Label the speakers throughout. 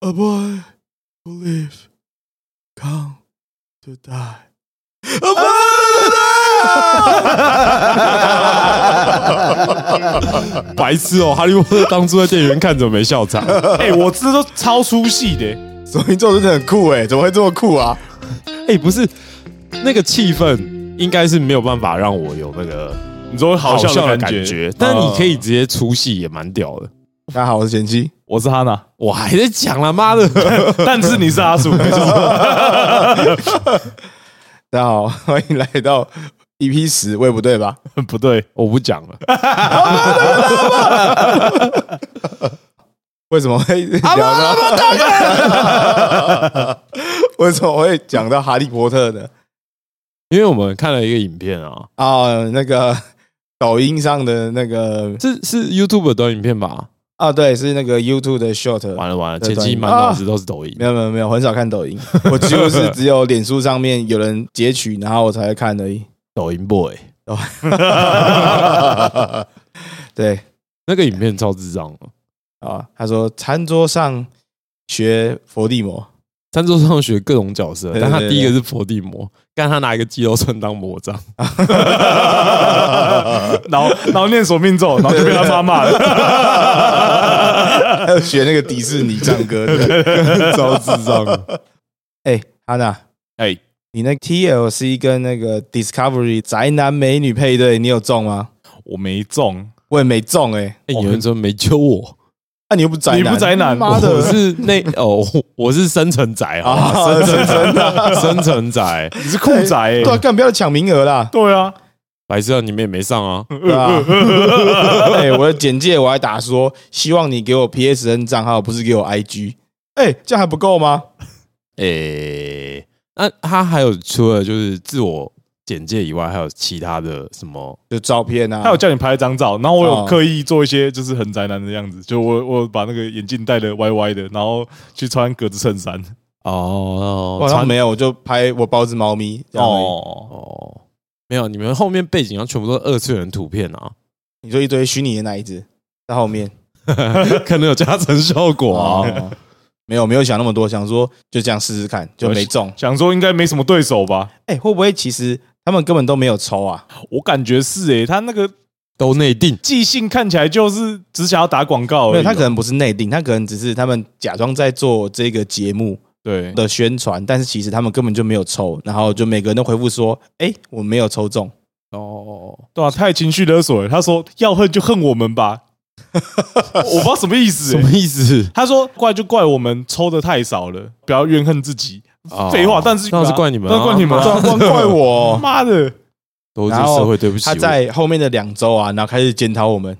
Speaker 1: A boy who lives come to die. A boy who lives
Speaker 2: 白痴哦！哈利波特当初在电影院看怎么没笑场？ 哎、我这都超出戏的、
Speaker 1: 水瓶座真的很酷哎，怎么会这么酷啊？
Speaker 2: 哎、不是那个气氛，应该是没有办法让我有那个
Speaker 3: 你说
Speaker 2: 好
Speaker 3: 好
Speaker 2: 笑
Speaker 3: 笑
Speaker 2: 的
Speaker 3: 的
Speaker 2: 感
Speaker 3: 感
Speaker 2: 觉嗯
Speaker 3: 觉，，
Speaker 2: 但你可以直接出戏也蛮屌的。
Speaker 1: 大家好，我是贤妻。
Speaker 3: 我是哈娜，
Speaker 2: 我还在讲了，妈 的！
Speaker 3: 但是你是阿叔，没错。
Speaker 1: 大家好， 欢迎来到 EP 十，喂不对吧？
Speaker 3: 不对，
Speaker 2: 我 不讲了。
Speaker 1: 为什么会聊到？ 为什么会讲到哈利波特呢？
Speaker 2: 因为我们看了一个影片啊，
Speaker 1: 啊，那个抖音上的那个
Speaker 2: 是是 YouTube 的短影片吧？
Speaker 1: 啊，对，是那个 YouTube 的 Short。
Speaker 2: 完了完了，
Speaker 1: 对
Speaker 2: 前期满脑子都是抖音
Speaker 1: 没。有没有没有，很少看抖音，我几乎是只有脸书上面有人截取，然后我才会看而已。
Speaker 2: 抖音 boy
Speaker 1: 对
Speaker 2: 那个影片超智障的，
Speaker 1: 啊，他说餐桌上学伏地魔，
Speaker 2: 餐桌上学各种角色，
Speaker 1: 对对
Speaker 2: 但他
Speaker 1: 对
Speaker 2: 第一个是佛地魔，但他拿一个肌肉串当魔杖，
Speaker 3: 然后然后念索命咒，然后就被他妈骂了。
Speaker 1: 还有学那个迪士尼唱歌，
Speaker 2: 超智障的。
Speaker 1: 哎，安娜，
Speaker 3: 哎，
Speaker 1: 你那 TLC 跟那个 Discovery 宅男美女配对，你有中吗？
Speaker 3: 我没中，
Speaker 1: 我也没中哎、
Speaker 2: 哎，有人说没救我，
Speaker 1: 那、你又不宅男，
Speaker 3: 你不宅男
Speaker 1: 妈
Speaker 2: 我
Speaker 1: 的
Speaker 2: 是那哦，我是深层宅啊，
Speaker 1: 啊，真的真的，
Speaker 2: 深层宅。
Speaker 3: 你是酷宅欸。
Speaker 1: 对啊，干不要抢名额啦，
Speaker 3: 对啊，
Speaker 2: 白痴啊，你们也没上啊，
Speaker 1: 对啊。哎，我的简介我还打说，希望你给我 PSN 账号，不是给我 IG。哎，这样还不够吗？
Speaker 2: 诶、那他还有除了就是自我简介以外，还有其他的什么？
Speaker 1: 就照片啊，
Speaker 3: 他有叫你拍一张照，然后我有
Speaker 1: 哦
Speaker 3: 刻意做一些就是很宅男的样子，就我我把那个眼镜戴的歪歪的，然后去穿格子衬衫。
Speaker 2: 哦
Speaker 1: 我好像
Speaker 2: 传
Speaker 1: 没有，我就拍我包只猫咪。哦，
Speaker 3: 哦，
Speaker 2: 哦，没有，你们后面背景要全部都是二次元图片啊，
Speaker 1: 你说一堆虚拟的那一只在后面。
Speaker 2: 可能有加成效果啊。
Speaker 1: 哦，没有没有想那么多，想说就这样试试看，就没中。
Speaker 3: 想说应该没什么对手吧？
Speaker 1: 哎，会不会其实他们根本都没有抽啊？
Speaker 3: 我感觉是诶、他那个
Speaker 2: 都内定，
Speaker 3: 即兴看起来就是只想要打广告而已哦，
Speaker 1: 没有，他可能不是内定，他可能只是他们假装在做这个节目
Speaker 3: 对
Speaker 1: 的宣传，但是其实他们根本就没有抽，然后就每个人都回复说：“哎，我没有抽中。
Speaker 2: 哦，
Speaker 3: 对啊，太情绪勒索了。他说要恨就恨我们吧，我不知道什么意思、
Speaker 2: 什
Speaker 3: 欸
Speaker 2: 么意思？
Speaker 3: 他说怪就怪我们抽的太少了，不要怨恨自己。
Speaker 2: 哦
Speaker 3: 废话，但是
Speaker 2: 那是怪你们啊
Speaker 3: 那怪你”们
Speaker 1: 这
Speaker 3: 啊，
Speaker 1: 样光怪我。
Speaker 3: 妈的！
Speaker 2: 都是
Speaker 1: 然后
Speaker 2: 社会对不起我。
Speaker 1: 他在后面的两周啊，然后开始检讨 我们，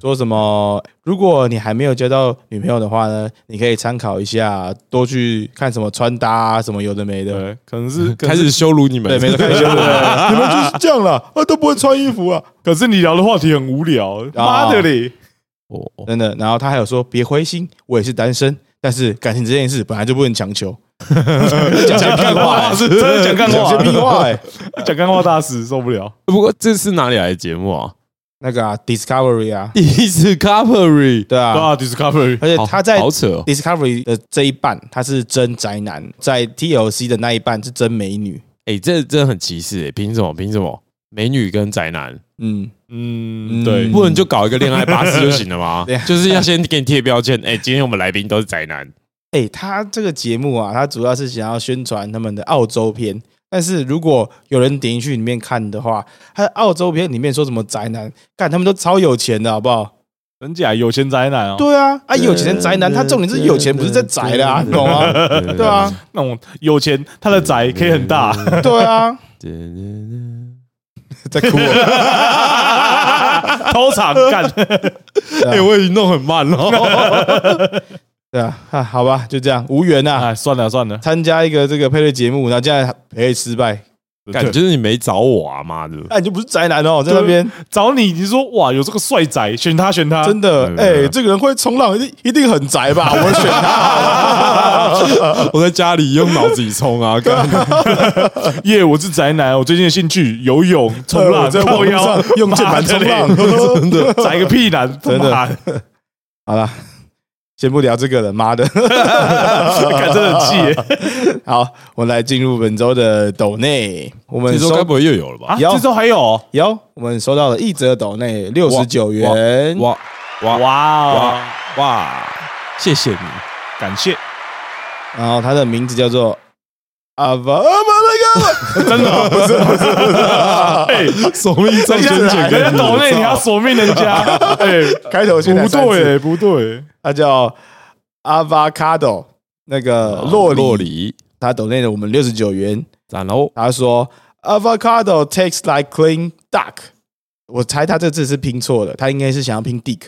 Speaker 1: 说什么？如果你还没有交到女朋友的话呢，你可以参考一下，多去看什么穿搭啊，什么有的没的。
Speaker 3: 对，可能是
Speaker 2: 开，始羞辱你们，
Speaker 1: 对，没错，开始 你们就是这样了，啊，都不会穿衣服啊，
Speaker 3: 可是可是你聊的话题很无聊，妈的嘞！
Speaker 2: 哦哦
Speaker 1: 真的。然后他还有说，别灰心，我也是单身，但是感情这件事本来就不能强 求。讲些屁话、欸，
Speaker 3: 真的讲干
Speaker 1: 讲些屁
Speaker 3: 话，
Speaker 1: 话、欸，
Speaker 3: 讲干话大师受不了。
Speaker 2: 不过这是哪里来的节目啊？
Speaker 1: 那个啊，Discovery 啊，
Speaker 2: 第一次 Discovery，
Speaker 1: 对啊，
Speaker 3: 啊，Discovery，
Speaker 1: 而且他在
Speaker 2: 好好扯哦
Speaker 1: Discovery 的这一半，他是真宅男；在 TLC 的那一半是真美女。
Speaker 2: 哎、这真的很歧视、欸，凭什么？凭什么？美女跟宅男，
Speaker 1: 嗯，
Speaker 3: 嗯，
Speaker 1: 嗯
Speaker 3: 对，
Speaker 2: 不能就搞一个恋爱巴士就行了 吗
Speaker 1: 对啊？
Speaker 2: 就是要先给你贴标签，哎、今天我们来宾都是宅男，
Speaker 1: 哎、他这个节目啊，他主要是想要宣传他们的澳洲片。但是如果有人点进去里面看的话，他的澳洲片里面说什么宅男，干他们都超有钱的好不好？
Speaker 3: 真假啊有钱宅男哦，
Speaker 1: 对啊，啊有钱的宅男，他重点是有钱，不是在宅的啊，你懂吗？对
Speaker 2: 对
Speaker 1: 啊，，
Speaker 3: 那种有钱他的宅可以很大。
Speaker 2: 嗯
Speaker 1: 对啊， 在哭哦、
Speaker 3: 偷场干，
Speaker 2: 哎、我已经弄很慢了，
Speaker 1: 对啊，啊好吧，就这样，无缘啊。
Speaker 3: 哎，算了算了，
Speaker 1: 参加一个这个配对节目，然后竟然配对失败，
Speaker 2: 感觉你没找我啊，妈 的！
Speaker 1: 那、你就不是宅男哦，在那边
Speaker 3: 找你，你说哇，有这个帅仔，选他选
Speaker 2: 啊
Speaker 3: 他，
Speaker 1: 真的，
Speaker 2: 对
Speaker 1: 哎、
Speaker 2: 对对
Speaker 1: 这个人会冲浪，一定一定很宅吧？我选他 好了。
Speaker 2: 我在家里用脑子里冲啊，干
Speaker 3: 耶！我是宅男，我最近的兴趣游 泳、冲浪、
Speaker 1: 呃我在
Speaker 3: 靠
Speaker 1: 网络
Speaker 3: 腰
Speaker 1: 上用键盘冲浪，
Speaker 3: 妈的嘞真的宅个屁男，
Speaker 1: 真的
Speaker 3: 他妈的
Speaker 1: 好了，先不聊这个了，妈的！
Speaker 3: 感真的很气耶
Speaker 1: 好，我们来进入本周的抖内，我们
Speaker 2: 这周
Speaker 1: 收
Speaker 2: 该不会又有了吧
Speaker 3: 啊！？
Speaker 1: 有
Speaker 3: 这周还有哦
Speaker 1: 有，我们收到了一则抖内六十九元，
Speaker 2: 哇哇哇
Speaker 3: 哇哦，
Speaker 2: 哇！谢谢你，
Speaker 3: 感谢，
Speaker 1: 然后他的名字叫 做阿巴阿巴那个，
Speaker 3: 真的哦不是不是不是，哎，
Speaker 2: 什么意思？
Speaker 1: 先剪给
Speaker 3: 人家
Speaker 1: 你
Speaker 3: 抖内你要索命人 家，哎，
Speaker 1: 开头先来
Speaker 3: 不
Speaker 1: 三次
Speaker 3: 对，不对，
Speaker 1: 他叫 Avocado 那个洛
Speaker 2: 呃哦洛哦
Speaker 1: 里，
Speaker 2: 里，
Speaker 1: 他抖内了我们六十九元。
Speaker 2: 然后
Speaker 1: 他说 Avocado takes like clean duck。我猜他这次是拼错了，他应该是想要拼 Dick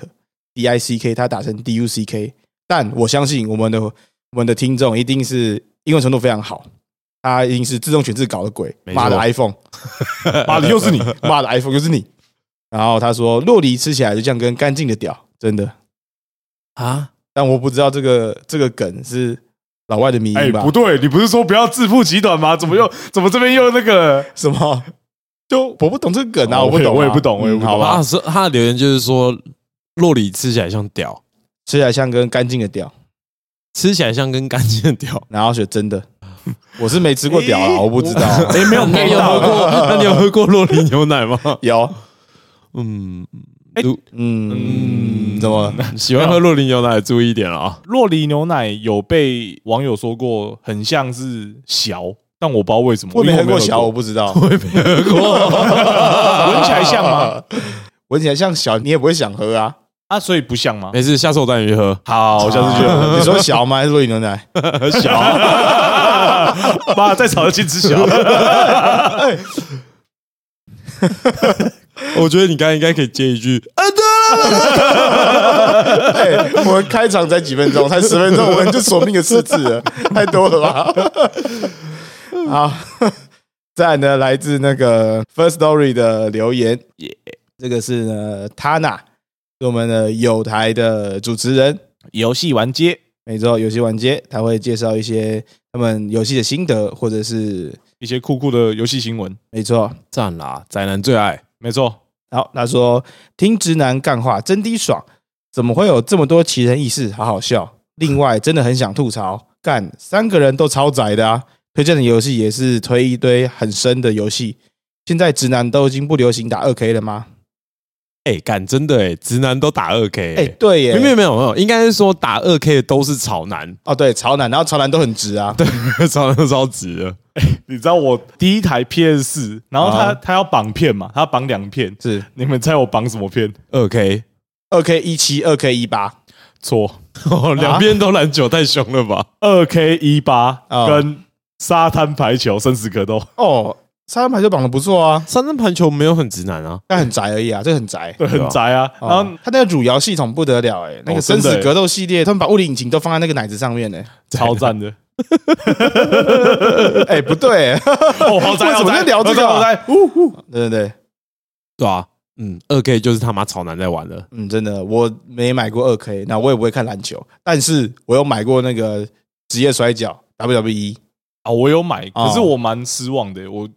Speaker 1: D I C K，他打成 D U C K。但我相信我们的我们的听众一定是英文程度非常好，他一定是自动选字搞的鬼，
Speaker 2: 没错
Speaker 1: 妈的 iPhone，
Speaker 3: 妈的又 是你，
Speaker 1: 妈的 iPhone 就是你。然后他说洛梨吃起来就像跟干净的屌，真的。
Speaker 2: 啊，
Speaker 1: 但我不知道这个这个梗是老外的迷
Speaker 3: 哎，
Speaker 1: 因吧？
Speaker 3: 不对，你不是说不要自负其短吗？怎么又怎么这边又那个？
Speaker 1: 什么？就我不懂这个梗啊，
Speaker 3: 哦
Speaker 1: 我不懂啊、
Speaker 3: 我也不懂我也不懂
Speaker 1: 好吧
Speaker 2: 啊，，是他的留言就是说，洛里吃起来像屌，
Speaker 1: 吃起来像跟干净的屌，
Speaker 2: 吃起来像跟干净的屌。
Speaker 1: 然后学真的，我是没吃过屌啊，
Speaker 3: 诶
Speaker 1: 我不知道啊。
Speaker 2: 哎， 没有， 那你有喝过？那你有喝过洛里牛奶吗？
Speaker 1: 有，
Speaker 2: 嗯，
Speaker 1: 嗯，怎么了？
Speaker 2: 喜欢喝洛里牛奶，注意一点了啊。
Speaker 3: 洛梨牛奶有被网友说过很像是小，但我不知道为什么，
Speaker 1: 我没
Speaker 3: 因为
Speaker 1: 喝
Speaker 3: 我
Speaker 1: 过
Speaker 3: 有
Speaker 1: 小，我不知 道。
Speaker 3: 闻起来像吗？
Speaker 1: 闻起来像小，你也不会想喝啊。
Speaker 3: 啊，所以不像吗？
Speaker 2: 没事，下次我带你去喝。
Speaker 3: 好，我下次去
Speaker 1: 你说小吗？还是洛梨牛奶？
Speaker 3: 喝小， 妈再吵就去吃 小，
Speaker 2: 我觉得你刚才应该可以接一句，
Speaker 1: 哎，我们开场才几分钟，才十分钟，我们就索命了四次了，太多了吧？ 好，再来呢，来自那个 First Story 的留言，这个是呢 Tana，是我们的有台的主持人，
Speaker 3: 游戏玩街
Speaker 1: 每周游戏玩街，他会介绍一些他们游戏的心得，或者是
Speaker 3: 一些酷酷的游戏新闻，
Speaker 1: 没错。
Speaker 2: 赞啦，宅男最爱。
Speaker 3: 没错，
Speaker 1: 好，他说听直男干话真滴爽，怎么会有这么多奇人异事，好好笑。另外，真的很想吐槽，干三个人都超宅的啊！推荐的游戏也是推一堆很深的游戏。现在直男都已经不流行打二 K 了吗？
Speaker 2: 哎，干真的哎，直男都打二 K
Speaker 1: 哎、对耶，
Speaker 2: 没有没有没有，应该是说打二 K 的都是草男，
Speaker 1: 哦，对，潮男，然后潮男都很直啊。对，
Speaker 2: 草男都 超直的。
Speaker 3: 你知道我第一台 PS 四，然后他
Speaker 1: 啊
Speaker 3: 他要绑片嘛，他要绑两片，
Speaker 1: 是
Speaker 3: 你们猜我绑什么片？
Speaker 2: 二 K，
Speaker 1: 二 K 一七、二 K 一八，
Speaker 3: 错，
Speaker 2: 哦，两边都篮球太凶了吧？
Speaker 3: 二 K 一八
Speaker 1: 啊
Speaker 3: 跟沙滩排球生死格斗，
Speaker 1: 哦，沙滩排球绑的不错啊，
Speaker 2: 三振盘球没有很直男啊，
Speaker 1: 但很宅而已啊，这很宅。
Speaker 3: 对，很宅啊。然
Speaker 1: 然后
Speaker 3: 后
Speaker 1: 他那个汝窑系统不得了哎、那个
Speaker 3: 哦
Speaker 1: 生
Speaker 3: 真的
Speaker 1: 死
Speaker 3: 欸
Speaker 1: 格斗系列，他们把物理引擎都放在那个奶子上 面呢、
Speaker 3: 超赞的，
Speaker 1: 哎、不对、
Speaker 3: 哦， 好宅，
Speaker 1: 为什么
Speaker 3: 好宅
Speaker 1: 在聊这个啊
Speaker 3: 好宅，好宅呜呼
Speaker 1: 对对对，
Speaker 2: 对啊，嗯，二 K 就是他妈草男在玩了。
Speaker 1: 嗯，真的，我没买过二 K，那我也不会看篮球，但是我有买过那个职业摔跤 E，WWE，
Speaker 3: 啊！我有买，
Speaker 1: 哦
Speaker 3: 可是我蛮失望的，我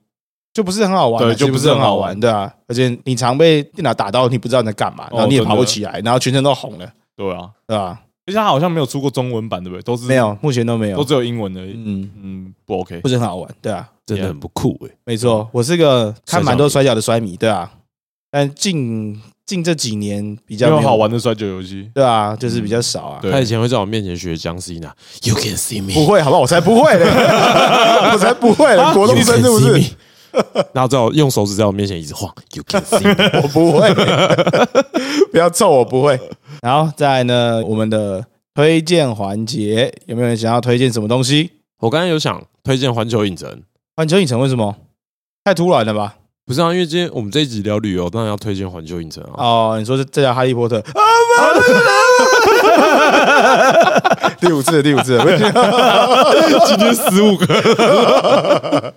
Speaker 1: 就不是很好玩啊，
Speaker 3: 对就
Speaker 1: 其实
Speaker 3: 不
Speaker 1: 不
Speaker 3: 是
Speaker 1: 是很
Speaker 3: 很好
Speaker 1: 好玩，
Speaker 3: 玩
Speaker 1: 对啊，而且你常被电脑打到，你不知道你在干嘛，然后
Speaker 3: 哦
Speaker 1: 你也
Speaker 3: 真的
Speaker 1: 爬不起来，然后全身都红了，
Speaker 3: 对啊，
Speaker 1: 对吧？
Speaker 3: 而且它好像没有出过中文版，对不对？都是
Speaker 1: 没，有，目前都没
Speaker 3: 都
Speaker 1: 有，
Speaker 3: 只有英文而已。
Speaker 1: 嗯，
Speaker 3: 嗯，不 OK
Speaker 1: 不。是很好玩，对啊，
Speaker 2: 真的很不酷哎、
Speaker 1: 没错，我是个看蛮多摔跤的摔迷，对啊，但近近这几年比较
Speaker 3: 没
Speaker 1: 没
Speaker 3: 有
Speaker 1: 有
Speaker 3: 好，玩的摔跤游戏，
Speaker 1: 对啊，就是比较少啊。
Speaker 3: 对
Speaker 2: 他以前会在我面前学江西呢，You 啊 can see
Speaker 1: 不
Speaker 2: me，
Speaker 1: 会，好不好？我才不 会嘞，我才不会嘞，国中
Speaker 2: You can
Speaker 1: 生是不
Speaker 2: see
Speaker 1: 是？
Speaker 2: me 然后在我用手指在我面前一直晃，You can see me，
Speaker 1: 我不会，不要臭我不会。然后再来呢，我们的推荐环节，有没有人想要推荐什么东西？
Speaker 2: 我刚才有想推荐环球影城，
Speaker 1: 环球影城为什么？太突然了吧？
Speaker 2: 不是啊，因为今天我们这一集聊旅游，当然要推荐环球影城啊。
Speaker 1: 哦，你说是这叫哈利波特？啊妈第五次，第五次，
Speaker 2: 啊今天十五个，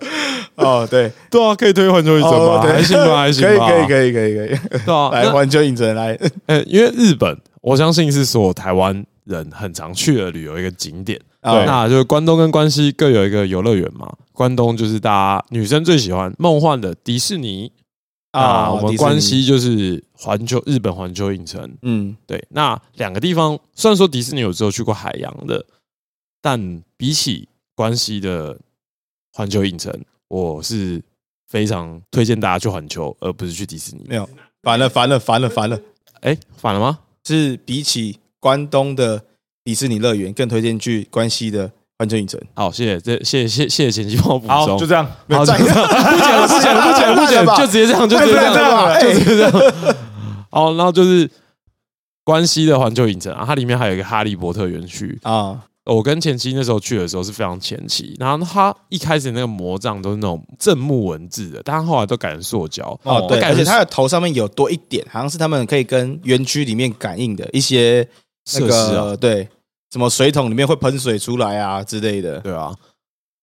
Speaker 1: 哦，对，
Speaker 2: 对啊，可以推环球影城
Speaker 1: 哦
Speaker 2: 吧？
Speaker 1: 对
Speaker 2: 还行吧，还行
Speaker 1: 可以，
Speaker 2: 吧，
Speaker 1: 可以，可以，可以，可以，
Speaker 2: 以，对啊。
Speaker 1: 来
Speaker 2: 那
Speaker 1: 环球影城来，
Speaker 2: 呃，因为日本，我相信是所有台湾人很常去的旅游一个景点。
Speaker 1: 哦
Speaker 2: 那就是关东跟关西各有一个游乐园嘛。关东就是大家女生最喜欢梦幻的迪士尼，啊，我
Speaker 1: 迪士
Speaker 2: 们
Speaker 1: 尼
Speaker 2: 关西就是环球日本环球影城，
Speaker 1: 嗯，
Speaker 2: 对，那两个地方虽然说迪士尼有只有去过海洋的，但比起关西的环球影城，我是非常推荐大家去环球，而不是去迪士尼。
Speaker 1: 没有，烦了，烦了，烦了，烦了，
Speaker 2: 哎、反了吗？
Speaker 1: 是比起关东的迪士尼乐园，更推荐去关西的环球影城。
Speaker 2: 好，谢谢，这谢谢谢谢前期帮我补
Speaker 3: 好，
Speaker 2: 充，
Speaker 3: 就这样。
Speaker 2: 样，好，就
Speaker 1: 再
Speaker 2: 这样，不讲了，不讲了，不讲了，不
Speaker 1: 太烂
Speaker 2: 讲
Speaker 1: 了吧
Speaker 2: 了，就直接这样，就
Speaker 1: 太
Speaker 2: 直接这
Speaker 1: 烂了吧
Speaker 2: 样，
Speaker 1: 哎
Speaker 2: 就直接这样。好，然后就是关西的环球影城啊，它里面还有一个哈利波特园区，哦
Speaker 1: 啊，
Speaker 2: 我跟前妻那时候去的时候是非常前期，然后他一开始那个魔杖都是那种正木文字的，但他后来都改成塑胶。
Speaker 1: 哦，对，
Speaker 2: 我感
Speaker 1: 而且
Speaker 2: 觉是
Speaker 1: 它的头上面有多一点，好像是他们可以跟园区里面感应的一些那
Speaker 2: 设施啊
Speaker 1: 个对，什么水桶里面会喷水出来啊之类的。
Speaker 2: 对啊。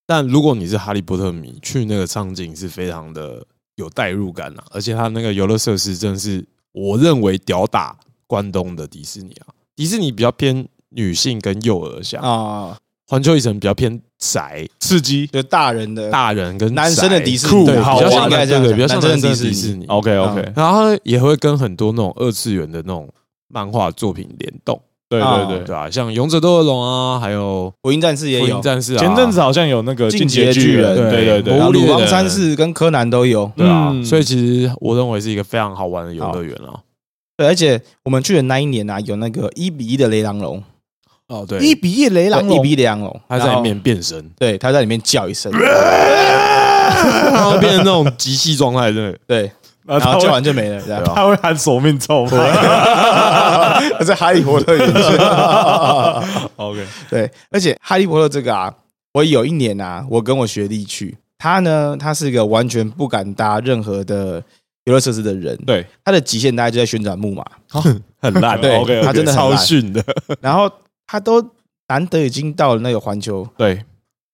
Speaker 2: 但如果你是哈利波特迷，去那个场景是非常的有代入感啊，而且它那个游乐设施真的是我认为屌打关东的迪士尼啊，迪士尼比较偏女性跟幼儿向，
Speaker 1: 啊，
Speaker 2: 环球影城比较偏宅
Speaker 3: 刺激。
Speaker 1: 就大人的
Speaker 2: 大人跟
Speaker 1: 男生的迪士尼
Speaker 2: 酷
Speaker 1: 对
Speaker 2: 比较
Speaker 3: 好
Speaker 2: 像
Speaker 1: 应
Speaker 2: 男
Speaker 3: 玩
Speaker 1: 该这
Speaker 2: 对
Speaker 1: 样
Speaker 2: 对，比较
Speaker 1: 讲
Speaker 2: 像
Speaker 1: 男生
Speaker 2: 男生
Speaker 1: 的
Speaker 2: 的
Speaker 1: 迪士尼
Speaker 2: 迪士尼。
Speaker 3: OK OK，
Speaker 1: 嗯
Speaker 2: 然后它也会跟很多那种二次元的那种漫画作品联动，
Speaker 3: 对
Speaker 1: 啊
Speaker 3: 对对。
Speaker 2: 对啊，像《勇者斗恶龙》啊，还有
Speaker 1: 火影战士
Speaker 2: 《
Speaker 1: 也
Speaker 2: 火
Speaker 1: 有
Speaker 2: 影，战士》啊，
Speaker 3: 前阵子好像有那个《
Speaker 1: 进
Speaker 3: 进
Speaker 1: 阶
Speaker 3: 阶
Speaker 1: 巨
Speaker 3: 巨
Speaker 1: 人
Speaker 3: 人》，对
Speaker 2: 对
Speaker 3: 对
Speaker 1: 然
Speaker 3: 对，
Speaker 1: 后
Speaker 2: 魔物
Speaker 1: 鲁
Speaker 2: 猎
Speaker 1: 王
Speaker 2: 人
Speaker 1: 三世跟柯南都有。
Speaker 3: 对啊
Speaker 2: 嗯 所以其实我认为是一个非常好玩的游乐园啊。
Speaker 1: 对，而且我们去的那一年啊，有那个一比一的雷狼龙，
Speaker 2: 哦，对，
Speaker 1: 比一雷
Speaker 3: 狼龙
Speaker 1: 一比一雷狼龙，
Speaker 2: 它
Speaker 1: 然
Speaker 2: 在
Speaker 1: 后
Speaker 2: 里，面变身，
Speaker 1: 对，他在里面叫一 声，
Speaker 2: 然后变成那种极细状态，真的。
Speaker 1: 对，
Speaker 3: 然
Speaker 1: 然后
Speaker 3: 后
Speaker 1: 叫
Speaker 3: 他
Speaker 1: 完
Speaker 3: 会
Speaker 1: 就没了，这样。
Speaker 3: 他会喊索命咒吗
Speaker 2: 啊
Speaker 1: 他 在哈利波特园 区。
Speaker 3: ？OK，
Speaker 1: 对，而且哈利波特这个啊，我有一年啊，我跟我学弟去，他呢，他是一个完全不敢搭任何的游乐设施的人，
Speaker 3: 对，
Speaker 1: 他的极限大概就在旋转木马，
Speaker 2: 很烂，
Speaker 1: 对
Speaker 3: OK，OK
Speaker 1: 他真的很
Speaker 2: 超
Speaker 1: 烂
Speaker 2: 逊的，
Speaker 1: 然后他都难得已经到了那个环球，
Speaker 3: 对，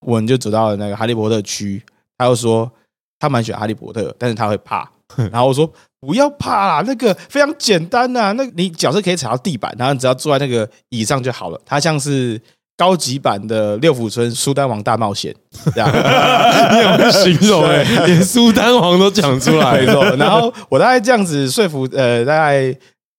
Speaker 1: 我们就走到了那个哈利波特区，他又说他蛮喜欢哈利波特，但是他会 怕。然后我说不要怕啦，那个非常简单呐、那你脚是可以踩到地板，然后你只要坐在那个椅上就好了。它像是高级版的六福村苏丹王大冒险这 样。
Speaker 2: 你很会形容哎，连苏丹王都讲出来
Speaker 1: 没，错。然后我大概这样子说服，呃，大概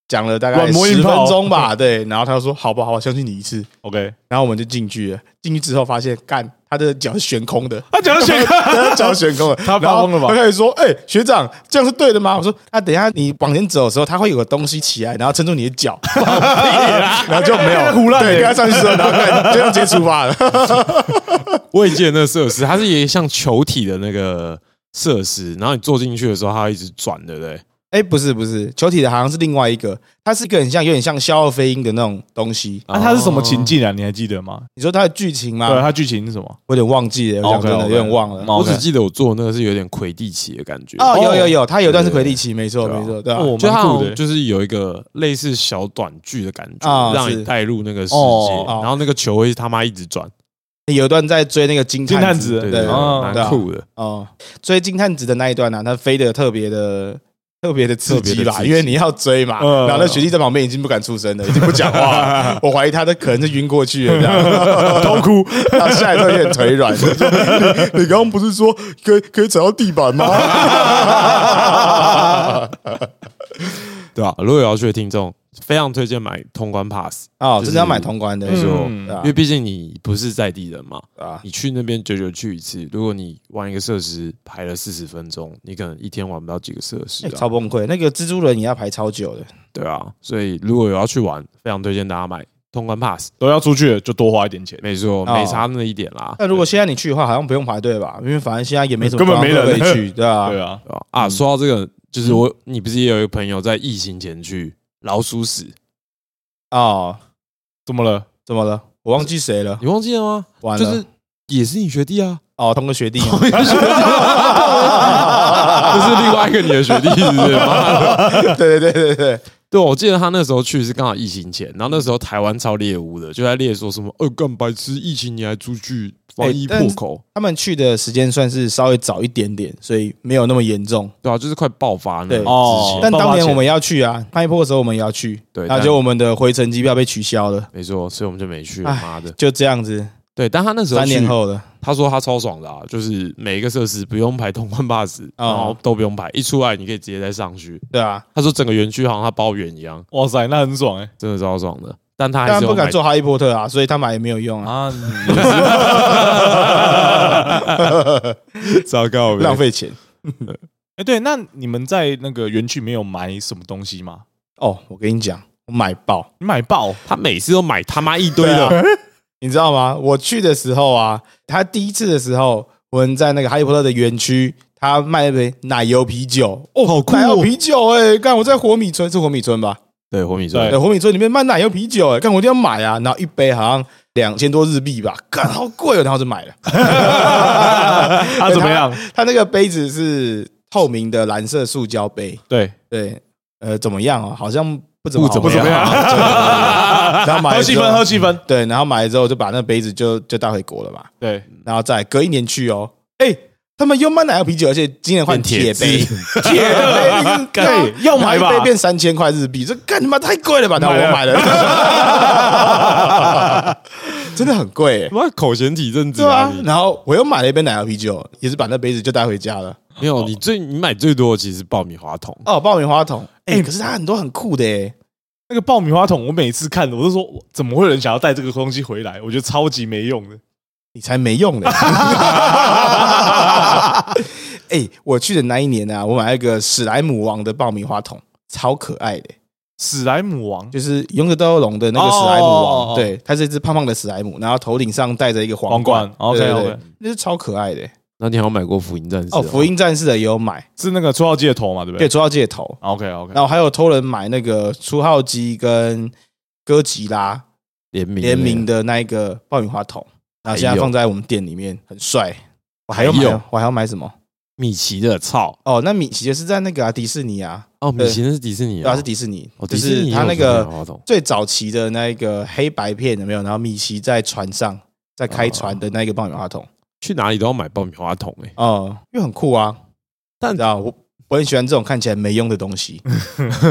Speaker 1: 讲了大概
Speaker 3: 软磨
Speaker 1: 十
Speaker 3: 硬泡
Speaker 1: 分钟吧，对。然后他就说：“好吧，好吧，相信你一次。
Speaker 3: OK，”
Speaker 1: 然后我们就进去了。进去之后发现，干，他的脚是悬空 的，
Speaker 3: 他讲到选
Speaker 1: 他的脚悬空了，他
Speaker 3: 发疯了吧
Speaker 1: 他开始说：“哎、学长，这样是对的吗？”我说：“啊，等一下你往前走的时候，他会有个东西起来，然后撑住你的脚，然后就没有
Speaker 3: 在 胡乱
Speaker 1: 对，
Speaker 3: 欸
Speaker 1: 跟他上去之后，然后干就要直接出发 了。
Speaker 2: 我也记得那个设施，它是一个像球体的那个设施，然后你坐进去的时候，它会一直转，对不对？
Speaker 1: 哎，不是不是，球体的好像是另外一个，它是一个很像有点像消耗飞鹰的那种东西。
Speaker 3: 啊，他是什么情境啊？你还记得吗？
Speaker 1: 你说它的剧情吗？
Speaker 3: 对，啊哦他剧情是什么？
Speaker 1: 啊我有点忘记了，我讲真的
Speaker 3: OK，OK
Speaker 1: 有点忘了。
Speaker 2: 我
Speaker 3: OK
Speaker 2: 只记得我坐的那个是有点魁地奇的感觉，
Speaker 1: 哦，有有
Speaker 2: 有，
Speaker 1: 有，他有一段是魁地
Speaker 2: 对
Speaker 1: 奇，没错
Speaker 2: 对啊
Speaker 1: 没错，对吧？
Speaker 3: 哦
Speaker 2: 就它
Speaker 3: 蛮
Speaker 2: 好
Speaker 3: 酷的
Speaker 2: 像就是有一个类似小短剧的感觉，
Speaker 1: 啊
Speaker 2: 让
Speaker 1: 是
Speaker 2: 你带入那个世界，
Speaker 3: 哦
Speaker 1: 哦
Speaker 2: 然后那个球会他妈一直转，
Speaker 1: 有一段在追那个金
Speaker 3: 金
Speaker 1: 探
Speaker 3: 探
Speaker 2: 对
Speaker 3: 子
Speaker 1: 对
Speaker 2: 对，
Speaker 3: 哦
Speaker 1: 对啊
Speaker 2: 蛮酷的。
Speaker 1: 哦，追金探子的那一段呢，啊他飞得特别的。特别的刺激
Speaker 2: 特别的
Speaker 1: 吧，
Speaker 2: 刺激
Speaker 1: 因为你要追嘛，
Speaker 3: 嗯
Speaker 1: 然后那学弟在旁边已经不敢出声了，已经不讲话 了。我怀疑他的可能是晕过去了，这样 痛哭，他下来之后有点腿软。就说 你你刚刚不是说可以可以踩到地板吗？
Speaker 2: 对啊，如果有要去的听众，非常推荐买通关 pass，
Speaker 1: 哦，
Speaker 2: 就是
Speaker 1: 真的要买通关的，
Speaker 2: 没错
Speaker 1: 对啊
Speaker 2: 因为毕竟你不是在地人嘛，
Speaker 1: 啊，
Speaker 2: 你去那边久久去一次，如果你玩一个设施排了四十分钟，你可能一天玩不到几个设
Speaker 1: 欸
Speaker 2: 施啊，
Speaker 1: 超崩溃。那个蜘蛛人也要排超久的，
Speaker 2: 对啊，所以如果有要去玩，非常推荐大家买通关 pass，
Speaker 3: 都要出去了就多花一点钱，
Speaker 2: 没错，
Speaker 1: 哦
Speaker 2: 没差那一点啦。
Speaker 1: 那如果现在你去的话，好像不用排队吧？因为反正现在也没什么
Speaker 3: 根本没人
Speaker 1: 观光客可以去， 对啊
Speaker 3: 对，啊，
Speaker 2: 对吧啊，说到这个，就是我，
Speaker 1: 嗯
Speaker 2: 你不是也有一个朋友在疫情前去老鼠屎，
Speaker 1: 哦，
Speaker 3: 怎么了？
Speaker 1: 怎么了？我忘记谁了，
Speaker 2: 你忘记了吗？
Speaker 1: 完
Speaker 2: 就
Speaker 1: 了
Speaker 2: 是，也是你学弟啊，
Speaker 1: 哦，同个学弟嘛，
Speaker 2: 这是另外一个你的学弟，是不是？妈的
Speaker 1: 对对对对对，
Speaker 2: 对，我记得他那时候去是刚好疫情前，然后那时候台湾超猎污的，就在猎说什么，呃，干白痴，疫情你还出去防疫
Speaker 1: 哎但
Speaker 2: 破
Speaker 1: 是
Speaker 2: 口，
Speaker 1: 他们去的时间算是稍微早一点点，所以没有那么严重。
Speaker 2: 对啊，就是快爆发那
Speaker 1: 对
Speaker 2: 个之
Speaker 3: 哦
Speaker 2: 前，
Speaker 1: 但当
Speaker 3: 爆发
Speaker 1: 年
Speaker 3: 前
Speaker 1: 我们要去啊，拍破的时候我们也要去，
Speaker 2: 对
Speaker 1: 那
Speaker 2: 但
Speaker 1: 就我们的回程机票被取消了，
Speaker 2: 没错，所以我们就没去了，
Speaker 1: 哎
Speaker 2: 妈的，
Speaker 1: 就这样子，
Speaker 2: 对，但他那时候
Speaker 1: 三
Speaker 2: 去
Speaker 1: 年后了，
Speaker 2: 他说他超爽的啊，就是每一个设施不用排通关 pass，
Speaker 1: 哦
Speaker 2: 然后都不用排，一出来你可以直接再上去。
Speaker 1: 对啊，
Speaker 2: 他说整个园区好像他包圆一样，
Speaker 3: 哇塞，那很爽哎、
Speaker 2: 真的超爽的。但他啊还
Speaker 1: 但
Speaker 2: 是有
Speaker 1: 不敢
Speaker 2: 买
Speaker 1: 做哈利波特啊，所以他买也没有用 啊，
Speaker 3: 啊！
Speaker 2: 糟糕，
Speaker 1: 浪费钱。
Speaker 3: 哎，对，那你们在那个园区没有买什么东西吗？
Speaker 1: 哦，我跟你讲，我买爆，
Speaker 3: 你买爆
Speaker 2: 他每次都买他妈一堆
Speaker 1: 啊
Speaker 2: 的，
Speaker 1: 你知道吗？我去的时候啊，他第一次的时候，我们在那个哈利波特的园区，他卖了杯奶油啤酒，
Speaker 2: 哦，好酷
Speaker 1: 奶油
Speaker 2: 哦！
Speaker 1: 啤酒哎、干我在火米村是火米村吧？
Speaker 2: 对，火米村
Speaker 1: 对，
Speaker 3: 对
Speaker 1: 火米村里面卖奶油啤酒哎、干我一定要买啊！然后一杯好像两千多日币吧，干好贵哦，然后就 买了。
Speaker 3: 啊？怎么样？
Speaker 1: 他那个杯子是透明的蓝色塑胶杯，
Speaker 3: 对，
Speaker 1: 对，呃，怎么样啊？好像不怎么好
Speaker 2: 不怎么样
Speaker 1: 不怎么 样 然后买
Speaker 3: 啊喝
Speaker 1: 了
Speaker 3: 气
Speaker 1: 之
Speaker 3: 氛，
Speaker 1: 后
Speaker 3: 喝，气氛。
Speaker 1: 对，然后买了之后就把那杯子就就带回国了嘛。
Speaker 3: 对，
Speaker 1: 然后再隔一年去哦，哎，他们又卖奶油啤酒，而且今年换铁杯， 铁杯
Speaker 3: 干
Speaker 1: 对，
Speaker 3: 要买吧
Speaker 1: 然后一杯变三千块日币，这干他妈太贵了吧？那
Speaker 3: 买了
Speaker 1: 我买了，真的 很贵耶，
Speaker 2: 妈口嫌体正直
Speaker 1: 对
Speaker 2: 啊
Speaker 1: 啊
Speaker 2: 你！
Speaker 1: 然后我又买了一杯奶油啤酒，也是把那杯子就带回家了。
Speaker 2: 没有，你最你买最多的其实是爆米花筒，
Speaker 1: 哦，爆米花筒，哎，可是它很多很酷的耶，
Speaker 3: 那个爆米花筒，我每次看，我都说我怎么会有人想要带这个东西回来？我觉得超级没用的。
Speaker 1: 你才没用呢。 哎，我去的那一年啊，我买了一个史莱姆王的爆米花筒，超可爱的。
Speaker 3: 史莱姆王，
Speaker 1: 就是《勇者斗恶龙》的那个史莱姆
Speaker 3: 哦哦哦
Speaker 1: 王，
Speaker 3: 哦
Speaker 1: 对，它是一只胖胖的史莱姆，然后头顶上戴着一个
Speaker 3: 皇
Speaker 1: 冠
Speaker 3: 冠。，OK
Speaker 1: 对对
Speaker 3: OK，
Speaker 1: 对那是超可爱的欸。
Speaker 2: 嗯那你还有买过福音战士
Speaker 1: 哦，福音战士的也有买，
Speaker 3: 是那个出号机的头嘛，对
Speaker 1: 可
Speaker 3: 不
Speaker 1: 以
Speaker 3: 对
Speaker 1: 抓到借头。
Speaker 3: ？OK OK，
Speaker 1: 然后还有偷人买那个初号机跟哥吉拉
Speaker 2: 联名
Speaker 1: 联名的那一个爆米花筒，然后现在放在我们店里面，很帅。我还要买哦
Speaker 2: 还有，
Speaker 1: 我还要买什么？
Speaker 2: 米奇的，操！
Speaker 1: 哦，那米奇也是在那个啊迪士尼啊，
Speaker 2: 哦，米奇那是迪士尼
Speaker 1: 对
Speaker 2: 啊，
Speaker 1: 啊，是迪士尼
Speaker 2: 哦，，
Speaker 1: 就
Speaker 2: 迪士
Speaker 1: 是
Speaker 2: 尼
Speaker 1: 他
Speaker 2: 有
Speaker 1: 那
Speaker 2: 爆
Speaker 1: 个
Speaker 2: 米花筒
Speaker 1: 最早期的那一个黑白片有没有？然后米奇在船上在
Speaker 2: 哦
Speaker 1: 开船的那个爆米花筒，
Speaker 2: 去哪里都要买爆米花筒哎、欸
Speaker 1: 哦，因为很酷啊。
Speaker 2: 但
Speaker 1: 你知道我我很喜欢这种看起来没用的东 西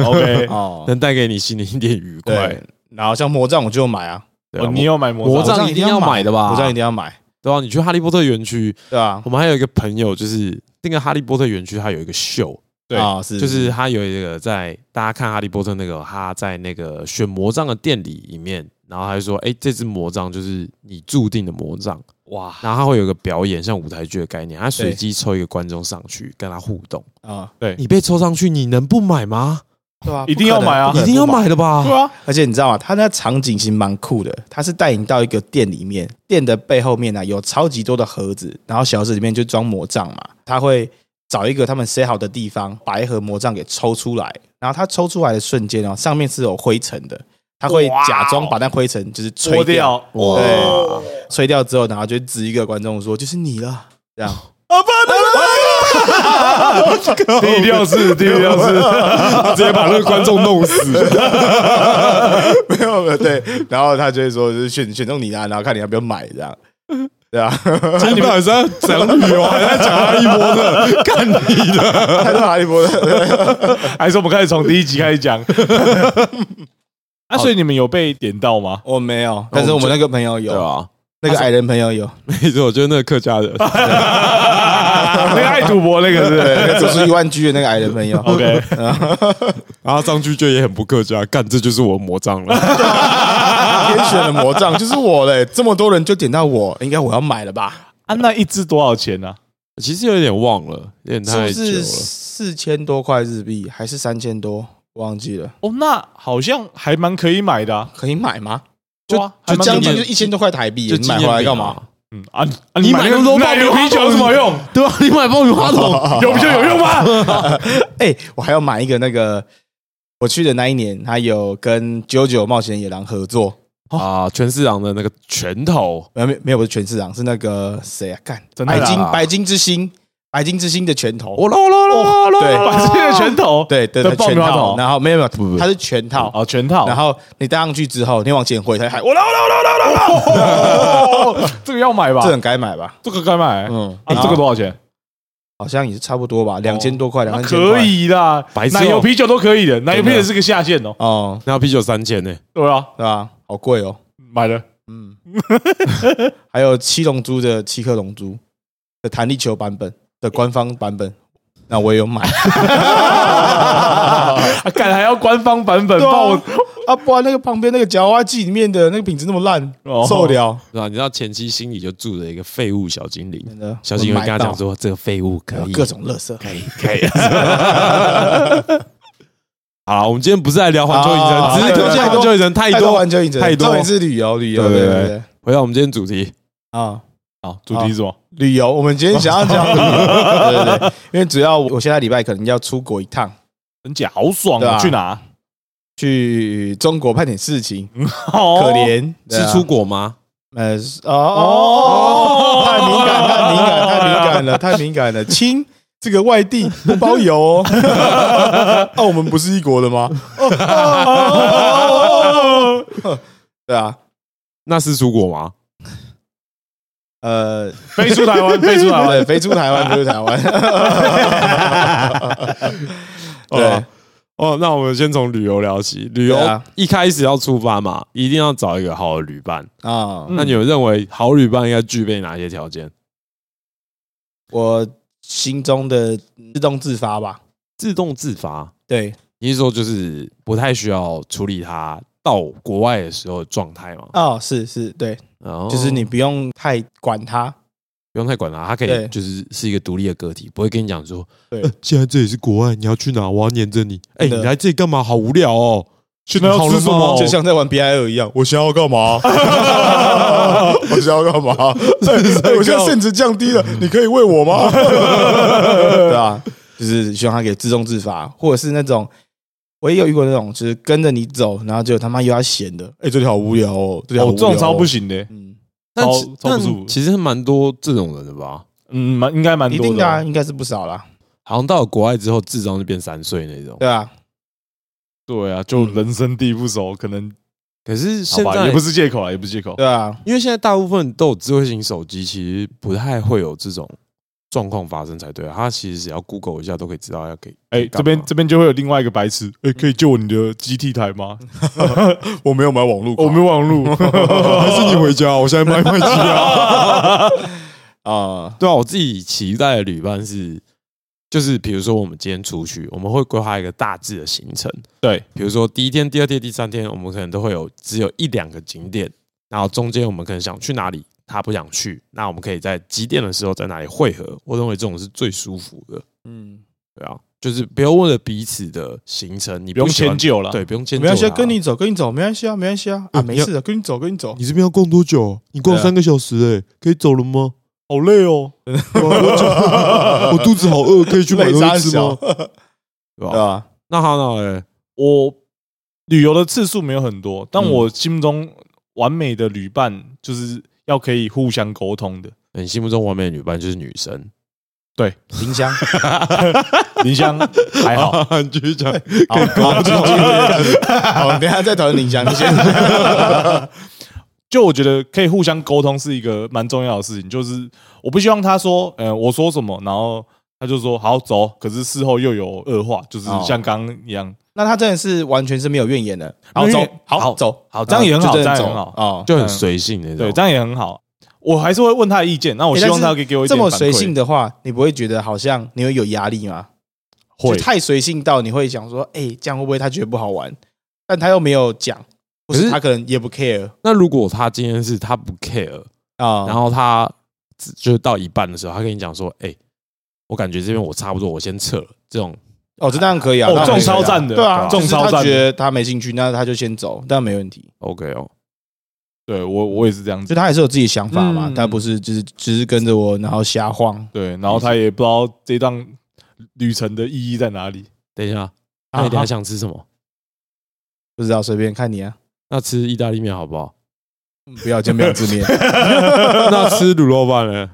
Speaker 3: OK，
Speaker 1: 哦。
Speaker 2: 能带给你心里一点愉快
Speaker 1: 对。，然后像魔杖我就买啊，
Speaker 2: 对
Speaker 3: 哦
Speaker 2: 啊
Speaker 3: 你有买魔
Speaker 2: 魔杖一定要买的吧
Speaker 1: 魔杖一定要买，
Speaker 2: 对啊，你去哈利波特园区，
Speaker 1: 对吧？
Speaker 2: 我们还有一个朋友，就是那个哈利波特园区，它有一个秀，
Speaker 3: 对
Speaker 1: 啊，是
Speaker 2: 就是他有一个在大家看哈利波特那个，他在那个选魔杖的店里里面，然后他就说，哎、这只魔杖就是你注定的魔杖，
Speaker 3: 哇，
Speaker 2: 然后他会有一个表演，像舞台剧的概念，他随
Speaker 1: 对
Speaker 2: 机抽一个观众上去跟他互动，
Speaker 1: 啊，
Speaker 2: 你被抽上去，你能不买吗？
Speaker 1: 对啊，
Speaker 3: 一定要买啊
Speaker 1: 不可
Speaker 2: 一
Speaker 1: 能
Speaker 2: 定要。
Speaker 1: 不可能不
Speaker 2: 买的吧？
Speaker 3: 对啊，
Speaker 1: 而且你知道吗？它那场景其实蛮酷的，它是带你到一个店里面，店的背后面呢、啊有超级多的盒子，然后小盒子里面就装魔杖嘛，他会找一个他们塞好的地方，把一盒魔杖给抽出来，然后它抽出来的瞬间哦，上面是有灰尘的，他会
Speaker 3: 哇哦
Speaker 1: 假装把那灰尘就是吹
Speaker 3: 脱掉，哇
Speaker 1: 对，吹掉之后，然后就指一个观众说：“就是你 了。”这样，
Speaker 3: 第六次，第 六次，
Speaker 2: 啊直接把那个观众弄 死。
Speaker 1: 没有没有对，然后他就会说：“就是选选中你啦，然后看你要不要买这样。”对啊，
Speaker 2: 你们好像 讲旅游，还在讲哈利波特，干你的！
Speaker 1: 看到哈利波特，
Speaker 3: 还是我们开始从第一集开始讲？啊，所以你们有被点 到吗？
Speaker 1: 我没有，但是我们那个朋友有，
Speaker 2: 啊，
Speaker 1: 那个矮人朋友有，
Speaker 2: 没错，就是那个客家人，
Speaker 3: 那个爱赌博那个是不
Speaker 1: 对，
Speaker 3: 是
Speaker 1: 那个哦走出一万 G 的那个矮人朋友。
Speaker 3: ？OK，
Speaker 2: 然后张居就也很不客家，干这就是我的魔杖了。
Speaker 1: 天选的魔杖就是我嘞， 这么多人就点到我，应该我要买了吧？
Speaker 3: 啊，那一支多少钱啊呢？
Speaker 2: 其实有点忘了，有点
Speaker 1: 是不
Speaker 2: 太久
Speaker 1: 是
Speaker 2: 了。
Speaker 1: 四千多块日币还是三千多？忘记了，
Speaker 3: 哦，那好像还蛮可以买的啊，
Speaker 1: 可以买吗？
Speaker 3: 对啊
Speaker 1: 就
Speaker 3: 还蛮
Speaker 1: 将
Speaker 3: 可以
Speaker 1: 近
Speaker 3: 买
Speaker 1: 就
Speaker 3: 的
Speaker 1: 一千多块台币，
Speaker 2: 就
Speaker 1: 你买回来干嘛？？
Speaker 3: 嗯啊，啊
Speaker 2: 你买那么多
Speaker 3: 奶油啤酒有什么用？
Speaker 2: 对啊，你买爆米花筒，
Speaker 3: 有啤酒有用 吗？
Speaker 1: 哎、我还要买一个那个，我去的那一年，他有跟《九九冒险野狼》合作，
Speaker 2: 啊，全市场的那个拳头，
Speaker 1: 没有没有不是全市场，是那个谁啊？干，
Speaker 3: 真的
Speaker 1: 白
Speaker 3: 啦
Speaker 1: 金白金之星，白金之星的拳头，
Speaker 2: 我喽喽喽喽，
Speaker 1: 对
Speaker 3: 把这个拳头，
Speaker 1: 对对
Speaker 3: 的
Speaker 1: 对，
Speaker 3: 爆米
Speaker 1: 全
Speaker 3: 花
Speaker 1: 套，
Speaker 3: 筒
Speaker 1: 然后没有没有，
Speaker 2: 不不
Speaker 1: 它是全套，
Speaker 3: 哦，全套，
Speaker 1: 然后你戴上去之后，你往前挥，它还我啦，
Speaker 3: 哦， 这个要买吧
Speaker 1: 这？很该买吧？
Speaker 3: 这个该买啊，
Speaker 1: 嗯，
Speaker 3: 这个多少钱？
Speaker 1: 好像也是差不多吧，两千多块，两
Speaker 3: 那
Speaker 1: 千
Speaker 3: 啊可以啦
Speaker 2: 白，痴哦
Speaker 3: 奶油啤酒都可以的，奶油啤酒是个下限哦。
Speaker 1: 哦，
Speaker 2: 那啤酒三千呢？
Speaker 3: 对啊，
Speaker 1: 对吧？好贵哦，
Speaker 3: 买了，
Speaker 1: 嗯，还有《七龙珠》的《七颗龙珠》的弹力球版本的官方版本，那我也 有买
Speaker 3: 啊干还要官方版本
Speaker 1: 对啊
Speaker 3: 爆
Speaker 1: 啊，不然那个旁边那个夹娃娃机里面的那个品质那么烂，
Speaker 3: 哦
Speaker 1: 受得了，
Speaker 2: 对吧？啊你知道前妻心里就住着一个废物小精灵，
Speaker 1: 真的。
Speaker 2: 小精灵
Speaker 1: 我
Speaker 2: 会
Speaker 1: 买
Speaker 2: 跟他讲
Speaker 1: 到
Speaker 2: 说：“这个废物可以
Speaker 1: 各种乐色，
Speaker 2: 可以可以。 好了，我们今天不是来聊环球影
Speaker 1: 啊
Speaker 2: 城，只是推荐环球影城太
Speaker 1: 太多
Speaker 2: 多。
Speaker 1: 环球影城，
Speaker 2: 太多
Speaker 1: 重点是旅游，旅游，
Speaker 2: 对对
Speaker 1: 对
Speaker 2: 对
Speaker 1: 对对
Speaker 2: 回到我们今天主题，
Speaker 1: 啊，
Speaker 3: 好主题是什么？
Speaker 1: 旅游。我们今天想要讲旅 游，对对对，因为主要我现在礼拜可能要出国一趟，
Speaker 3: 很假，好爽
Speaker 1: 对
Speaker 3: 啊！
Speaker 1: 啊
Speaker 3: 去哪？
Speaker 1: 去中国办点事情，
Speaker 3: 可
Speaker 1: 可
Speaker 3: 哦
Speaker 1: 怜对
Speaker 2: 哦是
Speaker 1: 啊
Speaker 2: 出国吗？
Speaker 1: 呃，是哦哦，太敏感，太敏感，太敏感 了，太敏感了，亲。这个外地不包邮 哦，那、我们不是一国的吗？哦哦哦哦哦哦对啊，
Speaker 2: 那是出国吗？
Speaker 1: 呃，
Speaker 3: 飞出 台湾，飞出台湾。
Speaker 1: 对，飞出台湾， 飞出台湾。对
Speaker 2: 哦，哦，那我们先从旅游聊起。旅游
Speaker 1: 对啊
Speaker 2: 一开始要出发嘛，一定要找一个好的旅伴。
Speaker 1: 啊，
Speaker 2: 那你们认为好旅伴应该具备哪些条件？
Speaker 1: 我心中的自动自发吧。
Speaker 2: 自动自发，
Speaker 1: 对
Speaker 2: 你是说就是不太需要处理他到国外的时候的状态
Speaker 3: 啊
Speaker 2: 吗？
Speaker 1: 哦，是是，对，
Speaker 2: 哦
Speaker 1: 就是你不用太管它。
Speaker 2: 不用太管他，他可以
Speaker 1: 对
Speaker 2: 就是是一个独立的个体，不会跟你讲说，
Speaker 1: 对
Speaker 2: 呃，现在这里是国外，你要去哪？我要黏着你。哎、
Speaker 1: 真的
Speaker 2: 你来这里干嘛？好无聊哦。
Speaker 3: 去那要吃什
Speaker 2: 好了吗
Speaker 3: 么？哦
Speaker 1: 就像在玩 B I L 一样，我想要干 嘛？我想要干嘛？ 哎哎我嗯现在限值降低了，你可以喂我 吗？对啊，就是希望他给自动自发，或者是那种我也有遇过那种，就是跟着你走，然后就他妈又要闲的，哎，这里好无聊哦，这里好
Speaker 3: 哦
Speaker 1: 无，
Speaker 3: 这
Speaker 1: 聊哦
Speaker 3: 种超不，行的。
Speaker 1: 嗯，
Speaker 2: 但
Speaker 3: 超
Speaker 2: 其
Speaker 3: 超不舒服
Speaker 2: 但其实蛮多这种人的吧，
Speaker 3: 嗯，蛮应该蛮
Speaker 1: 一
Speaker 3: 多
Speaker 1: 定的啊，
Speaker 3: 的。
Speaker 1: 应该是不少啦，
Speaker 2: 好像到了国外之后，智商就变三岁那种。
Speaker 1: 对啊，
Speaker 3: 对啊，就人生地不熟，可能
Speaker 2: 可是
Speaker 3: 好
Speaker 2: 现
Speaker 3: 吧，
Speaker 2: 在
Speaker 3: 也不是借口啊，也不是借口。
Speaker 1: 对啊，
Speaker 2: 因为现在大部分都有智慧型手机，其实不太会有这种状况发生才对、啊。他其实只要 Google 一下都可以知道要给。
Speaker 3: 哎，
Speaker 2: 干嘛
Speaker 3: 这边这边就会有另外一个白痴，哎，可以借我你的 GT 台吗？哦
Speaker 1: 我没有买网络
Speaker 3: 我没有网 路，还
Speaker 2: 回家？我现在卖卖机啊！
Speaker 1: 啊，
Speaker 2: 对啊，我自己期待的旅伴是，就是比如说我们今天出去，我们会规划一个大致的行程。
Speaker 3: 对，
Speaker 2: 比如说第一天、第二天、第三天，我们可能都会有只有一两个景点，然后中间我们可能想去哪里，他不想去，那我们可以在几点的时候在哪里汇合。我认为这种是最舒服的，
Speaker 1: 嗯，
Speaker 2: 对啊，就是不要为了彼此的行程，你
Speaker 3: 不用
Speaker 2: 喜欢
Speaker 3: 迁，就了。
Speaker 2: 对，不用迁就，
Speaker 1: 没关系啊，跟你。走，跟你走，没关系啊，没关系啊，啊，
Speaker 2: 嗯
Speaker 1: 没事的，跟你走，跟你走，
Speaker 2: 你这边要逛多久？啊你
Speaker 1: 逛三
Speaker 2: 个小时哎、可以走了 吗？啊
Speaker 3: 好累哦。
Speaker 2: 我肚子好饿，可以去
Speaker 1: 累三
Speaker 2: 啊
Speaker 1: 哦小，？
Speaker 2: 哦对啊
Speaker 1: 对啊
Speaker 2: 吧？
Speaker 1: 吧？
Speaker 2: 那好，那哎嘞，
Speaker 3: 我旅游的次数没有很多，但
Speaker 2: 嗯
Speaker 3: 我心中完美的旅伴就是要可以互相沟通的。
Speaker 2: 你心目中完美的女伴就是女
Speaker 1: 嗯
Speaker 2: 生，
Speaker 1: 林香，
Speaker 3: 林香还好，
Speaker 2: 好，你继续讲。
Speaker 1: 好，好，继续继续 好，等一下再讨论林香，你先，
Speaker 3: 就我觉得可以互相沟通是一个蛮重要的事情。就是我不希望他说，呃，我说什么，然后他就说好走，可是事后又有恶化，就是
Speaker 1: 哦
Speaker 3: 像刚刚一样，
Speaker 1: 那他真的是完全是没有怨言的，好
Speaker 3: 没有
Speaker 1: 走
Speaker 3: 怨，
Speaker 1: 好走，
Speaker 2: 好，
Speaker 3: 这样也很好
Speaker 1: 就真的
Speaker 3: 这
Speaker 1: 走
Speaker 3: 样也很好
Speaker 1: 哦。
Speaker 2: 就很随性那种。
Speaker 3: 对，这样也很好。我还是会问他的意见，那我
Speaker 1: 诶
Speaker 3: 哦希望
Speaker 1: 但
Speaker 3: 他
Speaker 1: 是
Speaker 3: 可以给我一
Speaker 1: 这
Speaker 3: 点
Speaker 1: 么
Speaker 3: 反馈
Speaker 1: 随性，的话，你不会觉得好像你会有压力吗？就
Speaker 3: 会
Speaker 1: 太随性到你会想说，哎，这样会不会他觉得不好玩？但他又没有讲，或
Speaker 2: 可
Speaker 1: 是
Speaker 2: 是
Speaker 1: 他可能也不 care
Speaker 2: 那如果他今天是他不 care，
Speaker 1: 啊。
Speaker 2: 然后他只就是到一半的时候，他跟你讲说：“哎，我感觉这边我差不多，我先撤了。”这种
Speaker 1: 哦，这当然可以啊，
Speaker 3: 哦
Speaker 1: 当，然
Speaker 3: 中
Speaker 1: 可以啊
Speaker 3: 超赞的，
Speaker 1: 对啊，
Speaker 3: 中
Speaker 1: 就是
Speaker 3: 超
Speaker 1: 他
Speaker 3: 赞
Speaker 1: 觉得
Speaker 3: 的，
Speaker 1: 他没兴趣，那他就先走，但没问题，
Speaker 2: OK 哦，
Speaker 3: 对我我也是这样子。
Speaker 1: 就他还是有自己想法嘛，
Speaker 3: 嗯
Speaker 1: 他不是只是只是跟着我然后瞎晃。
Speaker 3: 对，然后他也不知道这段旅程的意义在哪里。
Speaker 2: 等一下，那你等一下想吃什么？
Speaker 1: 啊不知道，随便看你啊，
Speaker 2: 那吃意大利面好不好？
Speaker 1: 嗯不要见面之 面，
Speaker 2: 那吃卤肉饭呢？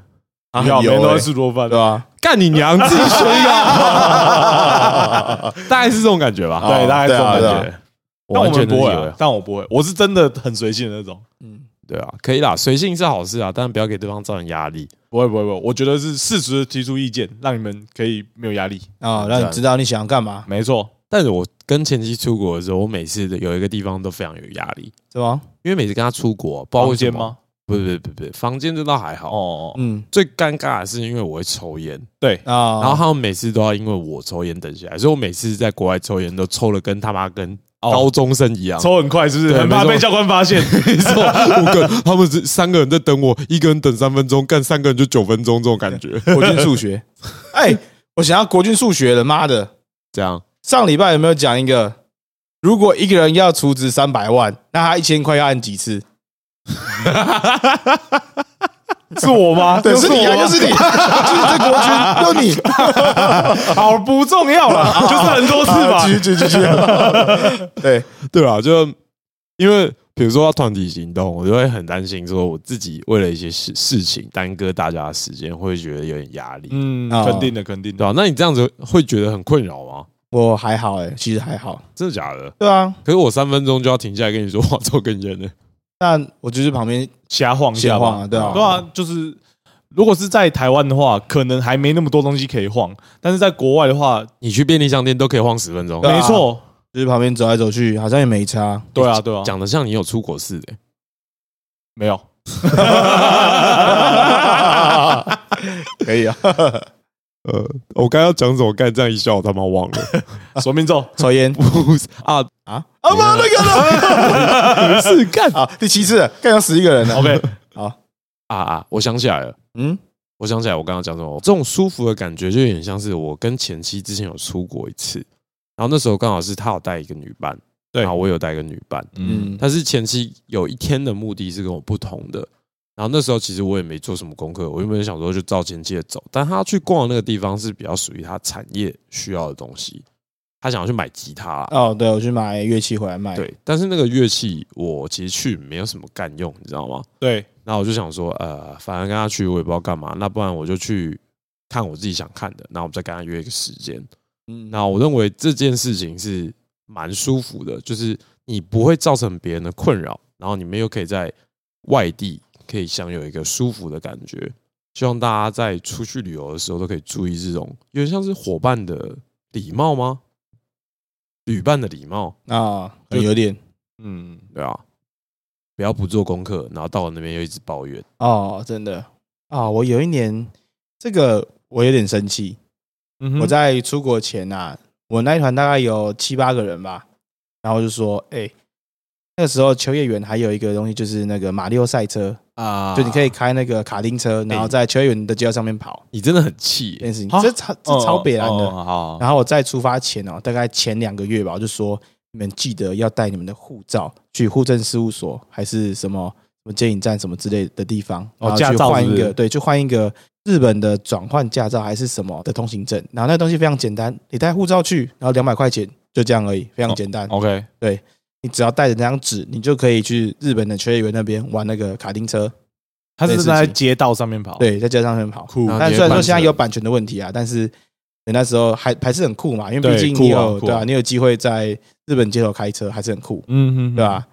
Speaker 3: 不要，每
Speaker 1: 有
Speaker 3: 天都
Speaker 1: 欸
Speaker 3: 在吃多饭，
Speaker 1: 对 吧？
Speaker 2: 干你娘，自己选一个， 大概是这种感觉吧。
Speaker 3: 对，大概是这种
Speaker 1: 对啊
Speaker 3: 感
Speaker 1: 对啊
Speaker 3: 觉。
Speaker 2: 对，我
Speaker 3: 但我
Speaker 2: 完
Speaker 3: 们
Speaker 2: 全能
Speaker 3: 不
Speaker 2: 体
Speaker 3: 会
Speaker 2: 会
Speaker 3: 啊，。但我不会，我是真的很随性的那种，
Speaker 1: 嗯，
Speaker 2: 对啊，可以啦，随性是好事啊，但不要给对方造成压力。
Speaker 3: 不会不会不会，我觉得是适时的提出意见，让你们可以没有压力。
Speaker 1: 啊，让你知道你想要干嘛，
Speaker 3: 没错，
Speaker 2: 但是我跟前妻出国的时候，我每次的有一个地方都非常有压力，
Speaker 1: 是吗？
Speaker 2: 因为每次跟他出国，不知道
Speaker 3: 包
Speaker 2: 为什
Speaker 3: 间
Speaker 2: 么？
Speaker 3: 吗？
Speaker 2: 不不不不，房间这倒还好。
Speaker 3: 哦，
Speaker 1: 嗯
Speaker 2: 最尴尬的是，因为我会抽烟，
Speaker 3: 对，
Speaker 1: 啊，
Speaker 2: 然后他们每次都要因为我抽烟等下来，所以我每次在国外抽烟都抽的跟他妈跟高中生一样，
Speaker 3: 哦抽很快是不是？
Speaker 2: 对
Speaker 3: 很
Speaker 2: 没
Speaker 3: 怕
Speaker 2: 错
Speaker 3: 被教官发 现。
Speaker 2: 抽 五 个，他们是三个人在等我，一个人等三分钟，干三个人就九分钟这种感 觉，
Speaker 1: 国军数学，哎，我想要国军数学了，妈的！
Speaker 2: 这样
Speaker 1: 上礼拜有没有讲一个？如果一个人要储值三百万，那他一千块要按几次？
Speaker 3: 是我吗？
Speaker 1: 对，
Speaker 3: 又
Speaker 1: 是你啊，
Speaker 3: 我吗
Speaker 1: 就是你， 就是这国军，就 你，
Speaker 3: 好不重要了，就是很多次吧。
Speaker 1: 继续继续继续， 对，
Speaker 2: 对啊，就因为比如说要团体行动，我就会很担心，说我自己为了一些事事情耽搁大家的时间，会觉得有点压力，
Speaker 3: 嗯，
Speaker 1: 啊
Speaker 3: 肯定的，肯定
Speaker 2: 对
Speaker 3: 的。
Speaker 2: 啊，那你这样子会觉得很困扰吗？
Speaker 1: 我还好哎、其实还好，
Speaker 2: 真的假的？
Speaker 1: 对啊，
Speaker 2: 可是我三分钟就要停下来跟你说，我要抽根烟了。
Speaker 1: 但我就是旁边
Speaker 3: 瞎晃一下
Speaker 1: 闲
Speaker 3: 吧
Speaker 1: 晃啊，对啊，
Speaker 3: 对啊，就是如果是在台湾的话，可能还没那么多东西可以晃，但是在国外的话，
Speaker 2: 你去便利商店都可以晃十分钟
Speaker 1: 对，啊
Speaker 3: 没错，
Speaker 1: 就是旁边走来走去，好像也没差，
Speaker 3: 对啊，对啊，
Speaker 2: 讲的像你有出国似的、
Speaker 3: 没有，
Speaker 1: 可以啊，
Speaker 2: 呃，我刚要讲什么？干这样一笑，我他妈忘了。
Speaker 3: 说明咒
Speaker 1: 抽 烟
Speaker 2: 不是啊，
Speaker 1: 啊啊不那 个了，是干啊，第七次了，干要死一个人了
Speaker 3: ，OK，
Speaker 2: 啊啊！我想起来了，
Speaker 1: 嗯，
Speaker 2: 我想起来我刚刚讲什么。这种舒服的感觉就有点像是我跟前妻之前有出国一次，然后那时候刚好是她有带一个女伴，
Speaker 3: 对
Speaker 2: 然后我有带一个女伴，
Speaker 3: 嗯，
Speaker 2: 但是前妻有一天的目的是跟我不同的。然后那时候其实我也没做什么功课，我原本想说就照前妻的走，但她去逛的那个地方是比较属于她产业需要的东西，她想要去买吉他啦，
Speaker 1: 哦，对，我去买乐器回来卖，
Speaker 2: 对，但是那个乐器我其实去没有什么干用，你知道吗？
Speaker 3: 对，
Speaker 2: 那我就想说，呃，反正跟他去我也不知道干嘛，那不然我就去看我自己想看的，那我们再跟他约一个时间。
Speaker 1: 嗯，
Speaker 2: 那我认为这件事情是蛮舒服的，就是你不会造成别人的困扰，然后你们又可以在外地可以享有一个舒服的感觉。希望大家在出去旅游的时候都可以注意这种有点像是伙伴的礼貌吗？旅伴的礼貌，
Speaker 1: 啊，有点
Speaker 3: 嗯，
Speaker 2: 对啊，不要不做功课，然后到我那边又一直抱怨。
Speaker 1: 哦，真的啊，我有一年这个我有点生气，
Speaker 3: 嗯哼
Speaker 1: 我在出国前啊，我那一团大概有七八个人吧，然后我就说，哎、那个时候秋叶原还有一个东西，就是那个马六赛车，
Speaker 2: 啊
Speaker 1: 就你可以，开那个卡丁车，然后在秋叶原的街道上面跑
Speaker 2: 你真的很气
Speaker 1: 这件事情，
Speaker 3: 啊
Speaker 1: 这超这超北蓝
Speaker 3: 哦哦
Speaker 1: 的。
Speaker 3: 哦好，
Speaker 1: 然后我在出发前哦，大概前两个月吧，我就说你们记得要带你们的护照去户政事务所还是什么什么接引站什么之类的地方，
Speaker 3: 哦
Speaker 1: 然后
Speaker 3: 驾
Speaker 1: 去
Speaker 3: 照
Speaker 1: 换
Speaker 3: 是不
Speaker 1: 一
Speaker 3: 是
Speaker 1: 个对，去换一个日本的转换驾照还是什么的通行证。然后那东西非常简单，你带护照去，然后两百块钱就这样而已，非常简单。
Speaker 3: OK，
Speaker 1: 你只要带着那张纸，你就可以去日本的秋叶原那边玩那个卡丁车，
Speaker 3: 他是
Speaker 1: 类似
Speaker 3: 在
Speaker 1: 情
Speaker 3: 街道上面跑，，
Speaker 1: 对，在街上面跑。
Speaker 3: 酷，
Speaker 2: 然后
Speaker 1: 但
Speaker 2: 你
Speaker 1: 虽然
Speaker 2: 会
Speaker 1: 说
Speaker 2: 办
Speaker 1: 现在
Speaker 2: 成
Speaker 1: 有版权的问题啊，但是你那时候还还是很酷嘛，因为
Speaker 3: 对
Speaker 1: 毕竟
Speaker 3: 酷
Speaker 1: 你
Speaker 3: 啊
Speaker 1: 有
Speaker 3: 酷啊
Speaker 1: 对啊，你有机会在日本街头开车，还是很酷，
Speaker 3: 嗯哼，
Speaker 1: 对吧、？啊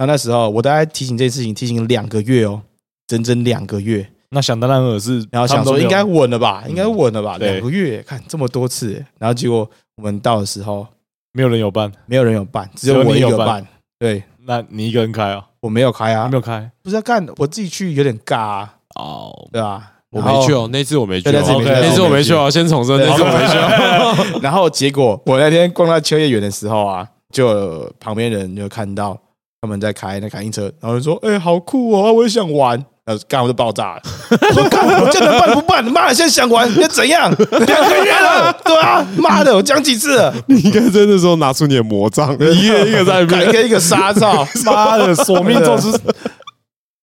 Speaker 1: 那那时候我大概提醒这件事情，提醒两个月哦，整整两个月，
Speaker 3: 那想当然尔是，
Speaker 1: 然后想说应该稳了吧，应该稳了吧，
Speaker 3: 嗯对
Speaker 1: 两个月看这么多次，然后结果我们到的时候
Speaker 3: 没有人有办，
Speaker 1: 没有人有办，只
Speaker 3: 只有
Speaker 1: 有
Speaker 3: 你
Speaker 1: 我一
Speaker 3: 有
Speaker 1: 个
Speaker 3: 办
Speaker 1: 办，对
Speaker 3: 那你一个人开啊？
Speaker 1: 我没有开
Speaker 3: 你
Speaker 1: 啊
Speaker 3: 没，有开
Speaker 1: 不是要干我自己去有点尬、啊，
Speaker 3: 哦，
Speaker 1: 对吧、啊？
Speaker 2: 我
Speaker 1: 然
Speaker 2: 没
Speaker 1: 后
Speaker 2: 去哦，那次我没去哦，
Speaker 1: 对那次
Speaker 3: 你没去
Speaker 2: 那次我没去哦，先重申，
Speaker 1: 对
Speaker 2: 那次我没去哦。
Speaker 1: 然后结果我那天逛到秋叶原的时候啊，就有旁边人就看到他们在开那卡丁车，然后就说：“哎、好酷哦，我也想玩。”然后干我就爆炸了，我说：“干，我叫你们办不办？妈的，现在想玩要怎样？ 两个月了，对啊，妈的，我讲几次了，
Speaker 2: 你应该在那时候拿出你的魔杖， 一个一个在那
Speaker 1: 敢
Speaker 2: 边。
Speaker 1: 跟一个杀照，
Speaker 3: 妈的，索命咒 是，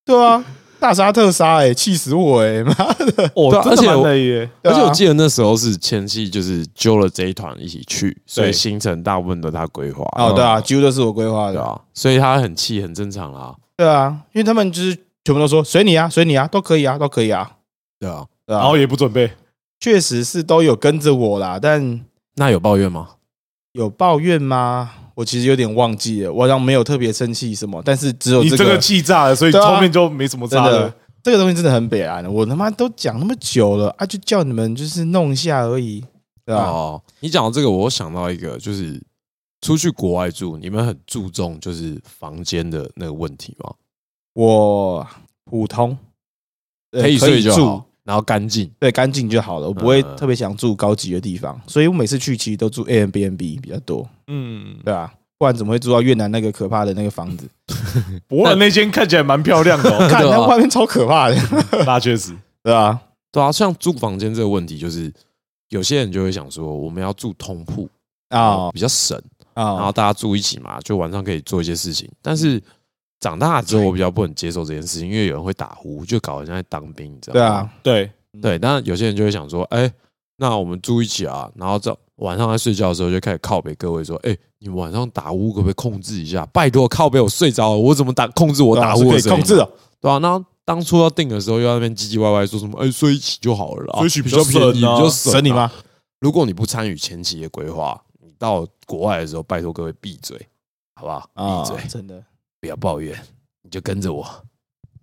Speaker 1: 对啊，大杀特杀，哎，气死我，哎， 妈的，
Speaker 3: 哦
Speaker 2: 对啊，
Speaker 3: 真
Speaker 2: 而
Speaker 3: 的
Speaker 2: 且
Speaker 3: 蛮
Speaker 2: 我
Speaker 3: 累耶，
Speaker 1: 对
Speaker 2: 而
Speaker 1: 啊
Speaker 2: 且我记得那时候是前期就是揪了这一团一起去，所以
Speaker 3: 对
Speaker 2: 行程大部分都他规划。
Speaker 1: 哦，对啊，几乎都是我规划
Speaker 2: 对
Speaker 1: 的，
Speaker 2: 啊，所以他很气，很正常啦。
Speaker 1: 对啊，因为他们就是全部都说随你啊，随你啊，都可以啊，都可以啊，
Speaker 2: 对啊，
Speaker 1: 对
Speaker 3: 然
Speaker 1: 啊
Speaker 3: 后，也不准备，
Speaker 1: 确实是都有跟着我啦，但。
Speaker 2: 那有抱怨吗？
Speaker 1: 有抱怨吗？我其实有点忘记了，我好像没有特别生气什么，但是只有
Speaker 3: 你
Speaker 1: 这
Speaker 3: 这个
Speaker 1: 个
Speaker 3: 气炸了，所以
Speaker 1: 对啊
Speaker 3: 后面就没什么
Speaker 1: 真
Speaker 3: 差
Speaker 1: 的
Speaker 3: 了。
Speaker 1: 这个东西真的很北蓝，我他妈都讲那么久了啊，就叫
Speaker 2: 啊
Speaker 1: 你们就是弄一下而已，对吧？
Speaker 2: 哦哦，你讲到这个，我又想到一个，就是出去国外住，你们很注重就是房间的那个问题吗？
Speaker 1: 我普通，呃
Speaker 2: 可以睡就
Speaker 1: 住
Speaker 2: 好，，然后干净。
Speaker 1: 对，干净就好了。我不会
Speaker 2: 嗯
Speaker 1: 特别想住高级的地方，所以我每次去其实都住 A M B N B 比较多，
Speaker 3: 嗯，
Speaker 1: 对吧、不然怎么会住到越南那个可怕的那个房子？
Speaker 3: 博尔那间看起来蛮漂亮的 哦，
Speaker 1: 看
Speaker 2: 对啊
Speaker 1: 那外面超可怕的，
Speaker 3: 那确实，
Speaker 1: 对吧、啊？
Speaker 2: 对啊，像住房间这个问题，就是有些人就会想说，我们要住通铺啊，
Speaker 1: 啊
Speaker 2: 比较省，然后
Speaker 1: 啊，
Speaker 2: 大家住一起嘛，就晚上可以做一些事情。但是长大之后，我比较不能接受这件事情，因为有人会打呼，就搞得像在当兵，你知道吗？
Speaker 1: 对啊，
Speaker 3: 对，
Speaker 2: 对，那有些人就会想说，哎、那我们住一起啊，然后这晚上在睡觉的时候就开始靠北各位说，哎、你们晚上打呼可不可以控制一下？拜托，靠北我睡着了，我怎么打控制我打
Speaker 1: 对啊
Speaker 2: 呼
Speaker 1: 可
Speaker 2: 的
Speaker 1: 以
Speaker 2: 声音？
Speaker 1: 控制哦，
Speaker 2: 对啊，那当初要定的时候又在那边唧唧歪歪说什么，哎、睡一起就好了啦，
Speaker 3: 睡一起
Speaker 2: 比
Speaker 3: 比较
Speaker 2: 较便宜，比
Speaker 3: 省啊
Speaker 2: 较
Speaker 1: 神你
Speaker 2: 嘛。
Speaker 1: 妈！
Speaker 2: 如果你不参与前期的规划，你到国外的时候，拜托各位闭嘴，好不好？
Speaker 1: 啊
Speaker 2: 闭嘴，，
Speaker 1: 真的。
Speaker 2: 不要抱怨，你就跟着我。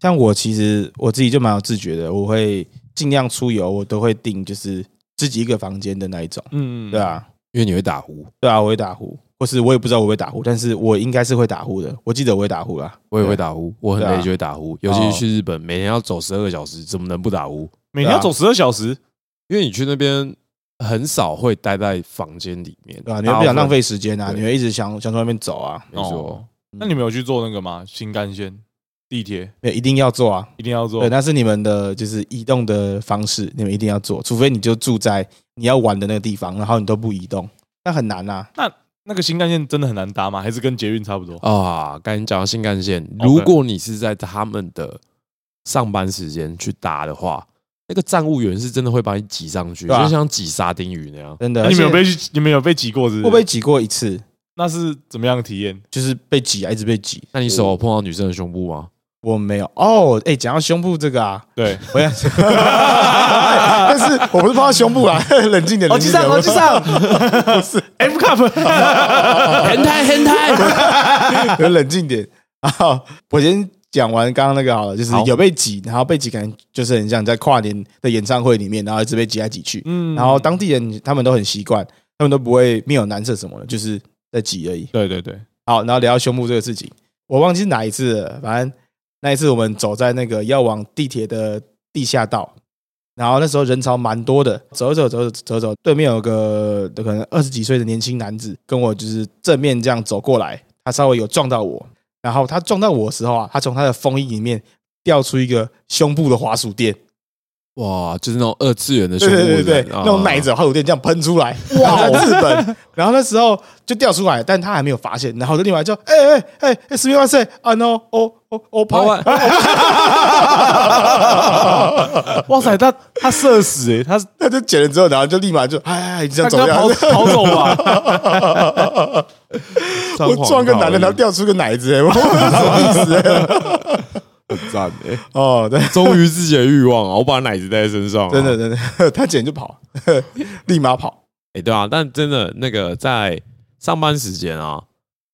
Speaker 1: 像我其实我自己就蛮有自觉的，我会尽量出游，我都会订就是自己一个房间的那一种，
Speaker 3: 嗯，
Speaker 1: 对，啊，
Speaker 2: 因为你会打呼，
Speaker 1: 对啊，我会打呼，或是我也不知道我会打呼，但是我应该是会打呼的，我记得我会打呼啦。
Speaker 2: 我也会打呼，我很
Speaker 1: 对
Speaker 2: 累
Speaker 1: 啊
Speaker 2: 就会打呼，尤其是去日本，每天要走十二个小时，怎么能不打呼？
Speaker 3: 每天要走十二小时，
Speaker 2: 因为你去那边很少会待在房间里面，
Speaker 1: 对啊，你会不想浪
Speaker 2: 大部分。
Speaker 1: 费时间啊，
Speaker 2: 对
Speaker 1: 你会一直想想从外面走啊，
Speaker 2: 没错
Speaker 3: 哦，那你们有去坐那个吗？新干线、地铁
Speaker 1: 没有一定要做啊。
Speaker 3: 一定要坐
Speaker 1: 对，，那是你们的就是移动的方式，你们一定要做，除非你就住在你要玩的那个地方，然后你都不移动，那很难啊。
Speaker 3: 那个新干线真的很难搭吗？还是跟捷运差不
Speaker 1: 哦
Speaker 3: 多？
Speaker 2: 啊，刚才讲到新干线，
Speaker 3: OK
Speaker 2: 如果你是在他们的上班时间去搭的话，那个站务员是真的会把你挤上去，
Speaker 1: 对啊
Speaker 2: 就像挤沙丁鱼那样。
Speaker 1: 真的。
Speaker 3: 那你们有
Speaker 1: 而且
Speaker 3: 被你们有被挤过是不是？
Speaker 1: 啊我被挤过一次，
Speaker 3: 那是怎么样的体验？
Speaker 1: 就是被挤啊，一直被挤。
Speaker 2: 那你手有碰到女生的胸部吗？
Speaker 1: 我没有哦，哎、讲到胸部这个啊，
Speaker 3: 对，
Speaker 1: 我想，但是我不是碰到胸部啊， 冷静点，
Speaker 2: 哦
Speaker 1: 冷静点，我
Speaker 3: 机上
Speaker 1: 哎
Speaker 3: ，F cup，
Speaker 2: 很态很态，
Speaker 1: 我 冷静点。然后我先讲完刚刚那个好了，就是
Speaker 2: 好
Speaker 1: 有被挤，然后被挤，感觉就是很像在跨年的演唱会里面，然后一直被挤来挤去。
Speaker 3: 嗯
Speaker 1: 然后当地人他们都很习惯，他们都不会面有难色什么的，就是在挤而已。
Speaker 3: 对对对，
Speaker 1: 好，然后聊到胸部这个事情，我忘记是哪一次了，反正那一次我们走在那个要往地铁的地下道，然后那时候人潮蛮多的，走走走走走走，对面有个可能二十几岁的年轻男子跟我就是正面这样走过来，他稍微有撞到我，然后他撞到我的时候啊，他从他的风衣里面掉出一个胸部的滑鼠垫，
Speaker 2: 哇， 就是那种二次元的胸
Speaker 1: 对
Speaker 2: 部
Speaker 1: 对
Speaker 2: 的，
Speaker 1: 对对，
Speaker 2: 啊
Speaker 1: 那
Speaker 3: 哦
Speaker 1: 种 奶。子花乳店这样喷出来，哇，日本。然后那时候就掉出来，但他还没有发现。然后我就立马就，哎哎哎哎，十万岁啊 no，哦哦哦，
Speaker 2: 好
Speaker 1: 跑！
Speaker 3: 哇塞，他他射死哎，他
Speaker 1: 他就捡了之后，然后就立马就，哎哎，你这
Speaker 3: 他
Speaker 1: 样走
Speaker 3: 刚
Speaker 1: 掉
Speaker 3: 跑， 逃走吧？啊
Speaker 1: 我撞个
Speaker 3: 哦
Speaker 1: 男的，然后掉出个奶子，哎我什么意思？哎
Speaker 2: 赞哎，
Speaker 1: 哦， 对，
Speaker 2: 忠于自己的欲望啊！我把奶子带在身上啊，
Speaker 1: 真的真的，他捡就跑， 立马跑。
Speaker 2: 哎、对啊，但真的那个在上班时间啊，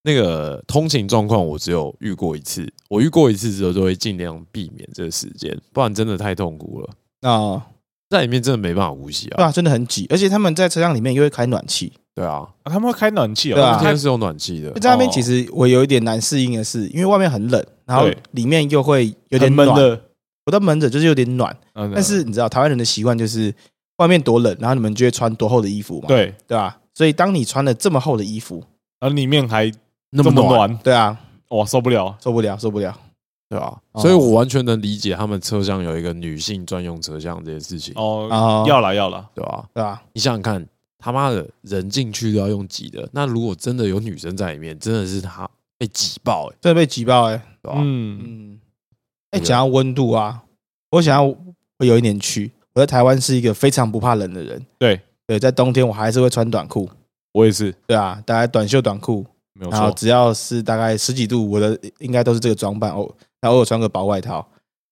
Speaker 2: 那个通勤状况我只有遇过一次，我遇过一次之后就会尽量避免这个时间，不然真的太痛苦了，
Speaker 1: 哦，
Speaker 2: 在里面真的没办法呼吸
Speaker 1: 对
Speaker 2: 啊。
Speaker 1: 啊，真的很挤，而且他们在车厢里面又会开暖气，
Speaker 2: 对啊，
Speaker 3: 啊他们会开暖气哦，
Speaker 1: 对啊
Speaker 2: 今天是有暖气的
Speaker 1: 在那边其实我有一点难适应的是，因为外面很冷，然后
Speaker 3: 对
Speaker 1: 里面又会有点
Speaker 3: 很闷
Speaker 1: 暖，
Speaker 3: 的，
Speaker 1: 我的闷着就是有点暖，
Speaker 3: 嗯
Speaker 1: 但是你知道台湾人的习惯就是外面多冷，然后你们就会穿多厚的衣服嘛，
Speaker 3: 对，
Speaker 1: 对吧？所以当你穿了这么厚的衣服，
Speaker 3: 然后里面还
Speaker 2: 那
Speaker 3: 这
Speaker 2: 么
Speaker 3: 么
Speaker 2: 暖，
Speaker 3: 暖，
Speaker 1: 对啊，
Speaker 3: 哇，受不了，
Speaker 1: 受不了，受不了。
Speaker 2: 对啊，
Speaker 1: 哦
Speaker 2: 所以我完全能理解他们车厢有一个女性专用车厢这件事情，
Speaker 3: 哦
Speaker 1: 哦，
Speaker 3: 要了要了，
Speaker 2: 对啊，
Speaker 1: 对吧？
Speaker 2: 你想想看，他妈的人进去都要用挤的，那如果真的有女生在里面，真的是她被挤爆哎、
Speaker 1: 真的被挤爆哎、欸，
Speaker 2: 对吧、
Speaker 3: 嗯，
Speaker 1: 嗯，哎、
Speaker 2: 对
Speaker 1: 讲到温度啊，我想要我有一年去，我在台湾是一个非常不怕冷的人，
Speaker 3: 对
Speaker 1: 对，在冬天我还是会穿短裤，
Speaker 3: 我也是，
Speaker 1: 对啊，大概短袖短裤，
Speaker 3: 没有
Speaker 1: 然后
Speaker 3: 错，
Speaker 1: 只要是大概十几度，我的应该都是这个装扮哦。那偶尔穿个薄外套。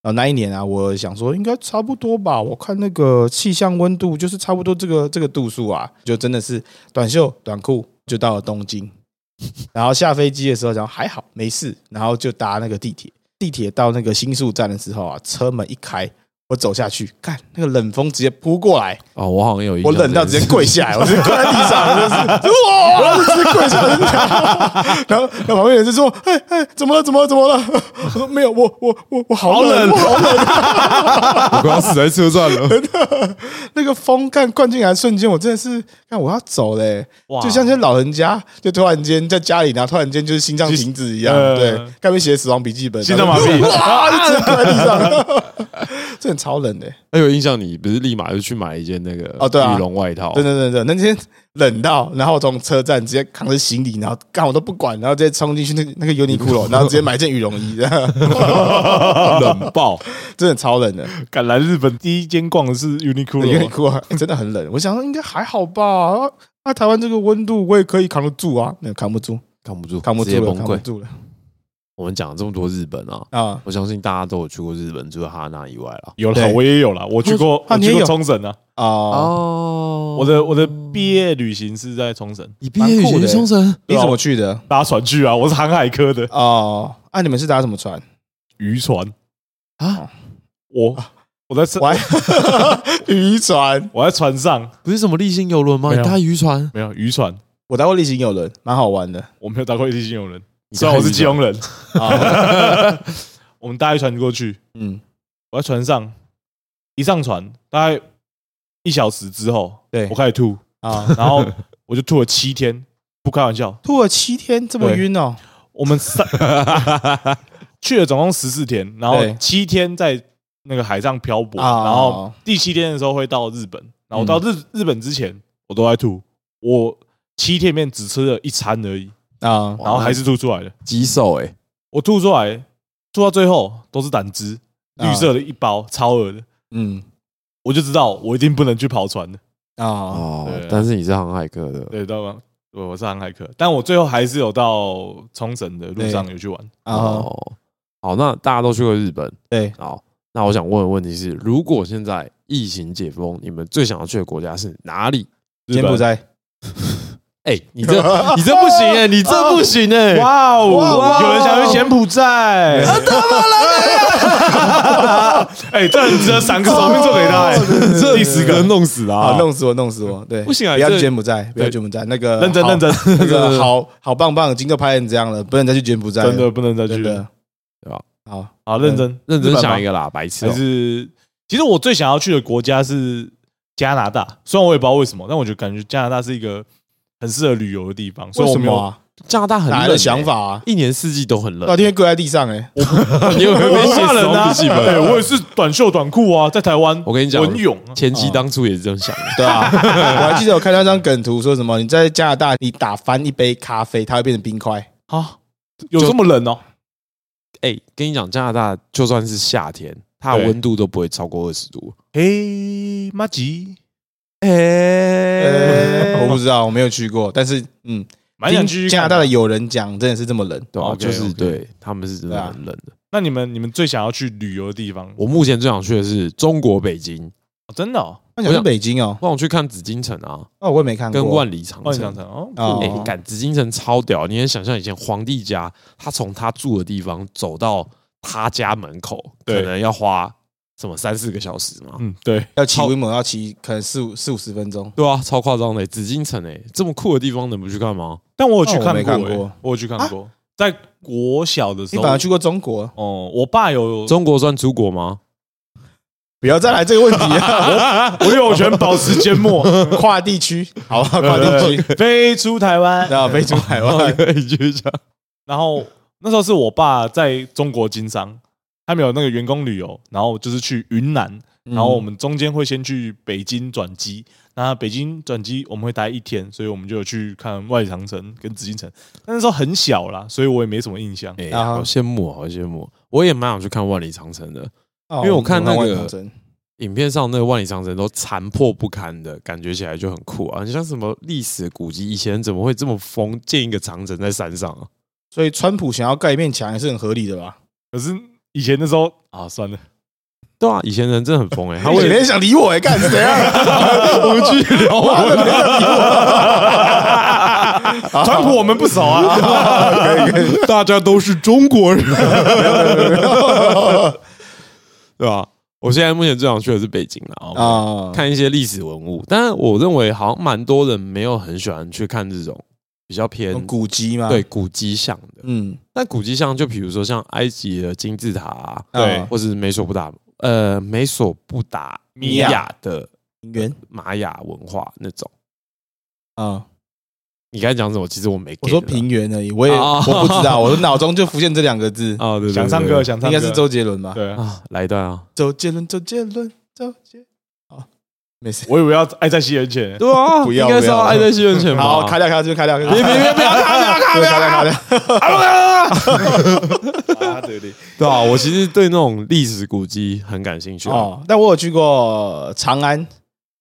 Speaker 1: 然后那一年啊，我想说应该差不多吧，我看那个气象温度就是差不多这个这个度数啊，就真的是短袖短裤就到了东京。 然后下飞机的时候，然后还好没事，然后就搭那个地铁。地铁到那个新宿站的时候啊，车门一开，我走下去，看那个冷风直接扑过来，
Speaker 2: 哦，我好像有一，
Speaker 1: 我冷到直接 跪下来，我直接跪在地上，就是哇，我就直接跪下来。然后，然后旁边人就说：“哎哎，怎么了？怎么了？怎么了？” 我说：“没有，我我我我好
Speaker 3: 哦
Speaker 1: 冷，我好冷。
Speaker 2: 我快要死在车站了。
Speaker 1: 那个风干灌进来的瞬间，我真的是看我要走嘞、
Speaker 3: 哇
Speaker 1: 就像些老人家，就突然间在家里，然后突然间就是心脏停止一样，
Speaker 3: 呃
Speaker 1: 对，该不会写死亡笔记本？
Speaker 3: 心脏麻
Speaker 1: 然
Speaker 3: 痹
Speaker 1: 后就哇，就直接跪在地 上，这很超冷的、
Speaker 2: 还有印象，你不是立马就去买一件那个
Speaker 1: 哦对啊
Speaker 2: 羽绒外套，
Speaker 1: 对对对对，那天冷到，然后我从车站直接扛着行李，然后干我都不管，然后直接冲进去那个那个优衣库 了，然后直接买件羽绒衣，这样
Speaker 2: 冷爆。
Speaker 1: 真的超 冷的。
Speaker 3: 敢来日本第一间逛的哦是 Uniqlo，
Speaker 1: 优衣库啊、欸真的很冷，我想说应该还好吧。啊，台湾这个温度我也可以扛得住啊，没有扛不住，
Speaker 2: 扛不住，
Speaker 1: 扛不
Speaker 2: 直
Speaker 1: 住
Speaker 2: 接
Speaker 1: 了，
Speaker 2: 崩
Speaker 1: 扛不
Speaker 2: 溃。
Speaker 1: 住了
Speaker 2: 我们讲了这么多日本啊，
Speaker 1: 啊！
Speaker 2: 我相信大家都有去过日本，除了哈娜以外了。
Speaker 3: 有啦，
Speaker 1: 对
Speaker 3: 我也有啦，我去过，
Speaker 1: 啊
Speaker 3: 我
Speaker 1: 你
Speaker 3: 去
Speaker 1: 也有
Speaker 3: 过冲绳啊，
Speaker 1: 哦，
Speaker 2: 哦
Speaker 3: 我的我的毕业旅行是在冲绳，
Speaker 2: 你毕业旅
Speaker 1: 蛮酷
Speaker 2: 行
Speaker 1: 的
Speaker 2: 去冲绳，
Speaker 1: 你怎么去的？
Speaker 3: 搭船去啊，我是航海科的
Speaker 1: 哦，啊，你们是搭什么船？
Speaker 3: 渔船
Speaker 2: 啊，
Speaker 3: 我我 在
Speaker 1: 我还渔船，
Speaker 3: 我在船上
Speaker 2: 不是什么立新游轮吗？
Speaker 3: 没
Speaker 2: 你
Speaker 3: 有
Speaker 2: 搭渔船，
Speaker 3: 没有渔船，
Speaker 1: 我搭过例行游轮，蛮好玩的
Speaker 3: 我没有搭过地基隆人，
Speaker 2: 你
Speaker 3: 虽然
Speaker 2: 搭
Speaker 3: 我是
Speaker 2: 渔
Speaker 3: 基隆人，
Speaker 1: 啊。
Speaker 3: 我们搭一船过去，
Speaker 1: 嗯，
Speaker 3: 我在船上一上船，大概一小时之后，
Speaker 1: 对
Speaker 3: 我开始吐，
Speaker 1: 啊，
Speaker 3: 然后我就吐了七天，不开玩笑，
Speaker 1: 吐了七天，这么
Speaker 3: 对
Speaker 1: 晕哦。
Speaker 3: 我 们三去了总共十四天，然后
Speaker 1: 对
Speaker 3: 七天在那个海上漂泊，
Speaker 1: 啊嗯
Speaker 3: 然后第七天的时候会到日本，然后我到日、日本之前我都在吐，我七天里面只吃了一餐而已，
Speaker 1: 啊
Speaker 2: 哇
Speaker 3: 然后还是吐出来了，
Speaker 2: 棘手哎，
Speaker 3: 我吐出来吐到最后都是胆汁，
Speaker 1: 啊
Speaker 3: 绿色的一包，超恶的，
Speaker 1: 嗯
Speaker 3: 我就知道我一定不能去跑船的，
Speaker 1: 啊
Speaker 2: 哦
Speaker 3: 对啊，
Speaker 2: 但是你是航海客的，
Speaker 3: 对，知道吗？我我是航海客，但我最后还是有到冲绳的路上有去玩，
Speaker 1: 啊，
Speaker 2: 哦，好，那大家都去过日本，
Speaker 1: 对，
Speaker 2: 好，那我想问的问题是，如果现在疫情解封，你们最想要去的国家是哪里？
Speaker 1: 柬埔寨
Speaker 2: 哎，你这你这不行哎，你这不行哎，
Speaker 1: 哇
Speaker 3: 哇哦
Speaker 1: 哦，
Speaker 3: 有人想去柬埔寨，他妈的！ 哎，这很值得赏个手命做给他，哎
Speaker 2: 这
Speaker 3: 第十个，
Speaker 2: 弄死
Speaker 1: 啊，
Speaker 2: 啊！
Speaker 1: 弄死我，弄死我，对，
Speaker 2: 不行啊
Speaker 1: 不要去
Speaker 2: 这
Speaker 1: 柬埔寨，不要去
Speaker 3: 对
Speaker 1: 柬埔寨，那个
Speaker 3: 认真
Speaker 1: 好
Speaker 3: 认，真，
Speaker 1: 那 个好好棒棒，金哥拍成这样了，不能再去柬埔寨了，
Speaker 3: 真的不能再去
Speaker 1: 真
Speaker 3: 了，
Speaker 1: 的，
Speaker 2: 对吧？
Speaker 1: 好，
Speaker 3: 好认真
Speaker 2: 认真想一
Speaker 3: 个，
Speaker 2: 个啦，白痴
Speaker 3: 还
Speaker 2: 哦、
Speaker 3: 是其实我最想要去的国家是加拿大，虽然我也不知道为什么，但我就感觉加拿大是一个很适合旅游的地方，所以
Speaker 1: 为
Speaker 3: 我
Speaker 1: 什
Speaker 3: 没
Speaker 1: 么
Speaker 3: 有
Speaker 1: 啊？
Speaker 2: 加拿大很冷、欸
Speaker 1: 哪来的想，法啊？
Speaker 2: 一年四季都很冷
Speaker 1: 老。天爷跪在地上，哎，
Speaker 2: 你有没有被
Speaker 3: 我
Speaker 2: 写
Speaker 3: 怕
Speaker 2: 死
Speaker 3: 冷
Speaker 2: 亡
Speaker 3: 啊
Speaker 2: 笔记！
Speaker 3: 哎
Speaker 2: 本？
Speaker 3: 我也是短袖短裤啊，在台湾，
Speaker 2: 我跟你讲
Speaker 3: 文勇啊
Speaker 2: 前期当初也是这样想的，
Speaker 1: 对啊， 我还记得我看到一张梗图，说什么你在加拿大你打翻一杯咖啡，它会变成冰块，
Speaker 3: 啊，有这么冷哦？
Speaker 2: 哎、跟你讲，加拿大就算是夏天，它的
Speaker 3: 对
Speaker 2: 温度都不会超过二十度。
Speaker 3: 嘿，妈吉，
Speaker 2: 哎、
Speaker 3: 哎
Speaker 1: 我不知道，我没有去过，但是嗯，
Speaker 3: 蛮想
Speaker 1: 听
Speaker 3: 去看
Speaker 1: 加拿大的。友人讲，真的是这么冷
Speaker 2: 对啊，
Speaker 3: OK，
Speaker 2: 就是
Speaker 3: OK
Speaker 2: 对他们是真的很冷的。
Speaker 3: 那你们你们最想要去旅游的地方？
Speaker 2: 我目前最想去的是中国北京，
Speaker 3: 哦真的哦，
Speaker 1: 那想去北京哦，
Speaker 2: 我想去看紫禁城啊，
Speaker 1: 那我也没看过，
Speaker 2: 跟万里长
Speaker 3: 万
Speaker 2: 城
Speaker 3: 象。城哦，
Speaker 1: 哦
Speaker 2: 哎、赶紫禁城超屌！你能想象以前皇帝家，他从他住的地方走到他家门口，可
Speaker 3: 对
Speaker 2: 能要花什么三四个小时嘛？
Speaker 3: 嗯，对，
Speaker 1: 要骑威猛要骑可能四五四五十分钟，
Speaker 2: 对啊，超夸张的、紫禁城哎、这么酷的地方能不去看吗？
Speaker 3: 但我有去
Speaker 1: 那我没
Speaker 3: 看过
Speaker 1: 看过啊
Speaker 3: 欸，我有去看过，在国小的时
Speaker 1: 你
Speaker 3: 候
Speaker 1: 反而，去过中国，
Speaker 3: 哦，我爸有，
Speaker 2: 中国算出国吗？
Speaker 1: 不要再来这个问题 啊！
Speaker 3: 我有权保持 缄默，
Speaker 1: 我跨地区，好吧， 跨地区，
Speaker 3: 飞出台湾。
Speaker 1: 然后飞出台 湾，
Speaker 2: 可以去一下。
Speaker 3: 然后那时候是我爸在中国经商，他们有那个员工旅游，然后就是去云南，
Speaker 1: 嗯
Speaker 3: 然后我们中间会先去北京转机，那北京转机我们会待一天，所以我们就有去看万里长城跟紫禁城。但那时候很小啦，所以我也没什么印象。
Speaker 2: 哎、
Speaker 1: 啊
Speaker 2: 好羡慕哦，好羡慕！我也蛮想去看万里长城的。
Speaker 1: 哦
Speaker 2: 因为我看那个
Speaker 1: 我万里长城
Speaker 2: 影片上那个万里长城都残破不堪的感觉起来就很酷啊！你像什么历史古迹，以前怎么会这么疯建一个长城在山上啊？
Speaker 1: 所以川普想要盖一面墙也是很合理的吧？
Speaker 3: 可是以前那时候啊，算了，
Speaker 2: 对啊，以前人真的很疯哎、他
Speaker 1: 我
Speaker 2: 为
Speaker 1: 也
Speaker 2: 了
Speaker 1: 没想理我哎，干谁 啊？
Speaker 2: 我们去聊我们
Speaker 3: 川普我们不熟啊。
Speaker 1: 可以可以，
Speaker 2: 大家都是中国人，对吧、啊我现在目前最想去的是北京了啊，
Speaker 1: 啊，
Speaker 2: 看一些历史文物。但是我认为好像蛮多人没有很喜欢去看这种比较偏
Speaker 1: 古啊迹嘛，
Speaker 2: 对，古迹像的。
Speaker 1: 嗯，
Speaker 2: 那古迹像就比如说像埃及的金字塔、啊，
Speaker 3: 对
Speaker 1: 啊
Speaker 2: 或是美索不达呃美索不达米
Speaker 1: 米
Speaker 2: 亚
Speaker 1: 亚
Speaker 2: 的
Speaker 1: 平原
Speaker 2: 玛雅文化那种。
Speaker 1: 啊，
Speaker 2: 你刚才讲什么？其实我没 get
Speaker 1: 我说
Speaker 2: 到
Speaker 1: 平原而已，我也
Speaker 2: 啊
Speaker 1: 我不知道，我脑中就浮现这两个字，
Speaker 2: 啊，对对对
Speaker 3: 想唱
Speaker 2: 对
Speaker 3: 歌，想唱
Speaker 1: 应
Speaker 3: 歌，
Speaker 1: 该是周杰伦吧？
Speaker 3: 对，
Speaker 2: 啊，来一段 啊。
Speaker 1: 周杰伦，周杰伦，周杰，好，没事，
Speaker 3: 我以为要爱在西 元前，
Speaker 2: 对啊，
Speaker 1: 不要
Speaker 2: 应该是
Speaker 1: 不要
Speaker 2: 爱在西元前吧？
Speaker 1: 好，卡掉，卡掉，这边卡掉，别
Speaker 2: 啊别别别不要卡掉卡掉
Speaker 1: 卡掉，卡掉，
Speaker 3: 啊对对，
Speaker 2: 对啊，我其实对那种历史古迹很感兴趣啊。
Speaker 1: 哦，但我有去过长安，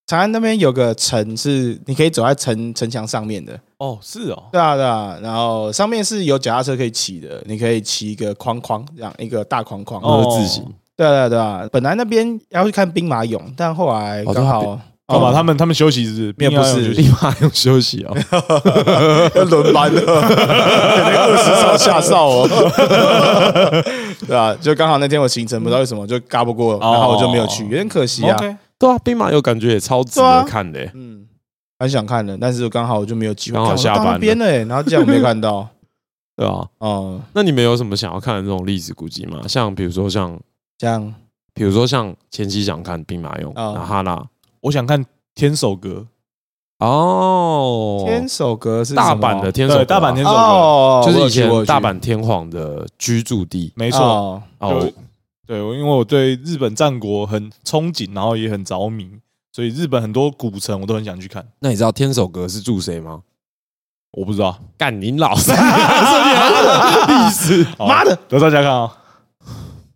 Speaker 1: 长安那边有个城是你可以走在城城墙上面的，
Speaker 2: 哦，是哦，
Speaker 1: 对啊对啊，然后上面是有脚踏车可以骑的，你可以骑一个框框这样一个大框框。
Speaker 3: 哦
Speaker 2: 二字形
Speaker 1: 对啊对啊对啊，本来那边要去看兵马俑，但后来
Speaker 2: 哦
Speaker 1: 刚好
Speaker 3: 干嘛？
Speaker 1: 哦
Speaker 3: 他们他们休息日，
Speaker 1: 没有
Speaker 3: 兵马俑
Speaker 1: 不是
Speaker 3: 休息
Speaker 2: 立马用休息哦。
Speaker 1: 要轮班了，二十艘下哨哦。对啊，就刚好那天我行程不知道为什么就嘎不过，然后我就没有去，有点可惜啊。
Speaker 3: 哦 OK，
Speaker 2: 对啊，兵马俑感觉也超值
Speaker 1: 对啊
Speaker 2: 得看的欸。
Speaker 1: 嗯，蛮想看的，但是刚好我就没有机会。
Speaker 2: 刚好
Speaker 1: 干我
Speaker 2: 下班
Speaker 1: 到
Speaker 2: 了
Speaker 1: 那边了欸，然后这样我没看到。
Speaker 2: 对啊，
Speaker 1: 哦，
Speaker 2: 那你们有什么想要看的这种历史古迹吗？像比如说像，
Speaker 1: 这样
Speaker 2: 比如说像前期想看兵马俑、
Speaker 1: 哦
Speaker 2: 拿哈拉
Speaker 3: 我想看天守阁，
Speaker 2: 哦，
Speaker 1: 天守阁是
Speaker 2: 大
Speaker 1: 什么
Speaker 2: 阪的天守阁啊，
Speaker 3: 对，大阪天守阁，
Speaker 1: 哦，
Speaker 2: 就
Speaker 1: 我
Speaker 2: 是
Speaker 1: 有
Speaker 2: 以
Speaker 1: 去
Speaker 2: 前大。
Speaker 1: 我有去
Speaker 2: 阪天皇的居住地
Speaker 3: 没
Speaker 1: 没
Speaker 3: 错，
Speaker 1: 错，
Speaker 2: 哦
Speaker 3: 就。对，我因为我对日本战国很憧憬，然后也很着迷，所以日本很多古城我都很想去看。
Speaker 2: 那你知道天守阁是住谁吗？
Speaker 3: 我不知道，
Speaker 2: 干您 老三，是你的历史。
Speaker 3: 好
Speaker 1: 妈的，
Speaker 3: 留大家看啊、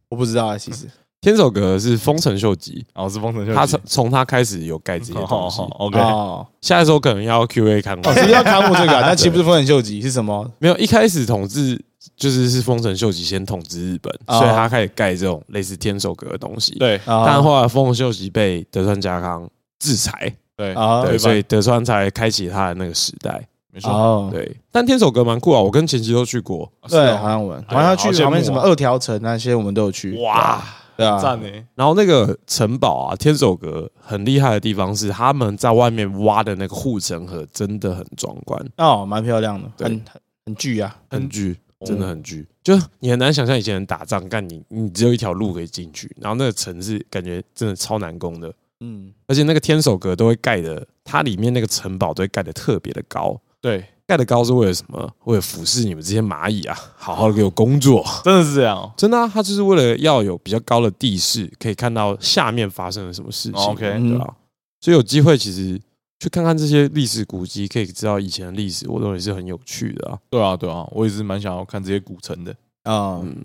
Speaker 1: 我不知道啊，其实
Speaker 2: 天守阁是丰臣秀吉，
Speaker 3: 哦，我是丰臣秀吉，
Speaker 2: 他从从他开始有盖这些
Speaker 3: 好
Speaker 2: 东西
Speaker 3: 好。，OK，
Speaker 1: 哦，
Speaker 2: 下一首可能要 Q&A 看过
Speaker 1: 哦，，其实要看护这 个啊，那岂不是丰臣秀吉是什么？
Speaker 2: 没有一开始统治就是是丰臣秀吉先统治日本，
Speaker 1: 哦
Speaker 2: 所以他开始盖这种类似天守阁的东西。，
Speaker 3: 对
Speaker 2: 但
Speaker 1: 啊
Speaker 2: 后来丰臣秀吉被德川家康制裁，
Speaker 3: 对
Speaker 1: 啊
Speaker 2: 对，
Speaker 3: 哦对吧
Speaker 2: 所以德川才开启他的那个时代。
Speaker 3: 没错，
Speaker 1: 哦，
Speaker 2: 对，但天守阁蛮酷啊，我跟前妻都去过。
Speaker 3: 是
Speaker 1: 对，啊
Speaker 3: 哦
Speaker 1: 好像我们
Speaker 3: 哎
Speaker 1: 好像
Speaker 3: 好
Speaker 1: 去
Speaker 3: 羡慕
Speaker 1: 旁边什么
Speaker 3: 啊
Speaker 1: 二条城那些，我们都有去。
Speaker 2: 哇！
Speaker 1: 对啊，
Speaker 3: 赞欸呢，
Speaker 2: 然后那个城堡啊，天守阁很厉害的地方是，他们在外面挖的那个护城河真的很壮观，
Speaker 1: 哦，蛮漂亮的，
Speaker 2: 对
Speaker 1: 很很很巨啊。
Speaker 2: 很巨，真
Speaker 3: 哦
Speaker 2: 的很巨。就你很难想象以前人打仗，干你你只有一条路可以进去，然后那个城是感觉真的超难攻的，
Speaker 1: 嗯，
Speaker 2: 而且那个天守阁都会盖的，它里面那个城堡都会盖的特别的高，
Speaker 3: 对，
Speaker 2: 盖的高是为了什么？为了服侍你们这些蚂蚁啊，好好的给我工作。
Speaker 3: 真的是这样哦。
Speaker 2: 真的、啊，它就是为了要有比较高的地势，可以看到下面发生了什么事情。
Speaker 3: 哦，OK
Speaker 2: 对啊，所以有机会其实去看看这些历史古迹，可以知道以前的历史，我认为是很有趣的啊。
Speaker 3: 对啊，对啊，我也是蛮想要看这些古城的。
Speaker 1: 啊，
Speaker 2: 嗯，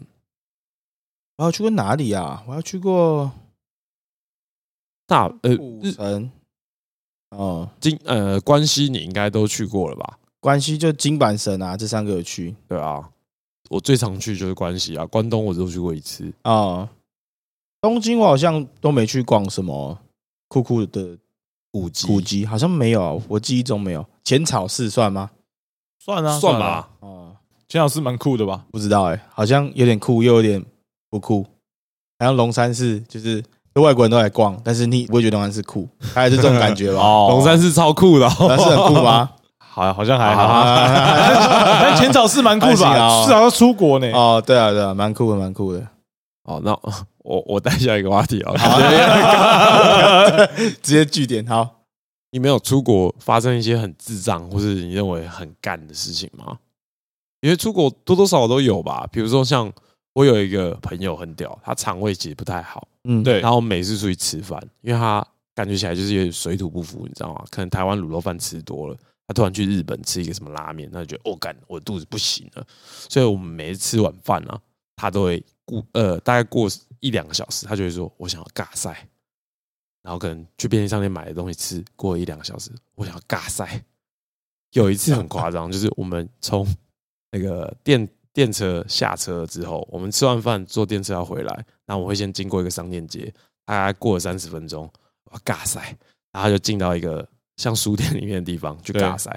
Speaker 1: 我要去过哪里啊？我要去过
Speaker 2: 大呃
Speaker 1: 古
Speaker 2: 日
Speaker 1: 城。哦，
Speaker 2: 金呃关西你应该都去过了吧？
Speaker 1: 关西就金板神啊，这三个有去。
Speaker 2: 对啊，我最常去就是关西啊，关东我只有去过一次。
Speaker 1: 哦，东京我好像都没去逛什么酷酷的
Speaker 2: 古迹
Speaker 1: 古迹，好像没有，啊我记忆中没有。浅草寺算吗？
Speaker 3: 算啊，
Speaker 2: 算
Speaker 3: 啊，
Speaker 2: 吧，
Speaker 1: 哦，
Speaker 3: 钱老师蛮酷的吧？
Speaker 1: 不知道哎、好像有点酷，又有点不酷。好像龙山寺就是外国人都来逛，但是你不会觉得龙山寺酷，大概是这种感觉吧？
Speaker 3: 哦
Speaker 2: 龙山是超酷的、哦，
Speaker 1: 龙山寺很酷 吗？
Speaker 3: 好，好像还好。
Speaker 1: 啊
Speaker 3: 但浅草是蛮酷的
Speaker 1: 还行啊
Speaker 3: 吧？至少要出国呢。
Speaker 1: 哦，对啊，对啊，蛮酷的，蛮 酷的。
Speaker 2: 哦，那我我带下一个话题啊。
Speaker 1: 直接据点好。
Speaker 2: 你没有出国发生一些很智障或是你认为很干的事情吗？因为出国多多少少都有吧，比如说像我有一个朋友很屌，他肠胃其实不太好，
Speaker 1: 嗯，
Speaker 3: 对
Speaker 2: 然后每次出去吃饭，因为他感觉起来就是有点水土不服，你知道吗？可能台湾卤肉饭吃多了，他突然去日本吃一个什么拉面，他就觉得哦，干我的肚子不行了，所以我们每次吃晚饭啊，他都会过呃大概过一两个小时，他就会说我想要尬塞，然后可能去便利商店买的东西吃，过一两个小时，我想要尬塞。有一次很夸张，就是我们从那个电电车下车之后，我们吃完饭坐电车要回来，那我会先经过一个商店街，大概过了三十分钟，我要尬塞，然后就进到一个像书店里面的地方去
Speaker 3: 对
Speaker 2: 尬塞。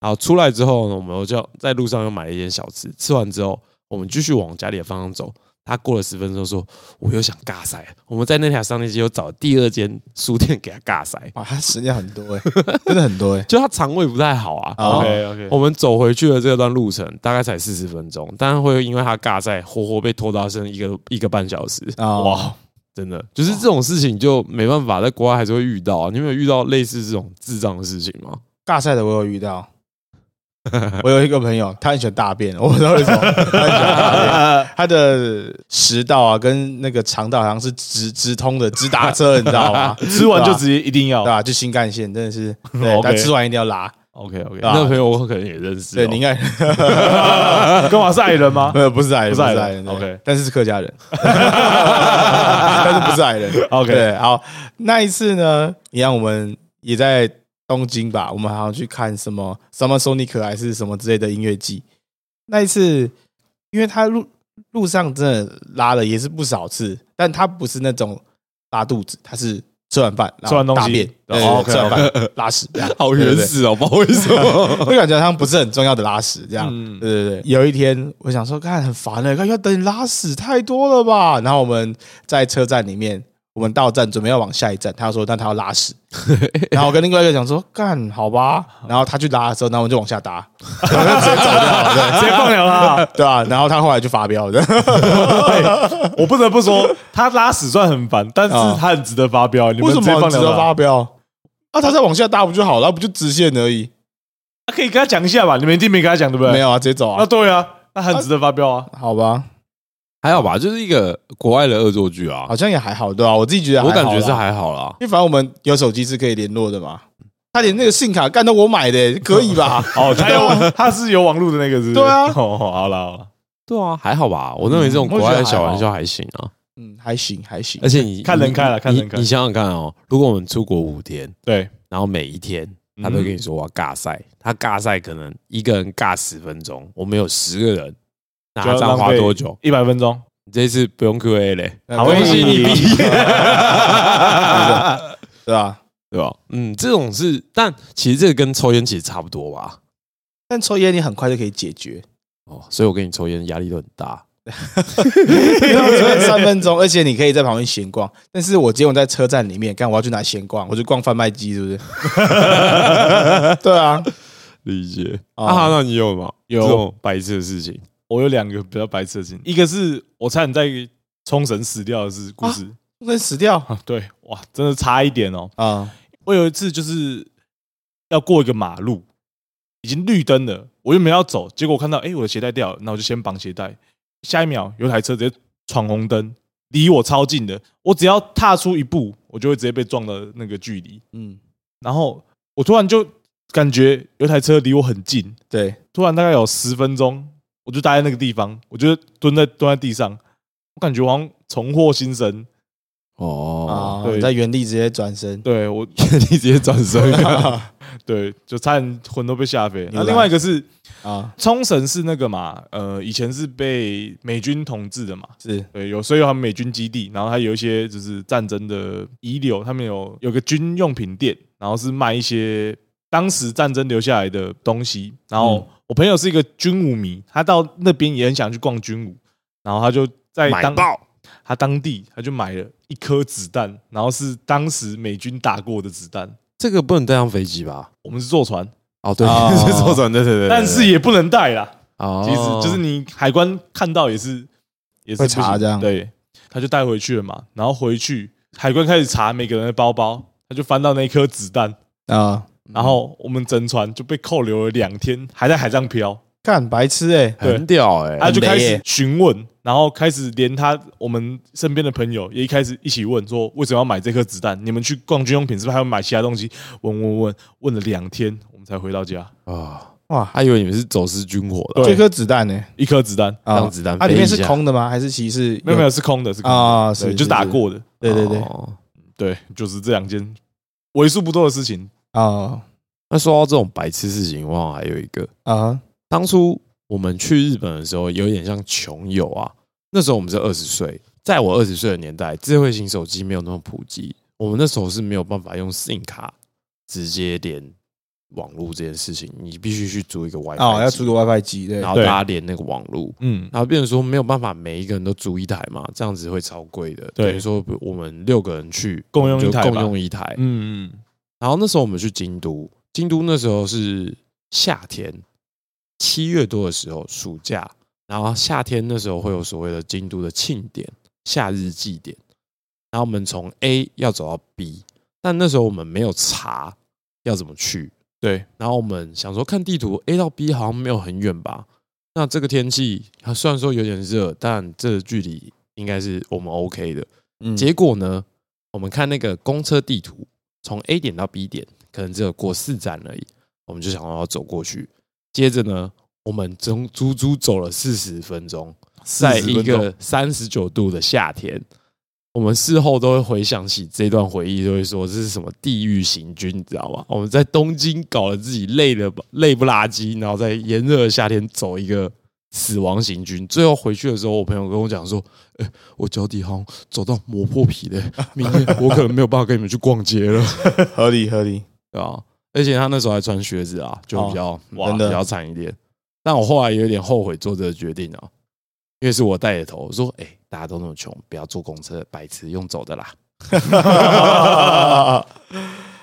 Speaker 2: 然后出来之后呢，我们就在路上又买了一间小吃，吃完之后，我们继续往家里的方向走。他过了十分钟说：“我又想尬塞。”我们在那条商店街又找第二间书店给他尬塞，
Speaker 1: 哇，他时间很多哎、真的很多哎、
Speaker 2: 就他肠胃不太好啊。
Speaker 1: 哦
Speaker 3: OK OK，
Speaker 2: 我们走回去的这段路程大概才四十分钟，但会因为他尬赛，活活被拖到剩一个一个半小时。
Speaker 1: 啊、
Speaker 3: 哇，
Speaker 2: 真的，就是这种事情就没办法，在国外还是会遇到、啊。你有没有遇到类似这种智障的事情吗？
Speaker 1: 尬赛的我有遇到， 我有一个朋友，他很喜欢大便，我不知道为什 么，他很喜欢大便，他的食道啊跟那个肠道好像是直直通的，直达车，你知道 吗？
Speaker 3: 吃完就直接一定要
Speaker 1: 对啊 吧、就新干线真的是，对，
Speaker 3: OK 哦
Speaker 1: 他吃完一定要拉，
Speaker 3: OK OK，
Speaker 1: 啊
Speaker 2: 那个朋友我可能也认识、
Speaker 1: 对，你应 该
Speaker 3: 干嘛是矮人吗
Speaker 1: 没有呃不是矮人，
Speaker 3: 不
Speaker 1: 不是
Speaker 3: 是矮人
Speaker 1: 矮人对
Speaker 3: OK
Speaker 1: 但是是客家 人，但是不是矮人
Speaker 3: OK
Speaker 1: 对，好，那一次呢，你看我们也在东京吧，我们好像去看什么 Summer Sonic 还是什么之类的音乐季。那一次，因为他路路上真的拉了也是不少次，但他不是那种拉肚子，他是吃完饭然后
Speaker 3: 吃完东西
Speaker 1: 大便，对
Speaker 3: 哦
Speaker 1: 对对吃完
Speaker 3: OK，OK
Speaker 1: 饭拉屎， 这样
Speaker 2: 好原始哦、不知道为什 么。
Speaker 1: 会感觉好像不是很重要的拉屎这样。
Speaker 3: 嗯
Speaker 1: 对对对，有一天我想说，看很烦了，看要等你拉屎太多了吧。然后我们在车站里面，我们到站准备要往下一站，他说但他要拉 屎，然后我跟另外一个讲说干好吧，然后他去拉的时候，然后我们就往下 搭，然后就直接走掉了，对
Speaker 3: 直接放 了啦！
Speaker 1: 对啊，然后他后来就发飙了，
Speaker 3: 对我不得不说，他拉屎算很烦，但是
Speaker 1: 啊
Speaker 3: 他很值得发飙。你们
Speaker 1: 为什
Speaker 3: 直接
Speaker 1: 么
Speaker 3: 放
Speaker 1: 值
Speaker 3: 了
Speaker 1: 得
Speaker 3: 啦？
Speaker 1: 发飙？啊，他再往下搭不就好了？不就直线而已？
Speaker 3: 啊可以跟他讲一下吧？你们一定没跟他讲，对不对？
Speaker 1: 没。有啊，直接走
Speaker 3: 啊，
Speaker 1: 啊，
Speaker 3: 对啊，那很值得发 飙啊！
Speaker 1: 好吧，
Speaker 2: 还好吧，就是一个国外的恶作剧啊
Speaker 1: 好，像也还好，对吧、我自己觉啊得还
Speaker 2: 我
Speaker 1: 好啦，
Speaker 2: 感觉是还好啦。
Speaker 1: 因为反正我们有手机是可以联络的嘛。他连那个信卡干都我买的、可以 吧？
Speaker 3: 哦，他有，他是有网络的那个，是不是？
Speaker 1: 对啊
Speaker 3: 哦，好啦，好啦，
Speaker 2: 对啊，还好吧，我认为这种
Speaker 1: 嗯
Speaker 2: 国外的小
Speaker 1: 我觉得还好
Speaker 2: 玩笑还行啊。
Speaker 1: 嗯，还行还行
Speaker 2: 而。且你
Speaker 3: 看人
Speaker 2: 你
Speaker 3: 开了看人
Speaker 2: 你
Speaker 3: 开
Speaker 2: 你想想看哦，如果我们出国五天，
Speaker 3: 对，
Speaker 2: 然后每一天他都跟你说我要尬赛，他尬赛可能一个人尬十分钟，我们有十个人，那他这样花多久？
Speaker 3: 一百分钟，
Speaker 2: 你这次不用 Q&A 嘞，
Speaker 1: 呃
Speaker 3: 好
Speaker 2: 恭喜你 毕业，
Speaker 1: 对吧？
Speaker 2: 对吧？嗯，这种是，但其实这个跟抽烟其实差不多吧。
Speaker 1: 但抽烟你很快就可以解决，
Speaker 2: 哦，所以我跟你抽烟压力都很大。
Speaker 1: 因为只有三分钟，而且你可以在旁边闲逛。但是我今天我在车站里面，干我要去哪闲逛？我就逛贩卖机，是不是？ 对啊，
Speaker 2: 理解
Speaker 1: 哦
Speaker 2: 啊，那你有吗？
Speaker 3: 有
Speaker 2: 这种白痴的事情，
Speaker 3: 我有两个比较白痴的事情，一个是我差点在冲绳死掉的是故事，
Speaker 1: 不能死 掉
Speaker 3: 啊对，哇，真的差一点哦。
Speaker 1: 啊！
Speaker 3: 我有一次就是要过一个马路，已经绿灯了，我原本要走，结果我看到哎、诶我的鞋带掉了，那我就先绑鞋带。下一秒有一台车直接闯红灯，离我超近的，我只要踏出一步，我就会直接被撞的那个距离。
Speaker 1: 嗯，
Speaker 3: 然后我突然就感觉有一台车离我很近，
Speaker 1: 对，
Speaker 3: 突然大概有十分钟，我就待在那个地方，我就蹲在蹲在地上，我感觉我好像重获新生。
Speaker 2: 哦，
Speaker 1: 啊
Speaker 3: 对，
Speaker 1: 在原地直接转身。
Speaker 3: 对我
Speaker 2: 你直接转身
Speaker 3: 对，就差点魂都被吓飞。
Speaker 1: 你
Speaker 3: 那
Speaker 1: 来
Speaker 3: 另外一个是
Speaker 1: 啊，
Speaker 3: 冲绳是那个嘛，呃，以前是被美军统治的嘛，
Speaker 1: 是
Speaker 3: 对，有所以有他们美军基地，然后它有一些就是战争的遗留，他们有有个军用品店，然后是卖一些当时战争留下来的东西。然后
Speaker 1: 嗯
Speaker 3: 我朋友是一个军武迷，他到那边也很想去逛军武，然后他就在
Speaker 2: 买
Speaker 3: 当
Speaker 2: 爆
Speaker 3: 他当地他就买了一颗子弹，然后是当时美军打过的子弹。
Speaker 2: 这个不能带上飞机吧？
Speaker 3: 我们是坐船，
Speaker 2: 哦，对，
Speaker 1: 哦
Speaker 2: 是 坐船，对对对。对
Speaker 3: 但是也不能带啦。
Speaker 2: 哦，
Speaker 3: 其实就是你海关看到也是也是
Speaker 1: 会
Speaker 3: 不行
Speaker 1: 查这样
Speaker 3: 对，他就带回去了嘛。然后回去海关开始查每个人的包包，他就翻到那一颗子弹，
Speaker 1: 啊，
Speaker 3: 然后我们整船就被扣留了两天，还在海上漂。
Speaker 1: 干白痴哎，
Speaker 2: 很屌哎、
Speaker 3: 他就开
Speaker 1: 很雷
Speaker 3: 始
Speaker 1: 耶
Speaker 3: 询问，然后开始连他我们身边的朋友也一开始一起问说为什么要买这颗子弹？你们去逛军用品是不是还要买其他东西？问问问问了两天，我们才回到家，
Speaker 2: 啊！
Speaker 1: 哇，
Speaker 2: 他以为你们是走私军火的，
Speaker 3: 对
Speaker 1: 这颗子弹呢？
Speaker 3: 一颗子弹
Speaker 1: 啊
Speaker 2: 让子弹
Speaker 1: 它里
Speaker 2: 飞
Speaker 1: 面
Speaker 2: 一
Speaker 1: 是
Speaker 2: 下
Speaker 1: 空的吗？还是其实是
Speaker 3: 没有没有？是空的，是空的
Speaker 1: 啊是
Speaker 3: 对
Speaker 1: 是
Speaker 3: 就是打
Speaker 1: 是
Speaker 3: 过的。
Speaker 1: 对对对，
Speaker 2: 哦
Speaker 3: 对，就是这两件为数不多的事情。
Speaker 1: 啊
Speaker 2: 那说到这种白痴事情，我好像还有一个，
Speaker 1: 啊
Speaker 2: 当初我们去日本的时候，有点像穷游啊。那时候我们是二十岁，在我二十岁的年代，智慧型手机没有那么普及，我们那时候是没有办法用 SIM 卡直接连网络这件事情，你必须去租一个 WiFi
Speaker 1: 哦，要
Speaker 2: 机
Speaker 1: 出个 WiFi 机，对
Speaker 2: 然，后大
Speaker 3: 对
Speaker 2: 家连那个网络，
Speaker 3: 嗯，
Speaker 2: 然后变成说没有办法每一个人都租一台嘛，这样子会超贵的。
Speaker 3: 对
Speaker 2: 等于说我们六个人去
Speaker 3: 共用一台吧
Speaker 2: 就共用一台。
Speaker 3: 嗯嗯，
Speaker 2: 然后那时候我们去京都，京都那时候是夏天，七月多的时候，暑假，然后夏天那时候会有所谓的京都的庆典、夏日祭典，然后我们从 A 要走到 B，但那时候我们没有查要怎么去，
Speaker 3: 对，
Speaker 2: 然后我们想说看地图，A 到 B 好像没有很远吧？那这个天气它虽然说有点热，但这距离应该是我们 OK 的。
Speaker 1: 嗯
Speaker 2: 结果呢，我们看那个公车地图，从 A 点到 B 点可能只有过四站而已，我们就想要走过去。接着呢，我们整足足走了四十分钟，在
Speaker 3: 40
Speaker 2: 一
Speaker 3: 分钟
Speaker 2: 个三十九度的夏天。我们事后都会回想起这段回忆，都会说这是什么地狱行军，你知道吗？我们在东京搞得自己累的累不拉几，然后在炎热的夏天走一个死亡行军。最后回去的时候，我朋友跟我讲说：“哎、我脚底好像走到磨破皮了，明天我可能没有办法跟你们去逛街了，
Speaker 1: 合理合理，
Speaker 2: 对啊，而且他那时候还穿靴子啊，就比较、哇
Speaker 1: 真的
Speaker 2: 比较惨一点。但我后来有点后悔做这个决定啊，因为是我带的头，我说：“哎、大家都那么穷，不要坐公车，白痴用走的啦，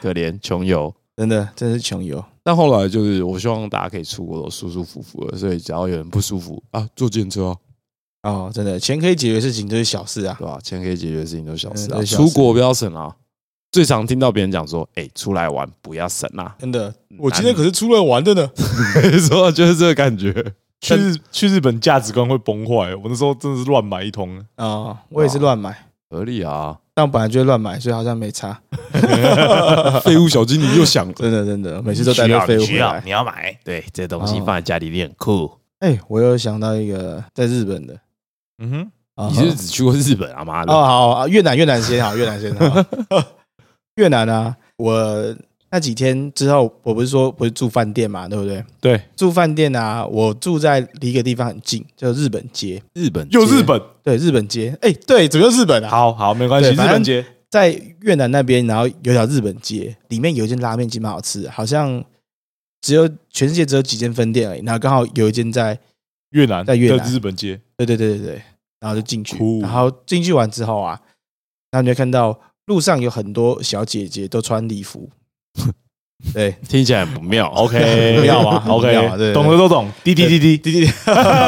Speaker 2: 可怜穷游。”
Speaker 1: 真的真是穷游，
Speaker 2: 但后来就是，我希望大家可以出国都舒舒服服的，所以只要有人不舒服啊，坐电车啊，
Speaker 1: 哦，真的钱可以解决的事情就是小事啊，
Speaker 2: 对吧、钱可以解决的事情都是小事
Speaker 1: 嗯
Speaker 2: 啊。
Speaker 1: 都是小事
Speaker 2: 出国不要省啊！最常听到别人讲说：“哎、出来玩不要省啊
Speaker 1: 真的，我今天可是出来玩的 呢，！”
Speaker 2: 说就是这个感觉。
Speaker 3: 去日去日本价值观会崩坏，我那时候真的是乱买一通，
Speaker 1: 哦，我也是乱买，
Speaker 2: 合理啊！
Speaker 1: 但本来就会乱买，所以好像没差，
Speaker 2: 废物小精灵又想了，
Speaker 1: 真的真的，每次都带着废物回来。
Speaker 3: 你要买，
Speaker 2: 对，这东
Speaker 1: 西放
Speaker 2: 在家里练酷。
Speaker 1: 哎，我又想到一个在日本的，
Speaker 3: 嗯哼，
Speaker 1: 啊
Speaker 2: 你是不是只去过日本啊？妈
Speaker 1: 哦，
Speaker 2: 的，
Speaker 1: 好啊，越南越南先好，越南先好。越南啊，我那几天之后，我不是说不是住饭店嘛，对不对？
Speaker 3: 对，
Speaker 1: 住饭店啊，我住在离一个地方很近，叫日本街。
Speaker 2: 日本
Speaker 3: 又日本，
Speaker 1: 对，日本街，哎、对，怎么又日本啊？
Speaker 3: 好好没关系，
Speaker 1: 对
Speaker 3: 日
Speaker 1: 反正
Speaker 3: 本街，
Speaker 1: 在越南那边，然后有条日本街，里面有一间拉面其实蛮好吃的，好像只有全世界只有几间分店而已。然后刚好有一间在，
Speaker 3: 越南
Speaker 1: 在越南
Speaker 3: 日本街，
Speaker 1: 对对对对对，然后就进去
Speaker 3: 酷，
Speaker 1: 然后进去完之后啊，然后你就看到路上有很多小姐姐都穿礼服， 对，
Speaker 2: 听起来很不妙。
Speaker 3: 哦 OK，
Speaker 1: 不要嘛
Speaker 3: 啊，OK，
Speaker 1: 不要嘛对对对
Speaker 3: 懂的都懂，滴滴滴滴滴滴，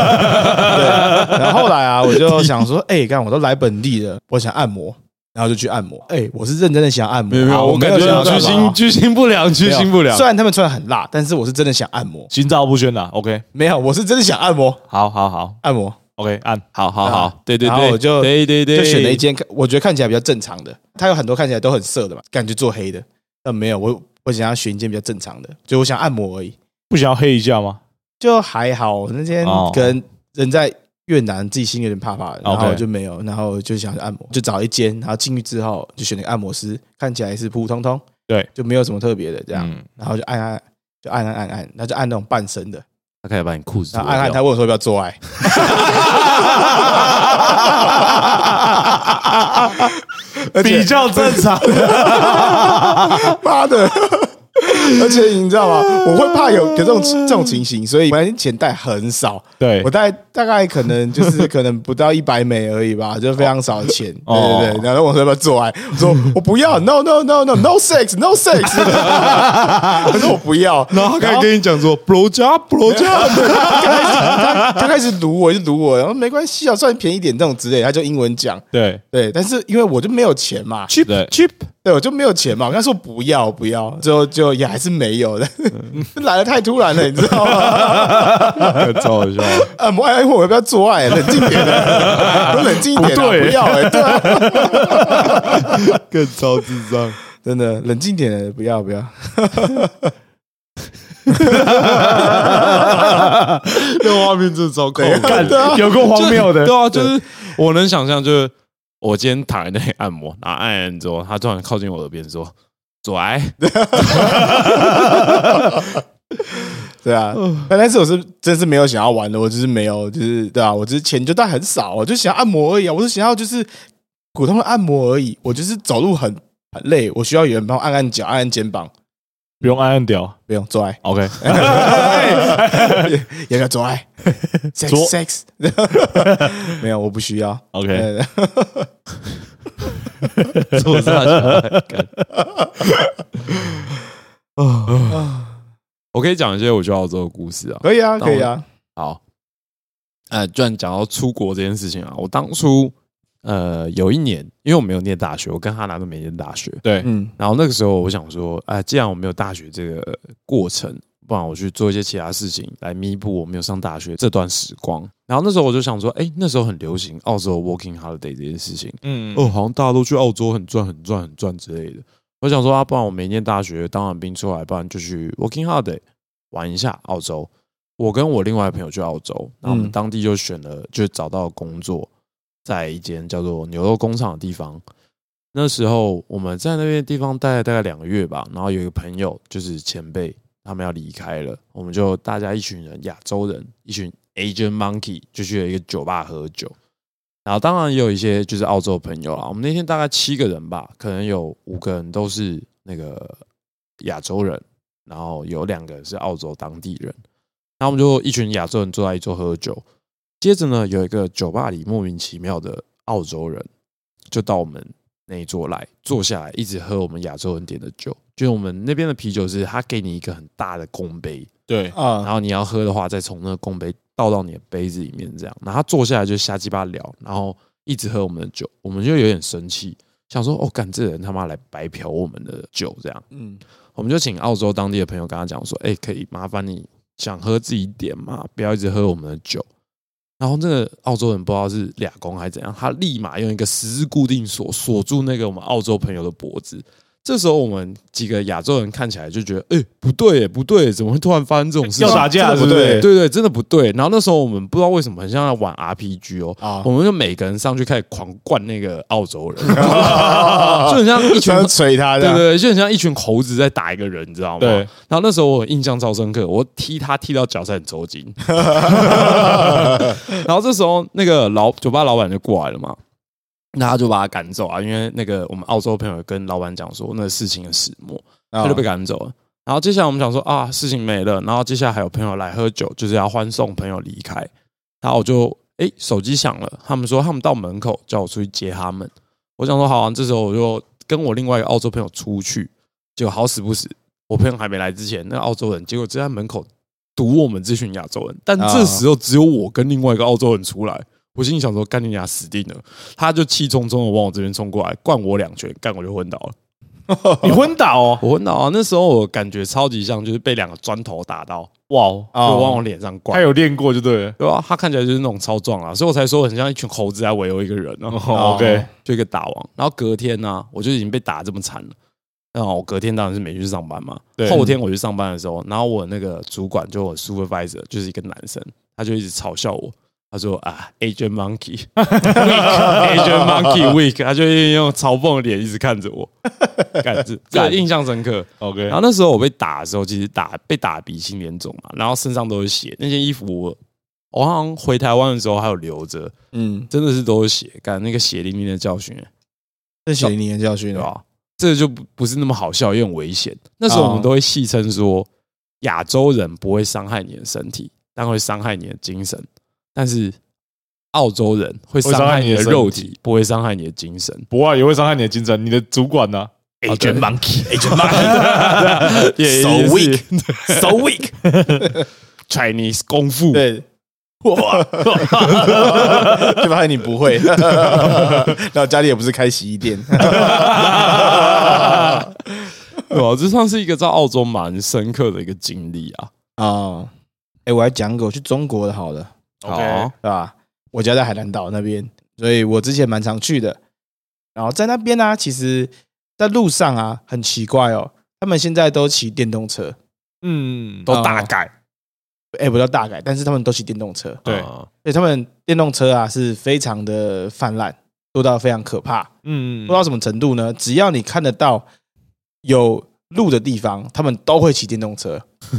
Speaker 1: 对，然后后来啊，我就想说，哎、干，我都来本地了，我想按摩，然后就去按摩。哎、我是认真的想按摩，
Speaker 2: 没有没
Speaker 1: 啊
Speaker 2: 有，
Speaker 1: 我
Speaker 2: 感
Speaker 1: 有想
Speaker 2: 觉
Speaker 1: 要
Speaker 2: 居
Speaker 1: 干嘛
Speaker 2: 心居心不良，居
Speaker 1: 没有
Speaker 2: 心不良
Speaker 1: 虽。然他们穿的很辣，但是我是真的想按摩。
Speaker 3: 心照不宣啦，OK，
Speaker 1: 没有，我是真的想按摩，
Speaker 3: 好好好
Speaker 1: 按摩
Speaker 3: ，OK，按
Speaker 2: 好好
Speaker 1: 啊
Speaker 2: 好，对对
Speaker 1: 然后
Speaker 2: 对，
Speaker 1: 我就
Speaker 2: 对对对，
Speaker 1: 就选了一间，我觉得看起来比较正常的。它有很多看起来都很色的嘛，感觉做黑的，但没有，我我想要选一间比较正常的，就我想按摩而已，
Speaker 3: 不想要黑一下吗？
Speaker 1: 就还好。那天
Speaker 3: 哦
Speaker 1: 可能人在。越南自己心里有点怕怕的，然后
Speaker 3: OK
Speaker 1: 我就没有，然后就想去按摩，就找一间，然后进去之后就选了个按摩师，看起来是普普通通，
Speaker 3: 对，
Speaker 1: 就没有什么特别的这样，
Speaker 2: 嗯
Speaker 1: 然后就按按，就按按按按，然后就按那种半身的，
Speaker 2: 他开始把你裤子
Speaker 1: 然
Speaker 2: 脱
Speaker 1: 后按按，他
Speaker 2: 掉。
Speaker 1: 问我说要不要做爱，而且
Speaker 3: 比较正常，
Speaker 1: 妈的！ 而且你知道吗？我会怕有有这种这种情形，所以我钱带很少，
Speaker 3: 对
Speaker 1: 我大概大概可能就是可能不到一百美而已吧，就非常少的钱。
Speaker 3: 哦
Speaker 1: 对对对，然后我说要不要做爱，我说我不要，no no no no no sex no sex，我说我不要，然后
Speaker 2: 他跟你讲说 blow job blow job，
Speaker 1: 他他开始撸我就撸我，然后没关系啊，算便宜点这种之类，他就英文讲。
Speaker 3: 对
Speaker 1: 对，但是因为我就没有钱嘛，
Speaker 2: cheap cheap，
Speaker 1: 对，我就没有钱嘛，我跟他说不要不要，最后就也还是没有的， 来的太突然了，你知道吗？ 呃
Speaker 2: 超好笑。
Speaker 1: 按摩按摩要不要做爱？冷静点 的，都冷静一点啊，
Speaker 3: 不对
Speaker 1: 不要哎，对啊，
Speaker 2: 更超智障。
Speaker 1: 真的冷静点的，不要不要，
Speaker 2: 那画面真的超恐怖，
Speaker 1: 干对啊
Speaker 3: 有够荒谬的
Speaker 2: 对，啊，就是我能想象，就是我今天躺在那里按摩，然后按按之后，他突然靠近我耳边说：“左来，
Speaker 1: 对啊。但但是我是真是没有想要玩的，我就是没有，就是对啊，我只是钱就带很少，我就想要按摩而已啊，我是想要就是普通的按摩而已，我就是走路很很累，我需要有人帮我按按脚、按按肩膀，
Speaker 3: 不用按按屌
Speaker 1: 不用做爱，
Speaker 3: ，OK，
Speaker 1: 有个做爱
Speaker 3: 做
Speaker 1: ，sex sex，没有，我不需要。
Speaker 3: OK，
Speaker 1: 呃
Speaker 4: 做 啥去？干
Speaker 2: 我可以讲一些我去澳洲的故事啊。
Speaker 1: 可以啊，
Speaker 2: 当我
Speaker 1: 可以啊，
Speaker 2: 好，呃，居然讲到出国这件事情啊，我当初呃有一年，因为我没有念大学，我跟哈拿都没念大学，
Speaker 3: 对，
Speaker 1: 嗯
Speaker 2: 然后那个时候我想说，啊、既然我没有大学这个过程，不然我去做一些其他事情来弥补我没有上大学这段时光。然后那时候我就想说，哎、那时候很流行澳洲 working holiday 这件事情，
Speaker 3: 嗯
Speaker 2: 哦，好像大家都去澳洲很赚、很赚、很赚之类的。我想说啊，不然我没念大学，当完兵出来，不然就去 working holiday 玩一下澳洲。我跟我另外的朋友去澳洲，然后我们
Speaker 1: 嗯
Speaker 2: 当地就选了，就找到工作，在一间叫做牛肉工厂的地方。那时候我们在那边地方待了大概两个月吧，然后有一个朋友就是前辈，他们要离开了，我们就大家一群人，亚洲人，一群 Asian Monkey 就去了一个酒吧喝酒。然后当然也有一些就是澳洲朋友啦，我们那天大概七个人吧，可能有五个人都是那个亚洲人，然后有两个人是澳洲当地人。然后我们就一群亚洲人坐在一桌喝酒。接着呢，有一个酒吧里莫名其妙的澳洲人就到我们那一桌来坐下来，一直喝我们亚洲人点的酒。就是我们那边的啤酒是他给你一个很大的公杯，
Speaker 3: 对，
Speaker 2: 然
Speaker 1: 啊，
Speaker 2: 后你要喝的话，再从那个公杯倒到你的杯子里面，这样。然后他坐下来就瞎鸡巴聊，然后一直喝我们的酒，我们就有点生气，想说哦，干这人他妈来白嫖我们的酒，这样。
Speaker 1: 嗯
Speaker 2: 我们就请澳洲当地的朋友跟他讲说，哎、可以麻烦你想喝自己点嘛，不要一直喝我们的酒。然后这个澳洲人不知道是俩公还是怎样，他立马用一个十字固定锁锁住那个我们澳洲朋友的脖子。这时候我们几个亚洲人看起来就觉得，哎、不对耶，不对耶，怎么会突然发生这种事情？
Speaker 3: 要打架
Speaker 1: 这个
Speaker 3: 是
Speaker 1: 不
Speaker 3: 不
Speaker 1: 对
Speaker 3: 是？
Speaker 2: 对对，真的不对。然后那时候我们不知道为什么很像在玩 RPG 哦，
Speaker 1: 啊
Speaker 2: 我，们就每个人上去开始狂灌那个澳洲 人， 就很像一群
Speaker 1: 想捶他
Speaker 2: 对对
Speaker 1: 的，
Speaker 2: 对，就很像一群猴子在打一个人，你知道吗？
Speaker 3: 对
Speaker 2: 然后那时候我印象超深刻，我踢他踢到脚是很抽 筋。然后这时候那个老酒吧老板就过来了嘛，那他就把他赶走啊，因为那个我们澳洲朋友跟老板讲说那个事情的始末，
Speaker 1: 啊
Speaker 2: 他就被赶走了。然后接下来我们想说啊，事情没了，然后接下来还有朋友来喝酒，就是要欢送朋友离开。然后我就哎、诶手机响了，他们说他们到门口叫我出去接他们。我想说好、啊，这时候我就跟我另外一个澳洲朋友出去，结果好死不死，我朋友还没来之前，那个澳洲人结果就在门口堵我们这群亚洲人。但这时候只有我跟另外一个澳洲人出来，我心里想说干你俩死定了。他就气冲冲的往我这边冲过来，灌我两拳，干我就昏倒了。
Speaker 3: 你昏倒哦，
Speaker 2: 我昏倒啊！那时候我感觉超级像，就是被两个砖头打到，
Speaker 3: 哇哦，
Speaker 2: 就往
Speaker 1: 啊
Speaker 2: 我脸上
Speaker 3: 他
Speaker 2: 灌。
Speaker 3: 有练过就对了
Speaker 2: 对啊，他看起来就是那种超壮啊，所以我才说很像一群猴子在围殴一个人啊，
Speaker 3: 哦，OK，
Speaker 2: 就一个打王。然后隔天呢、我就已经被打这么惨了。那我隔天当然是没去上班嘛。
Speaker 3: 对嗯
Speaker 2: 后天我去上班的时候，然后我那个主管就我 supervisor 就是一个男生，他就一直嘲笑我，他说啊，Asian monkey weak，Asian monkey weak，他就用嘲讽的脸一直看着我， 感觉这印象深刻。
Speaker 3: ，OK，
Speaker 2: 然后那时候我被打的时候，其实打被打得鼻青脸肿嘛，然后身上都是血，那件衣服我我好像回台湾的时候还有留着，
Speaker 1: 嗯，
Speaker 2: 真的是都是血，干那个血淋淋的教训，
Speaker 1: 这血淋淋的教训
Speaker 2: 对
Speaker 1: 啊，
Speaker 2: 吧？这个就不不是那么好笑，也很危险。那时候我们都会戏称说，亚洲人不会伤害你的身体，但会伤害你的精神，但是澳洲人会伤害你的肉体，不会伤害你的精神。啊
Speaker 3: 不啊，也会伤害你的精神，你的主管呢？
Speaker 2: Agent
Speaker 1: monkey，Agent
Speaker 2: 也
Speaker 1: monkey，so
Speaker 2: 也是
Speaker 1: weak，so weak，
Speaker 2: Chinese 功夫，
Speaker 1: 对。哇！ 就发现你不会， 然后家里也不是开洗衣 店，
Speaker 2: 对啊，这算是一个在澳洲蛮深刻的一个经历啊。
Speaker 1: 啊，哎，我还讲个我去中国的好了，
Speaker 2: 好
Speaker 3: OK
Speaker 2: 啊，
Speaker 1: 对吧？我家在海南岛那边，所以我之前蛮常去的。然后在那边呢、啊其实在路上啊，很奇怪哦，他们现在都骑电动车，
Speaker 3: 嗯，
Speaker 2: 都大概
Speaker 1: 哎，不叫大改，但是他们都骑电动车，
Speaker 3: 对
Speaker 2: 啊
Speaker 1: 所以他们电动车啊是非常的泛滥，多到非常可怕。
Speaker 3: 嗯
Speaker 1: 多到什么程度呢？只要你看得到有路的地方，他们都会骑电动车。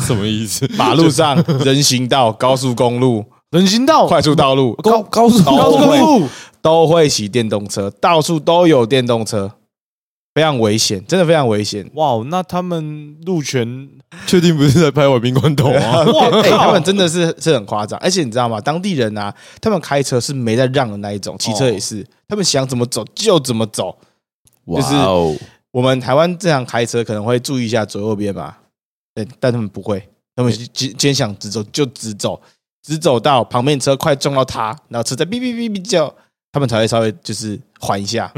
Speaker 2: 什么意思？
Speaker 1: 马路上、 人行道、高速公路、
Speaker 3: 人行道、
Speaker 1: 快速道路、
Speaker 2: 高高速
Speaker 1: 高速
Speaker 2: 公
Speaker 3: 哦
Speaker 1: 公
Speaker 2: 路
Speaker 1: 路都会骑电动车，到处都有电动车。非常危险，真的非常危险。
Speaker 3: 哇，那他们入权
Speaker 2: 确定不是在拍《玩命关头》吗？
Speaker 3: 哇
Speaker 1: 哎、
Speaker 3: 靠
Speaker 1: 他们真的是是很夸张，而且你知道吗？当地人啊，他们开车是没在让的那一种，骑车也是，
Speaker 3: 哦
Speaker 1: 他们想怎么走就怎么走。就是
Speaker 2: 哇哦，
Speaker 1: 我们台湾正常开车可能会注意一下左右边吧，对，但他们不会，他们今今天想直走就直走，直走到旁边车快撞到他，然后车在哔哔哔哔叫，他们才会稍微就是缓一下。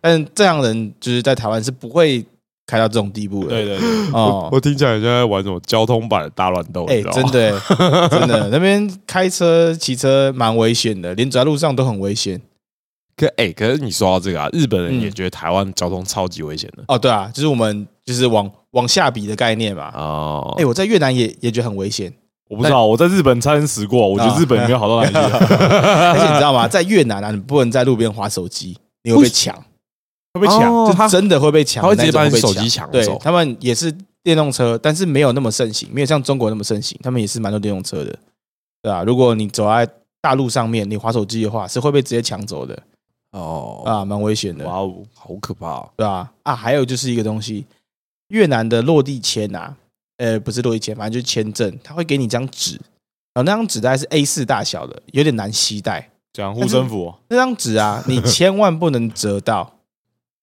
Speaker 1: 但这样的人就是在台湾是不会开到这种地步的，
Speaker 3: 对对对，
Speaker 1: 哦
Speaker 2: 我听起来你现在在玩什么交通版的哦大乱斗？
Speaker 1: 哎、
Speaker 2: 你知道吗
Speaker 1: 真的、欸，真的，那边开车、骑车蛮危险的，连走在路上都很危险。
Speaker 2: 可哎、可是你说到这个啊，日本人
Speaker 1: 嗯
Speaker 2: 也觉得台湾交通超级危险的
Speaker 1: 哦，对啊，就是我们就是往往下比的概念嘛。
Speaker 2: 哦。
Speaker 1: 哎、我在越南也也觉得很危险，
Speaker 3: 我不知道，我在日本差点死过，我觉得日本没有好到哪里去，
Speaker 1: 而且你知道吗？ 在越南啊，你不能在路边划手机，你会被抢，
Speaker 3: 会被抢。
Speaker 2: 哦
Speaker 1: 就
Speaker 2: 他
Speaker 1: 真的会被抢
Speaker 2: 他
Speaker 1: 的
Speaker 2: 会
Speaker 1: 那
Speaker 2: 直
Speaker 1: 一
Speaker 2: 接
Speaker 1: 种
Speaker 2: 把
Speaker 1: 会
Speaker 2: 你
Speaker 1: 被抢，
Speaker 2: 手机抢
Speaker 1: 对
Speaker 2: 走
Speaker 1: 他们也是电动车，但是没有那么盛行，没有像中国那么盛行。他们也是蛮多电动车的，对啊，如果你走在大路上面，你划手机的话，是会被直接抢走的
Speaker 2: 哦，
Speaker 1: 啊，蛮危险的。
Speaker 3: 哇哦，
Speaker 2: 好可怕、 哦！
Speaker 1: 对吧、啊？还有就是一个东西，越南的落地签啊，呃，不是落地签，反正就是签证，他会给你一张纸，然后那张纸大概是 A 四大小的，有点难携带。
Speaker 3: 讲护身符哦，
Speaker 1: 那张纸啊，你千万不能折到，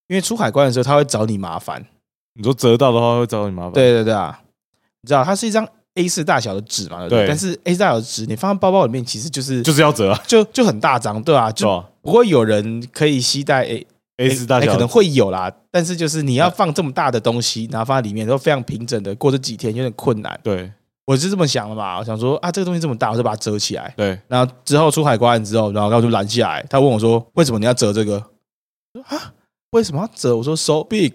Speaker 1: 因为出海关的时候他会找你麻烦。
Speaker 3: 你说折到的话会找你麻烦。，
Speaker 1: 对对对啊，你知道它是一张 A 四大小的纸嘛？对不对？
Speaker 3: 对
Speaker 1: 但是 A 四大小的纸你放在包包里面，其实就是
Speaker 3: 就是要折啊，
Speaker 1: 就就很大张，对啊，
Speaker 3: 是
Speaker 1: 就
Speaker 3: 吧
Speaker 1: 不会有人可以携带 A
Speaker 3: ？A 四大
Speaker 1: 欸
Speaker 3: 小
Speaker 1: 可能会有啦，但是就是你要放这么大的东西，然后放在里面，然后非常平整的过这几天有点困难。
Speaker 3: 对
Speaker 1: 我是这么想的嘛，我想说啊，这个东西这么大，我就把它折起来。
Speaker 3: 对，
Speaker 1: 然后之后出海关之后，然后我就拦下来，他问我说：“为什么你要折这个？”我说：“啊，为什么要折？”我说：“so big。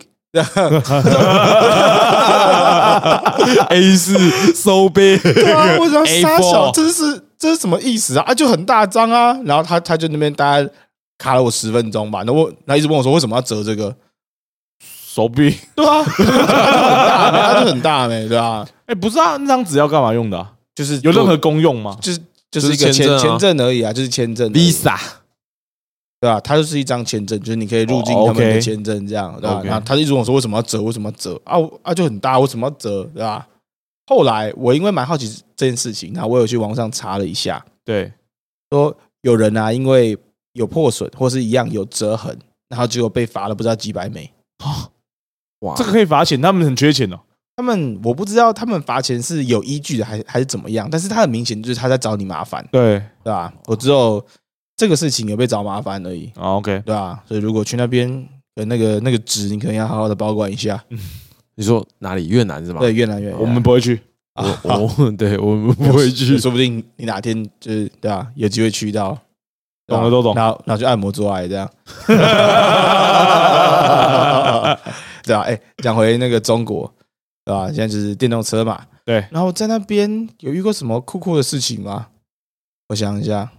Speaker 2: A 四 so big，”
Speaker 1: 对 啊，为什么要
Speaker 2: A4
Speaker 1: 杀小？这是这是什么意思啊？啊，就很大张啊。然后他他就那边大概卡了我十分钟吧，然后我他一直问我说：“为什么要折这个
Speaker 3: 手臂。？”
Speaker 1: 对啊，它就很大没它就很大没对啊，
Speaker 3: 哎，不是啊，那张纸要干嘛用的啊？
Speaker 1: 就是
Speaker 3: 有任何功用吗？
Speaker 1: 就是就是一
Speaker 2: 就
Speaker 1: 个
Speaker 2: 是签
Speaker 1: 签
Speaker 2: 证啊
Speaker 1: 签证而已啊，就是签证而已
Speaker 2: Visa
Speaker 1: 对吧、它就是一张签证，就是你可以入境
Speaker 3: 哦
Speaker 1: 他们的
Speaker 3: OK
Speaker 1: 签证这样，对吧、
Speaker 2: OK
Speaker 1: 然后他就一直问我说为什么要折，为什么要折啊我啊就很大，为什么要折，对吧、后来我因为蛮好奇这件事情，然后我有去网上查了一下，
Speaker 3: 对，
Speaker 1: 说有人啊因为有破损或是一样有折痕，然后结果被罚了不知道几百美。
Speaker 2: 哇，
Speaker 3: 这个可以罚钱，他们很缺钱哦。
Speaker 1: 他们我不知道他们罚钱是有依据的还还是怎么样，但是他很明显就是他在找你麻烦，
Speaker 3: 对
Speaker 1: 对吧、我只有这个事情有被找麻烦而已。
Speaker 3: 啊，OK，
Speaker 1: 对啊，所以如果去那边的那个那个纸，你可能要好好的保管一下。
Speaker 2: 你说哪里越南是吗？
Speaker 1: 对，越南越南
Speaker 3: 嗯我们不会去。
Speaker 1: 啊
Speaker 2: 我，我 对我们不会去，
Speaker 1: 说不定你哪天就是对啊，有机会去到，对啊
Speaker 3: 懂了都懂
Speaker 1: 然后然后去按摩做爱这 样，对啊，哎，讲回那个中国，对吧？现在就是电动车嘛，
Speaker 3: 对。
Speaker 1: 然后在那边有遇过什么酷酷的事情吗？我想一下，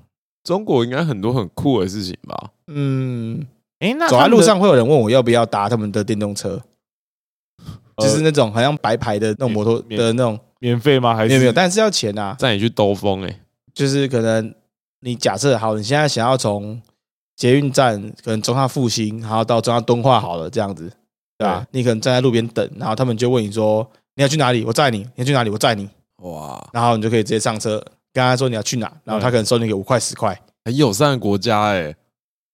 Speaker 2: 中国应该很多很酷的事情吧？
Speaker 1: 嗯，
Speaker 3: 哎，那
Speaker 1: 走
Speaker 3: 他
Speaker 1: 在
Speaker 3: 们的
Speaker 1: 路上会有人问我要不要搭他们的电动车，
Speaker 3: 呃
Speaker 1: 就是那种好像白牌的那种摩托
Speaker 3: 免
Speaker 1: 的那种。
Speaker 3: 免费吗？还是
Speaker 1: 没有没有，但是要钱啊，
Speaker 2: 带你去兜风哎、
Speaker 1: 就是可能你假设好，你现在想要从捷运站，可能中央复兴，然后到中央敦化好了，这样子，对吧、你可能站在路边等，然后他们就问你说你要去哪里，我载你；你要去哪里，我载你，
Speaker 2: 哇，
Speaker 1: 然后你就可以直接上车，跟他说你要去哪，然后他可能收你个五块十块。
Speaker 2: 很友善的国家哎、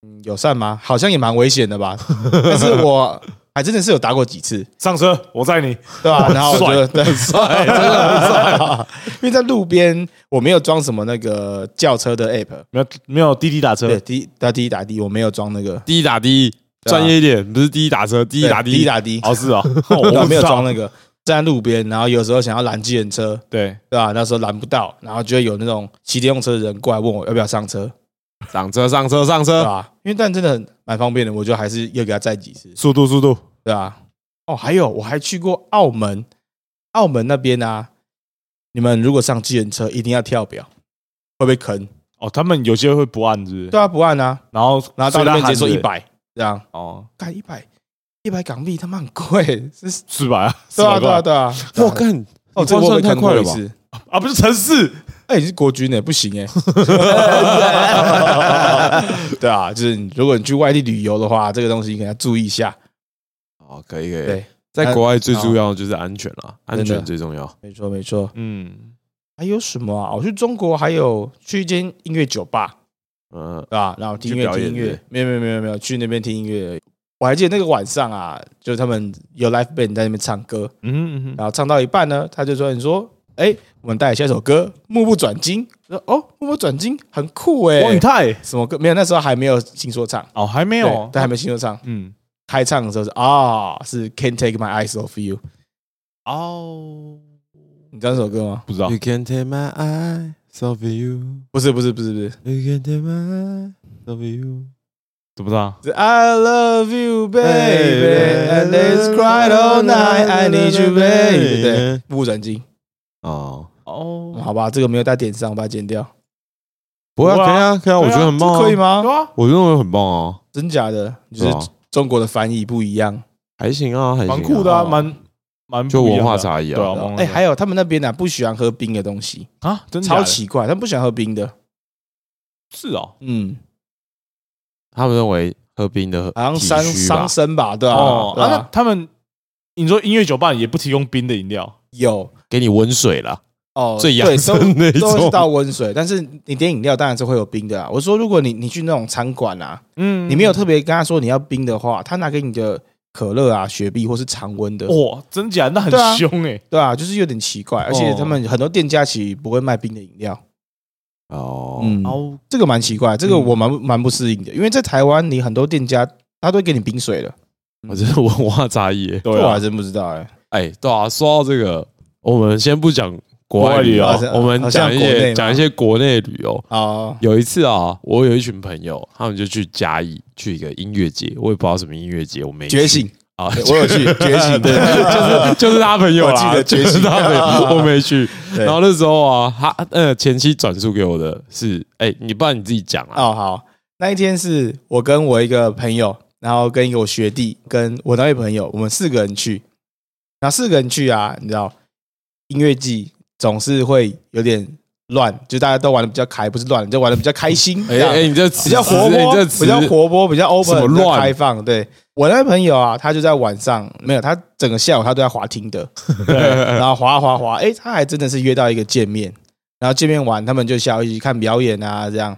Speaker 1: 嗯，友善吗？好像也蛮危险的吧，但是我还真的是有打过几次，
Speaker 3: 上车，我载你。
Speaker 1: 对吧、然后我
Speaker 3: 帅
Speaker 1: 觉得对，
Speaker 2: 帅，真的很帅。
Speaker 1: 啊因为在路边我没有装什么那个轿车的 app，
Speaker 3: 没有没有滴滴打车，
Speaker 1: 对，滴打滴打滴，我没有装那个。
Speaker 2: 第一打第一，
Speaker 1: 对啊
Speaker 2: 专业一点，不是第一打车，第一打
Speaker 1: 滴
Speaker 2: 第一
Speaker 1: 滴打滴，
Speaker 3: 哦是哦，
Speaker 1: 我
Speaker 3: 我
Speaker 1: 啊没有装
Speaker 3: 装
Speaker 1: 那个，站在路边，然后有时候想要拦计程车，
Speaker 3: 对，
Speaker 1: 对吧、那时候拦不到，然后就会有那种骑电动车的人过来问我要不要上车，
Speaker 2: 上车上车上
Speaker 1: 对
Speaker 2: 车，
Speaker 1: 吧、因为但真的很蛮方便的，我就还是又给他载几次，
Speaker 3: 速度速度，
Speaker 1: 对吧、哦，还有我还去过澳门，澳门那边啊，你们如果上计程车一定要跳表，会被坑，
Speaker 3: 哦，他们有些会不按，是不是？
Speaker 1: 对啊，不按啊，
Speaker 3: 然后
Speaker 1: 然后到那边直接说
Speaker 3: 所以
Speaker 1: 一
Speaker 3: 他喊
Speaker 1: 百，这样
Speaker 3: 是哦，
Speaker 1: 干一百。一百港币他妈很贵，是是
Speaker 3: 四百啊，
Speaker 1: 对啊对
Speaker 3: 400块
Speaker 1: 啊对啊！
Speaker 2: 我看
Speaker 1: 哦，这个我
Speaker 2: 换
Speaker 1: 被
Speaker 2: 算太
Speaker 1: 坑过
Speaker 2: 快
Speaker 1: 一
Speaker 2: 了吧？
Speaker 1: 次，
Speaker 3: 啊，不是城市，
Speaker 1: 哎、你是国军呢、不行 哎、对啊，就是你如果你去外地旅游的话，这个东西可能要注意一下。
Speaker 2: 哦，可以可哎哦以。
Speaker 1: 对，
Speaker 2: 在国外最重要的就是安全啦，安
Speaker 1: 真
Speaker 2: 全
Speaker 1: 的
Speaker 2: 最重要。
Speaker 1: 没错没错。
Speaker 2: 嗯
Speaker 1: 还有什么啊？我去中国还有去一间音乐酒吧，
Speaker 2: 嗯，
Speaker 1: 对吧？然后听音
Speaker 2: 去
Speaker 1: 乐，
Speaker 2: 表
Speaker 1: 听
Speaker 2: 演
Speaker 1: 音
Speaker 2: 是不
Speaker 1: 乐
Speaker 2: 是，
Speaker 1: 没有没有没有没有，去那边听音乐而已。我还记得那个晚上啊，就是他们有 live band 在那边唱歌，
Speaker 2: 嗯嗯
Speaker 1: 然后唱到一半呢，他就说：“你说，哎，我们带来下一首歌《目不转睛》。”我说：“哦，目不转睛很酷哎、
Speaker 3: 王以太
Speaker 1: 什么歌？没有，那时候还没有新说唱，
Speaker 3: 哦，还没
Speaker 1: 没
Speaker 3: 有，
Speaker 1: 但还没有新说唱。
Speaker 3: 嗯，
Speaker 1: 开唱的时候是啊、是 Can't Take My Eyes Off You，
Speaker 3: 哦，
Speaker 1: 你知道那首歌吗？
Speaker 3: 不知道
Speaker 2: You can take my eyes off you.
Speaker 1: 不是不是不是不是，
Speaker 2: You can take my eyes off you.
Speaker 3: 怎么知道？
Speaker 1: 是 I love you Ah, baby and let's cry all night I need you baby，对，目不转睛。
Speaker 2: 哦，
Speaker 1: 嗯
Speaker 3: 哦，
Speaker 1: 好吧，这个没有在点上，把它剪掉。
Speaker 2: 不会
Speaker 3: 不
Speaker 2: 啊，
Speaker 3: 会
Speaker 2: 可以啊，可以啊，
Speaker 3: 啊对啊
Speaker 2: 我觉得很棒，
Speaker 1: 这可以？吗？
Speaker 3: 对啊，
Speaker 2: 我认为很棒啊，
Speaker 1: 真假的，就是是
Speaker 2: 吧
Speaker 1: 中国的翻译不一样。
Speaker 2: 还行啊，还行啊，
Speaker 3: 蛮酷的啊，
Speaker 1: 哦
Speaker 3: 蛮蛮
Speaker 2: 就
Speaker 3: 不一样
Speaker 2: 文化
Speaker 3: 的
Speaker 2: 差异
Speaker 3: 对啊
Speaker 2: 啊。
Speaker 3: 好棒
Speaker 1: 哎，
Speaker 3: 对
Speaker 1: 还有他们那边呢，不喜欢喝冰的东西，
Speaker 3: 啊，真的假
Speaker 1: 超
Speaker 3: 的
Speaker 1: 奇怪，他们不喜欢喝冰的。
Speaker 3: 是哦，
Speaker 1: 嗯，
Speaker 2: 他们认为喝冰的
Speaker 1: 好像
Speaker 2: 体
Speaker 1: 伤
Speaker 2: 虚啊
Speaker 1: 伤
Speaker 2: 吧，
Speaker 1: 身吧，对吧？
Speaker 3: 哦，
Speaker 1: 对
Speaker 3: 啊，
Speaker 1: 吧
Speaker 3: 那他们你说音乐酒吧也不提供冰的饮料
Speaker 1: 有
Speaker 2: 给你温水啦，
Speaker 1: 哦，
Speaker 2: 最养
Speaker 1: 对，都
Speaker 2: 生 那
Speaker 1: 都是倒
Speaker 2: 种。
Speaker 1: 温水，但是你点饮料当然是会有冰的啊。我说，如果你你去那种餐馆啊，
Speaker 3: 嗯
Speaker 1: 你没有特别跟他说你要冰的话，他拿给你的可乐啊、雪碧或是常温的，
Speaker 3: 哇，真假那很
Speaker 1: 对啊
Speaker 3: 凶哎，
Speaker 1: 对啊，就是有点奇怪。而且他们很多店家其实不会卖冰的饮料，
Speaker 2: 哦，
Speaker 1: 嗯，
Speaker 3: 哦，
Speaker 1: 这个蛮奇怪，这个我蛮蛮不适应的，因为在台湾，你很多店家他都会给你冰水了，
Speaker 2: 我这是文化差异耶。
Speaker 1: 这
Speaker 3: 对
Speaker 1: 我还
Speaker 3: 啊，
Speaker 1: 真不知道哎。
Speaker 2: 哎，对啊，说到这个，我们先不讲国外旅游
Speaker 1: 国外旅游，
Speaker 2: 我们讲
Speaker 1: 好像国
Speaker 2: 一
Speaker 1: 内
Speaker 2: 些
Speaker 1: 嘛
Speaker 2: 讲一些国内旅游。
Speaker 1: 哦，
Speaker 2: 有一次啊，我有一群朋友，他们就去嘉义去一个音乐节，我也不知道什么音乐节，我没去
Speaker 1: 觉醒，
Speaker 2: 啊，
Speaker 1: 我有去觉醒，
Speaker 2: 对，就是就是他朋友 啦，
Speaker 1: 我记得
Speaker 2: 就
Speaker 1: 觉
Speaker 2: 是
Speaker 1: 醒
Speaker 2: 他 朋友，我没去。
Speaker 1: 对
Speaker 2: 然后那时候啊，他呃前妻转述给我的是，哎，你不然你自己讲啊，
Speaker 1: 哦，好，那一天是我跟我一个朋友，然后跟一个我学弟，跟我那位朋友，我们四个人去。然后四个人去啊，你知道，音乐季总是会有点乱，就大家都玩的比较开，不是乱，就玩的比较开心，
Speaker 2: 哎
Speaker 1: 这样
Speaker 2: 哎，你这
Speaker 1: 比
Speaker 2: 词
Speaker 1: 较活
Speaker 2: 哎你
Speaker 1: 泼，
Speaker 2: 这
Speaker 1: 比
Speaker 2: 词
Speaker 1: 较活泼，比较
Speaker 2: 什么
Speaker 1: open，比较
Speaker 2: 乱
Speaker 1: 开放。对我那位朋友啊，他就在晚上没有，他整个下午他都在滑听 的，对然后滑啊滑啊滑，哎，他还真的是约到一个见面，然后见面完他们就下午一起看表演啊，这样。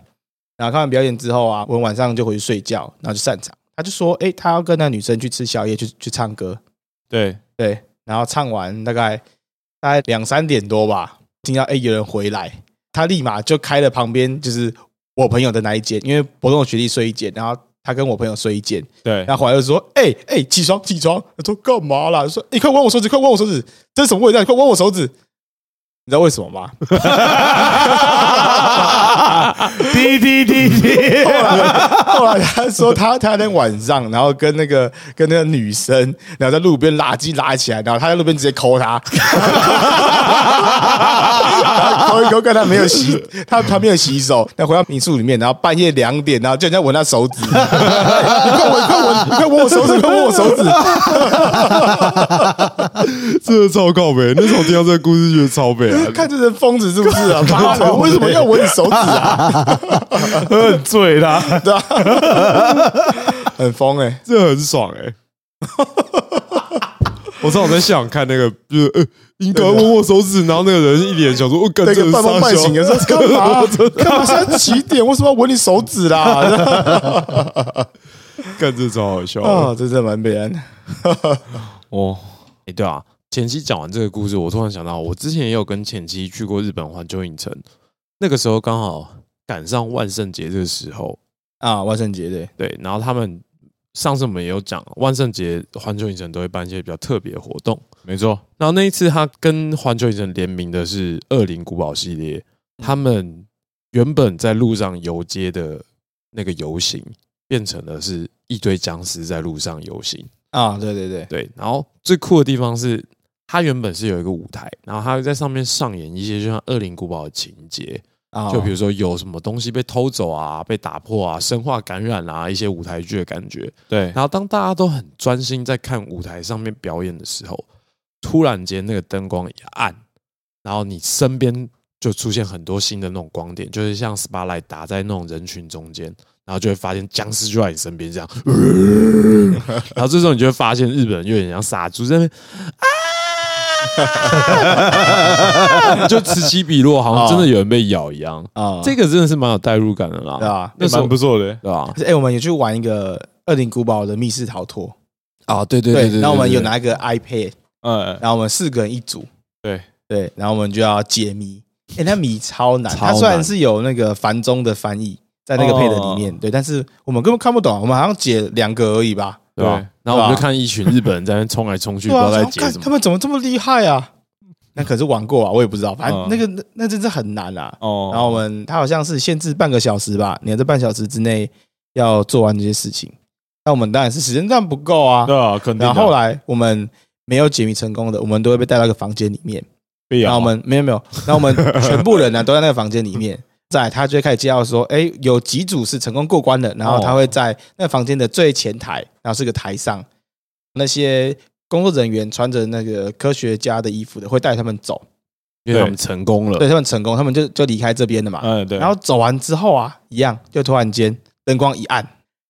Speaker 1: 然后看完表演之后啊，我晚上就回去睡觉，然后就散场。他就说，哎，他要跟那女生去吃宵夜，去去唱歌。
Speaker 3: 对，
Speaker 1: 对，然后唱完大概大概两三点多吧，听到哎有人回来，他立马就开了旁边就是我朋友的那一间，因为我跟我学弟睡一间，然后他跟我朋友睡一间，
Speaker 3: 对，
Speaker 1: 然后回来就说哎哎、起床起床，他说干嘛啦？说哎你、快玩我手指，快玩我手指，这是什么味道？你快玩我手指，你知道为什么吗？
Speaker 3: 滴滴滴 滴，
Speaker 1: 后来后来他说他他那天晚上，然后跟那个跟那个女生，然后在路边垃圾拉起来，然后他在路边直接抠他，然后抠一抠，看他没有洗，他他没有洗手，他回到民宿里面，然后半夜两点，然后叫人家闻他手指，你快闻快闻，你快闻我手指，快闻我手指，
Speaker 2: 真的超靠北。那时候听到这个故事，觉得超北啊，
Speaker 1: 看这是疯子是不是啊？妈的，为什么要闻你手指啊？
Speaker 3: 很醉啦，
Speaker 1: 对啊，很疯哎、
Speaker 2: 这很爽哎。我正好在现场看那个，就是呃，应该握握手指，然后那个人一脸想说，我跟
Speaker 1: 那
Speaker 2: 呃这
Speaker 1: 个
Speaker 2: 是
Speaker 1: 半梦
Speaker 2: 傻
Speaker 1: 半
Speaker 2: 笑
Speaker 1: 醒的啊时候干 嘛？干嘛？现在几点？为什么要闻你手指 啦？
Speaker 2: 干这超好笑的。
Speaker 1: 哦，这真的蛮悲哀的。
Speaker 2: 哦，哎、对啊，前妻讲完这个故事，我突然想到，我之前也有跟前妻去过日本环球影城，那个时候刚好赶上万圣节这个时候，
Speaker 1: 啊，万圣节对，
Speaker 2: 对，然后他们上次我们也有讲，万圣节环球影城都会办一些比较特别的活动，
Speaker 3: 没错，
Speaker 2: 然后那一次他跟环球影城联名的是恶灵古堡系列，他们原本在路上游街的那个游行，变成了是一堆僵尸在路上游行。
Speaker 1: 啊，对对对，
Speaker 2: 对，然后最酷的地方是，它原本是有一个舞台，然后它会在上面上演一些就像《恶灵古堡》的情节，
Speaker 1: 啊，
Speaker 2: 就比如说有什么东西被偷走啊、被打破啊、生化感染啊，一些舞台剧的感觉。
Speaker 3: 对，
Speaker 2: 然后当大家都很专心在看舞台上面表演的时候，突然间那个灯光一暗，然后你身边就出现很多新的那种光点，就是像 spotlight 打在那种人群中间，然后就会发现僵尸就在你身边这样， 然后这时候你就会发现日本人有点像傻猪在那边。啊！ 就此起彼落，好像
Speaker 1: 哦
Speaker 2: 真的有人被咬一样。
Speaker 1: 啊，
Speaker 2: 这个真的是蛮有代入感的
Speaker 1: 对啊
Speaker 2: 啦，
Speaker 1: 吧？
Speaker 2: 那时候
Speaker 3: 蛮不错的。
Speaker 2: 对吧？
Speaker 1: 哎，我们也去玩一个二零古堡的密室逃脱，哦
Speaker 2: 啊，对对对对，
Speaker 1: 然后我们
Speaker 2: 对
Speaker 1: 有
Speaker 2: 对
Speaker 1: 拿一个 iPad，
Speaker 3: 嗯，
Speaker 1: 然后我们四个人一组，
Speaker 3: 对
Speaker 1: 对，然后我们就要解谜。哎，那谜超难，
Speaker 2: 超
Speaker 1: 它虽然
Speaker 2: 难哦
Speaker 1: 是有那个繁中的翻译在那个配的里面，对，但是我们根本看不懂，啊我们好像解两个而已吧。
Speaker 2: 对吧
Speaker 3: 对？
Speaker 2: 然后我
Speaker 1: 对吧啊
Speaker 2: 们就看一群日本人在那冲来冲去，不
Speaker 1: 对啊，
Speaker 2: 知道在
Speaker 1: 然后
Speaker 2: 解
Speaker 1: 看
Speaker 2: 什
Speaker 1: 他
Speaker 2: 么。
Speaker 1: 们怎么这么厉害啊？ 那可是玩过啊，我也不知道，反正
Speaker 3: 嗯
Speaker 1: 那个那那真是很难啊。
Speaker 3: 哦，
Speaker 1: 然后我们他好像是限制半个小时吧，你要在半小时之内要做完这些事情。那我们当然是时间段不够啊。
Speaker 3: 对啊，肯定的。
Speaker 1: 然后后来我们没有解密成功的，我们都会被带到一个房间里面。
Speaker 3: 被咬
Speaker 1: 然后我们没有没有，然后我们全部人呢都在那个房间里面。在他就会开始介绍说，哎，有几组是成功过关的，然后他会在那房间的最前台，然后是个台上，那些工作人员穿着那个科学家的衣服的会带他们走，
Speaker 2: 因为他们成功了，
Speaker 1: 对他们成功，他们就就离开这边了嘛。
Speaker 3: 嗯对，
Speaker 1: 然后走完之后啊，一样，就突然间灯光一暗，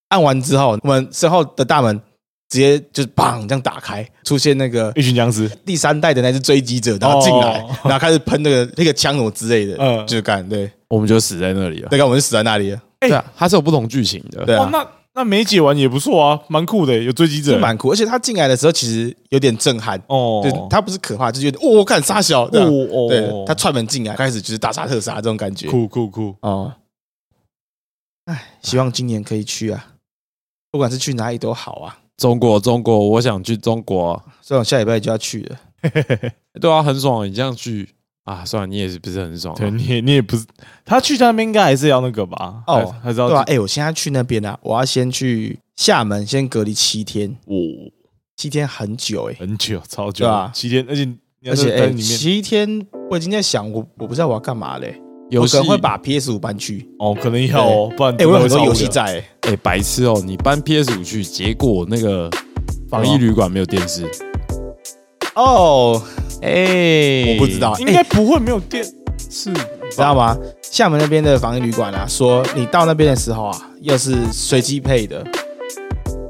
Speaker 1: 暗完之后，我们身后的大门直接就是砰这样打开，出现那个
Speaker 3: 一群僵尸，
Speaker 1: 第三代的那只追击者，然后进来，
Speaker 3: 哦
Speaker 1: 然后开始喷那个 那个枪什么之类的，
Speaker 3: 嗯
Speaker 1: 就干对，
Speaker 2: 我们就死在那里了。
Speaker 1: 大概我们就死在那里了，
Speaker 2: 对啊，它是有不同剧情的。
Speaker 1: 对
Speaker 3: 哎哦
Speaker 1: 啊，，
Speaker 3: 那那没解完也不错啊，蛮酷的，有追击
Speaker 1: 是
Speaker 3: 者，
Speaker 1: 蛮酷，而且他进来的时候其实有点震撼，
Speaker 3: 哦，
Speaker 1: 就是他不是可怕，就是有点哦，干杀小，这样
Speaker 3: 哦
Speaker 1: 对他串门进来，开始就是大杀特杀这种感觉，
Speaker 3: 酷酷酷，
Speaker 1: 哦，哎，希望今年可以去啊，不管是去哪里都好啊，
Speaker 2: 中国，中国，我想去中国。
Speaker 1: 所以我下礼拜就要去了。
Speaker 2: 对啊，很爽。你这样去啊，算了，你也是不是很爽啊？
Speaker 3: 对你也你也不是，他去那边应该还是要那个吧？
Speaker 1: 哦
Speaker 3: 还还是要
Speaker 1: 对啊，哎、我现在去那边啊，我要先去厦门，先隔离七天，
Speaker 3: 哦，
Speaker 1: 七天很久哎、
Speaker 3: 很久，超久
Speaker 1: 对啊，
Speaker 3: 七天，而且你要
Speaker 1: 而
Speaker 3: 是
Speaker 1: 且
Speaker 3: 在
Speaker 1: 哎、
Speaker 3: 里面
Speaker 1: 七天我已经在想，我我不知道我要干嘛嘞、
Speaker 2: 游
Speaker 1: 我可
Speaker 2: 戏
Speaker 1: 能会把 PS 五搬去。
Speaker 3: 哦，可能要哦，不然
Speaker 1: 哎、我有很
Speaker 3: 真
Speaker 1: 多
Speaker 3: 的会超无
Speaker 1: 游
Speaker 3: 聊
Speaker 1: 戏在、欸，
Speaker 2: 哎，白痴哦！你搬 PS 五去，结果那个防疫旅馆没有电视。
Speaker 1: 哦，
Speaker 2: 哎
Speaker 1: 我不知道，
Speaker 3: 应
Speaker 1: 哎
Speaker 3: 该不会没有电视
Speaker 1: 知道吗？厦门那边的防疫旅馆啊，说你到那边的时候啊，又是随机配的，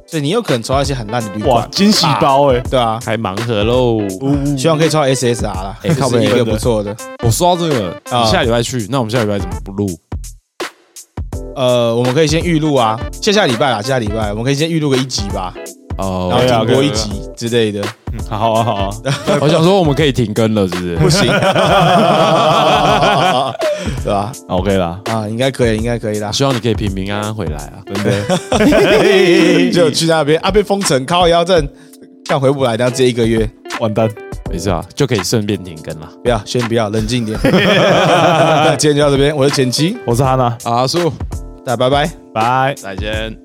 Speaker 1: 所以你有可能抽到一些很烂的旅
Speaker 3: 哇，
Speaker 1: 馆，
Speaker 3: 惊喜包哎，
Speaker 1: 对啊。
Speaker 2: 开盲盒喽！
Speaker 3: 呜
Speaker 1: 希望可以抽到 SSR 啦，
Speaker 2: 哎
Speaker 1: 这
Speaker 2: 靠
Speaker 1: 是
Speaker 2: 北
Speaker 1: 一个
Speaker 3: 真的
Speaker 1: 不错的。
Speaker 2: 我说到这个，
Speaker 1: 啊
Speaker 2: 你下礼拜去，那我们下礼拜怎么不录？
Speaker 1: 呃，我们可以先预录啊，下下礼拜啦，下下礼拜我们可以先预录个一集吧，然
Speaker 2: 哦
Speaker 1: 后，
Speaker 3: 对啊
Speaker 1: 停播
Speaker 3: 可以
Speaker 1: 一集之类的。
Speaker 3: 嗯好啊好 啊，
Speaker 2: 我想说我们可以停更了，是不是？
Speaker 1: 不行， 对吧？
Speaker 3: ，OK 啦，
Speaker 1: 啊，应该可以，应该可以 啦。
Speaker 2: 希望你可以平平安安回来啊！
Speaker 3: 真的，
Speaker 1: 就去那边啊，被封城，靠腰症，看回不来，然后这一个月，
Speaker 3: 完蛋，
Speaker 2: 没事啊，就可以顺便停更了。
Speaker 1: 不要，先不要，冷 静一点。那今天就到这边，我是前期，
Speaker 3: 我是哈娜，
Speaker 2: 阿叔，
Speaker 1: 大家拜拜。
Speaker 3: 拜。
Speaker 2: 再见。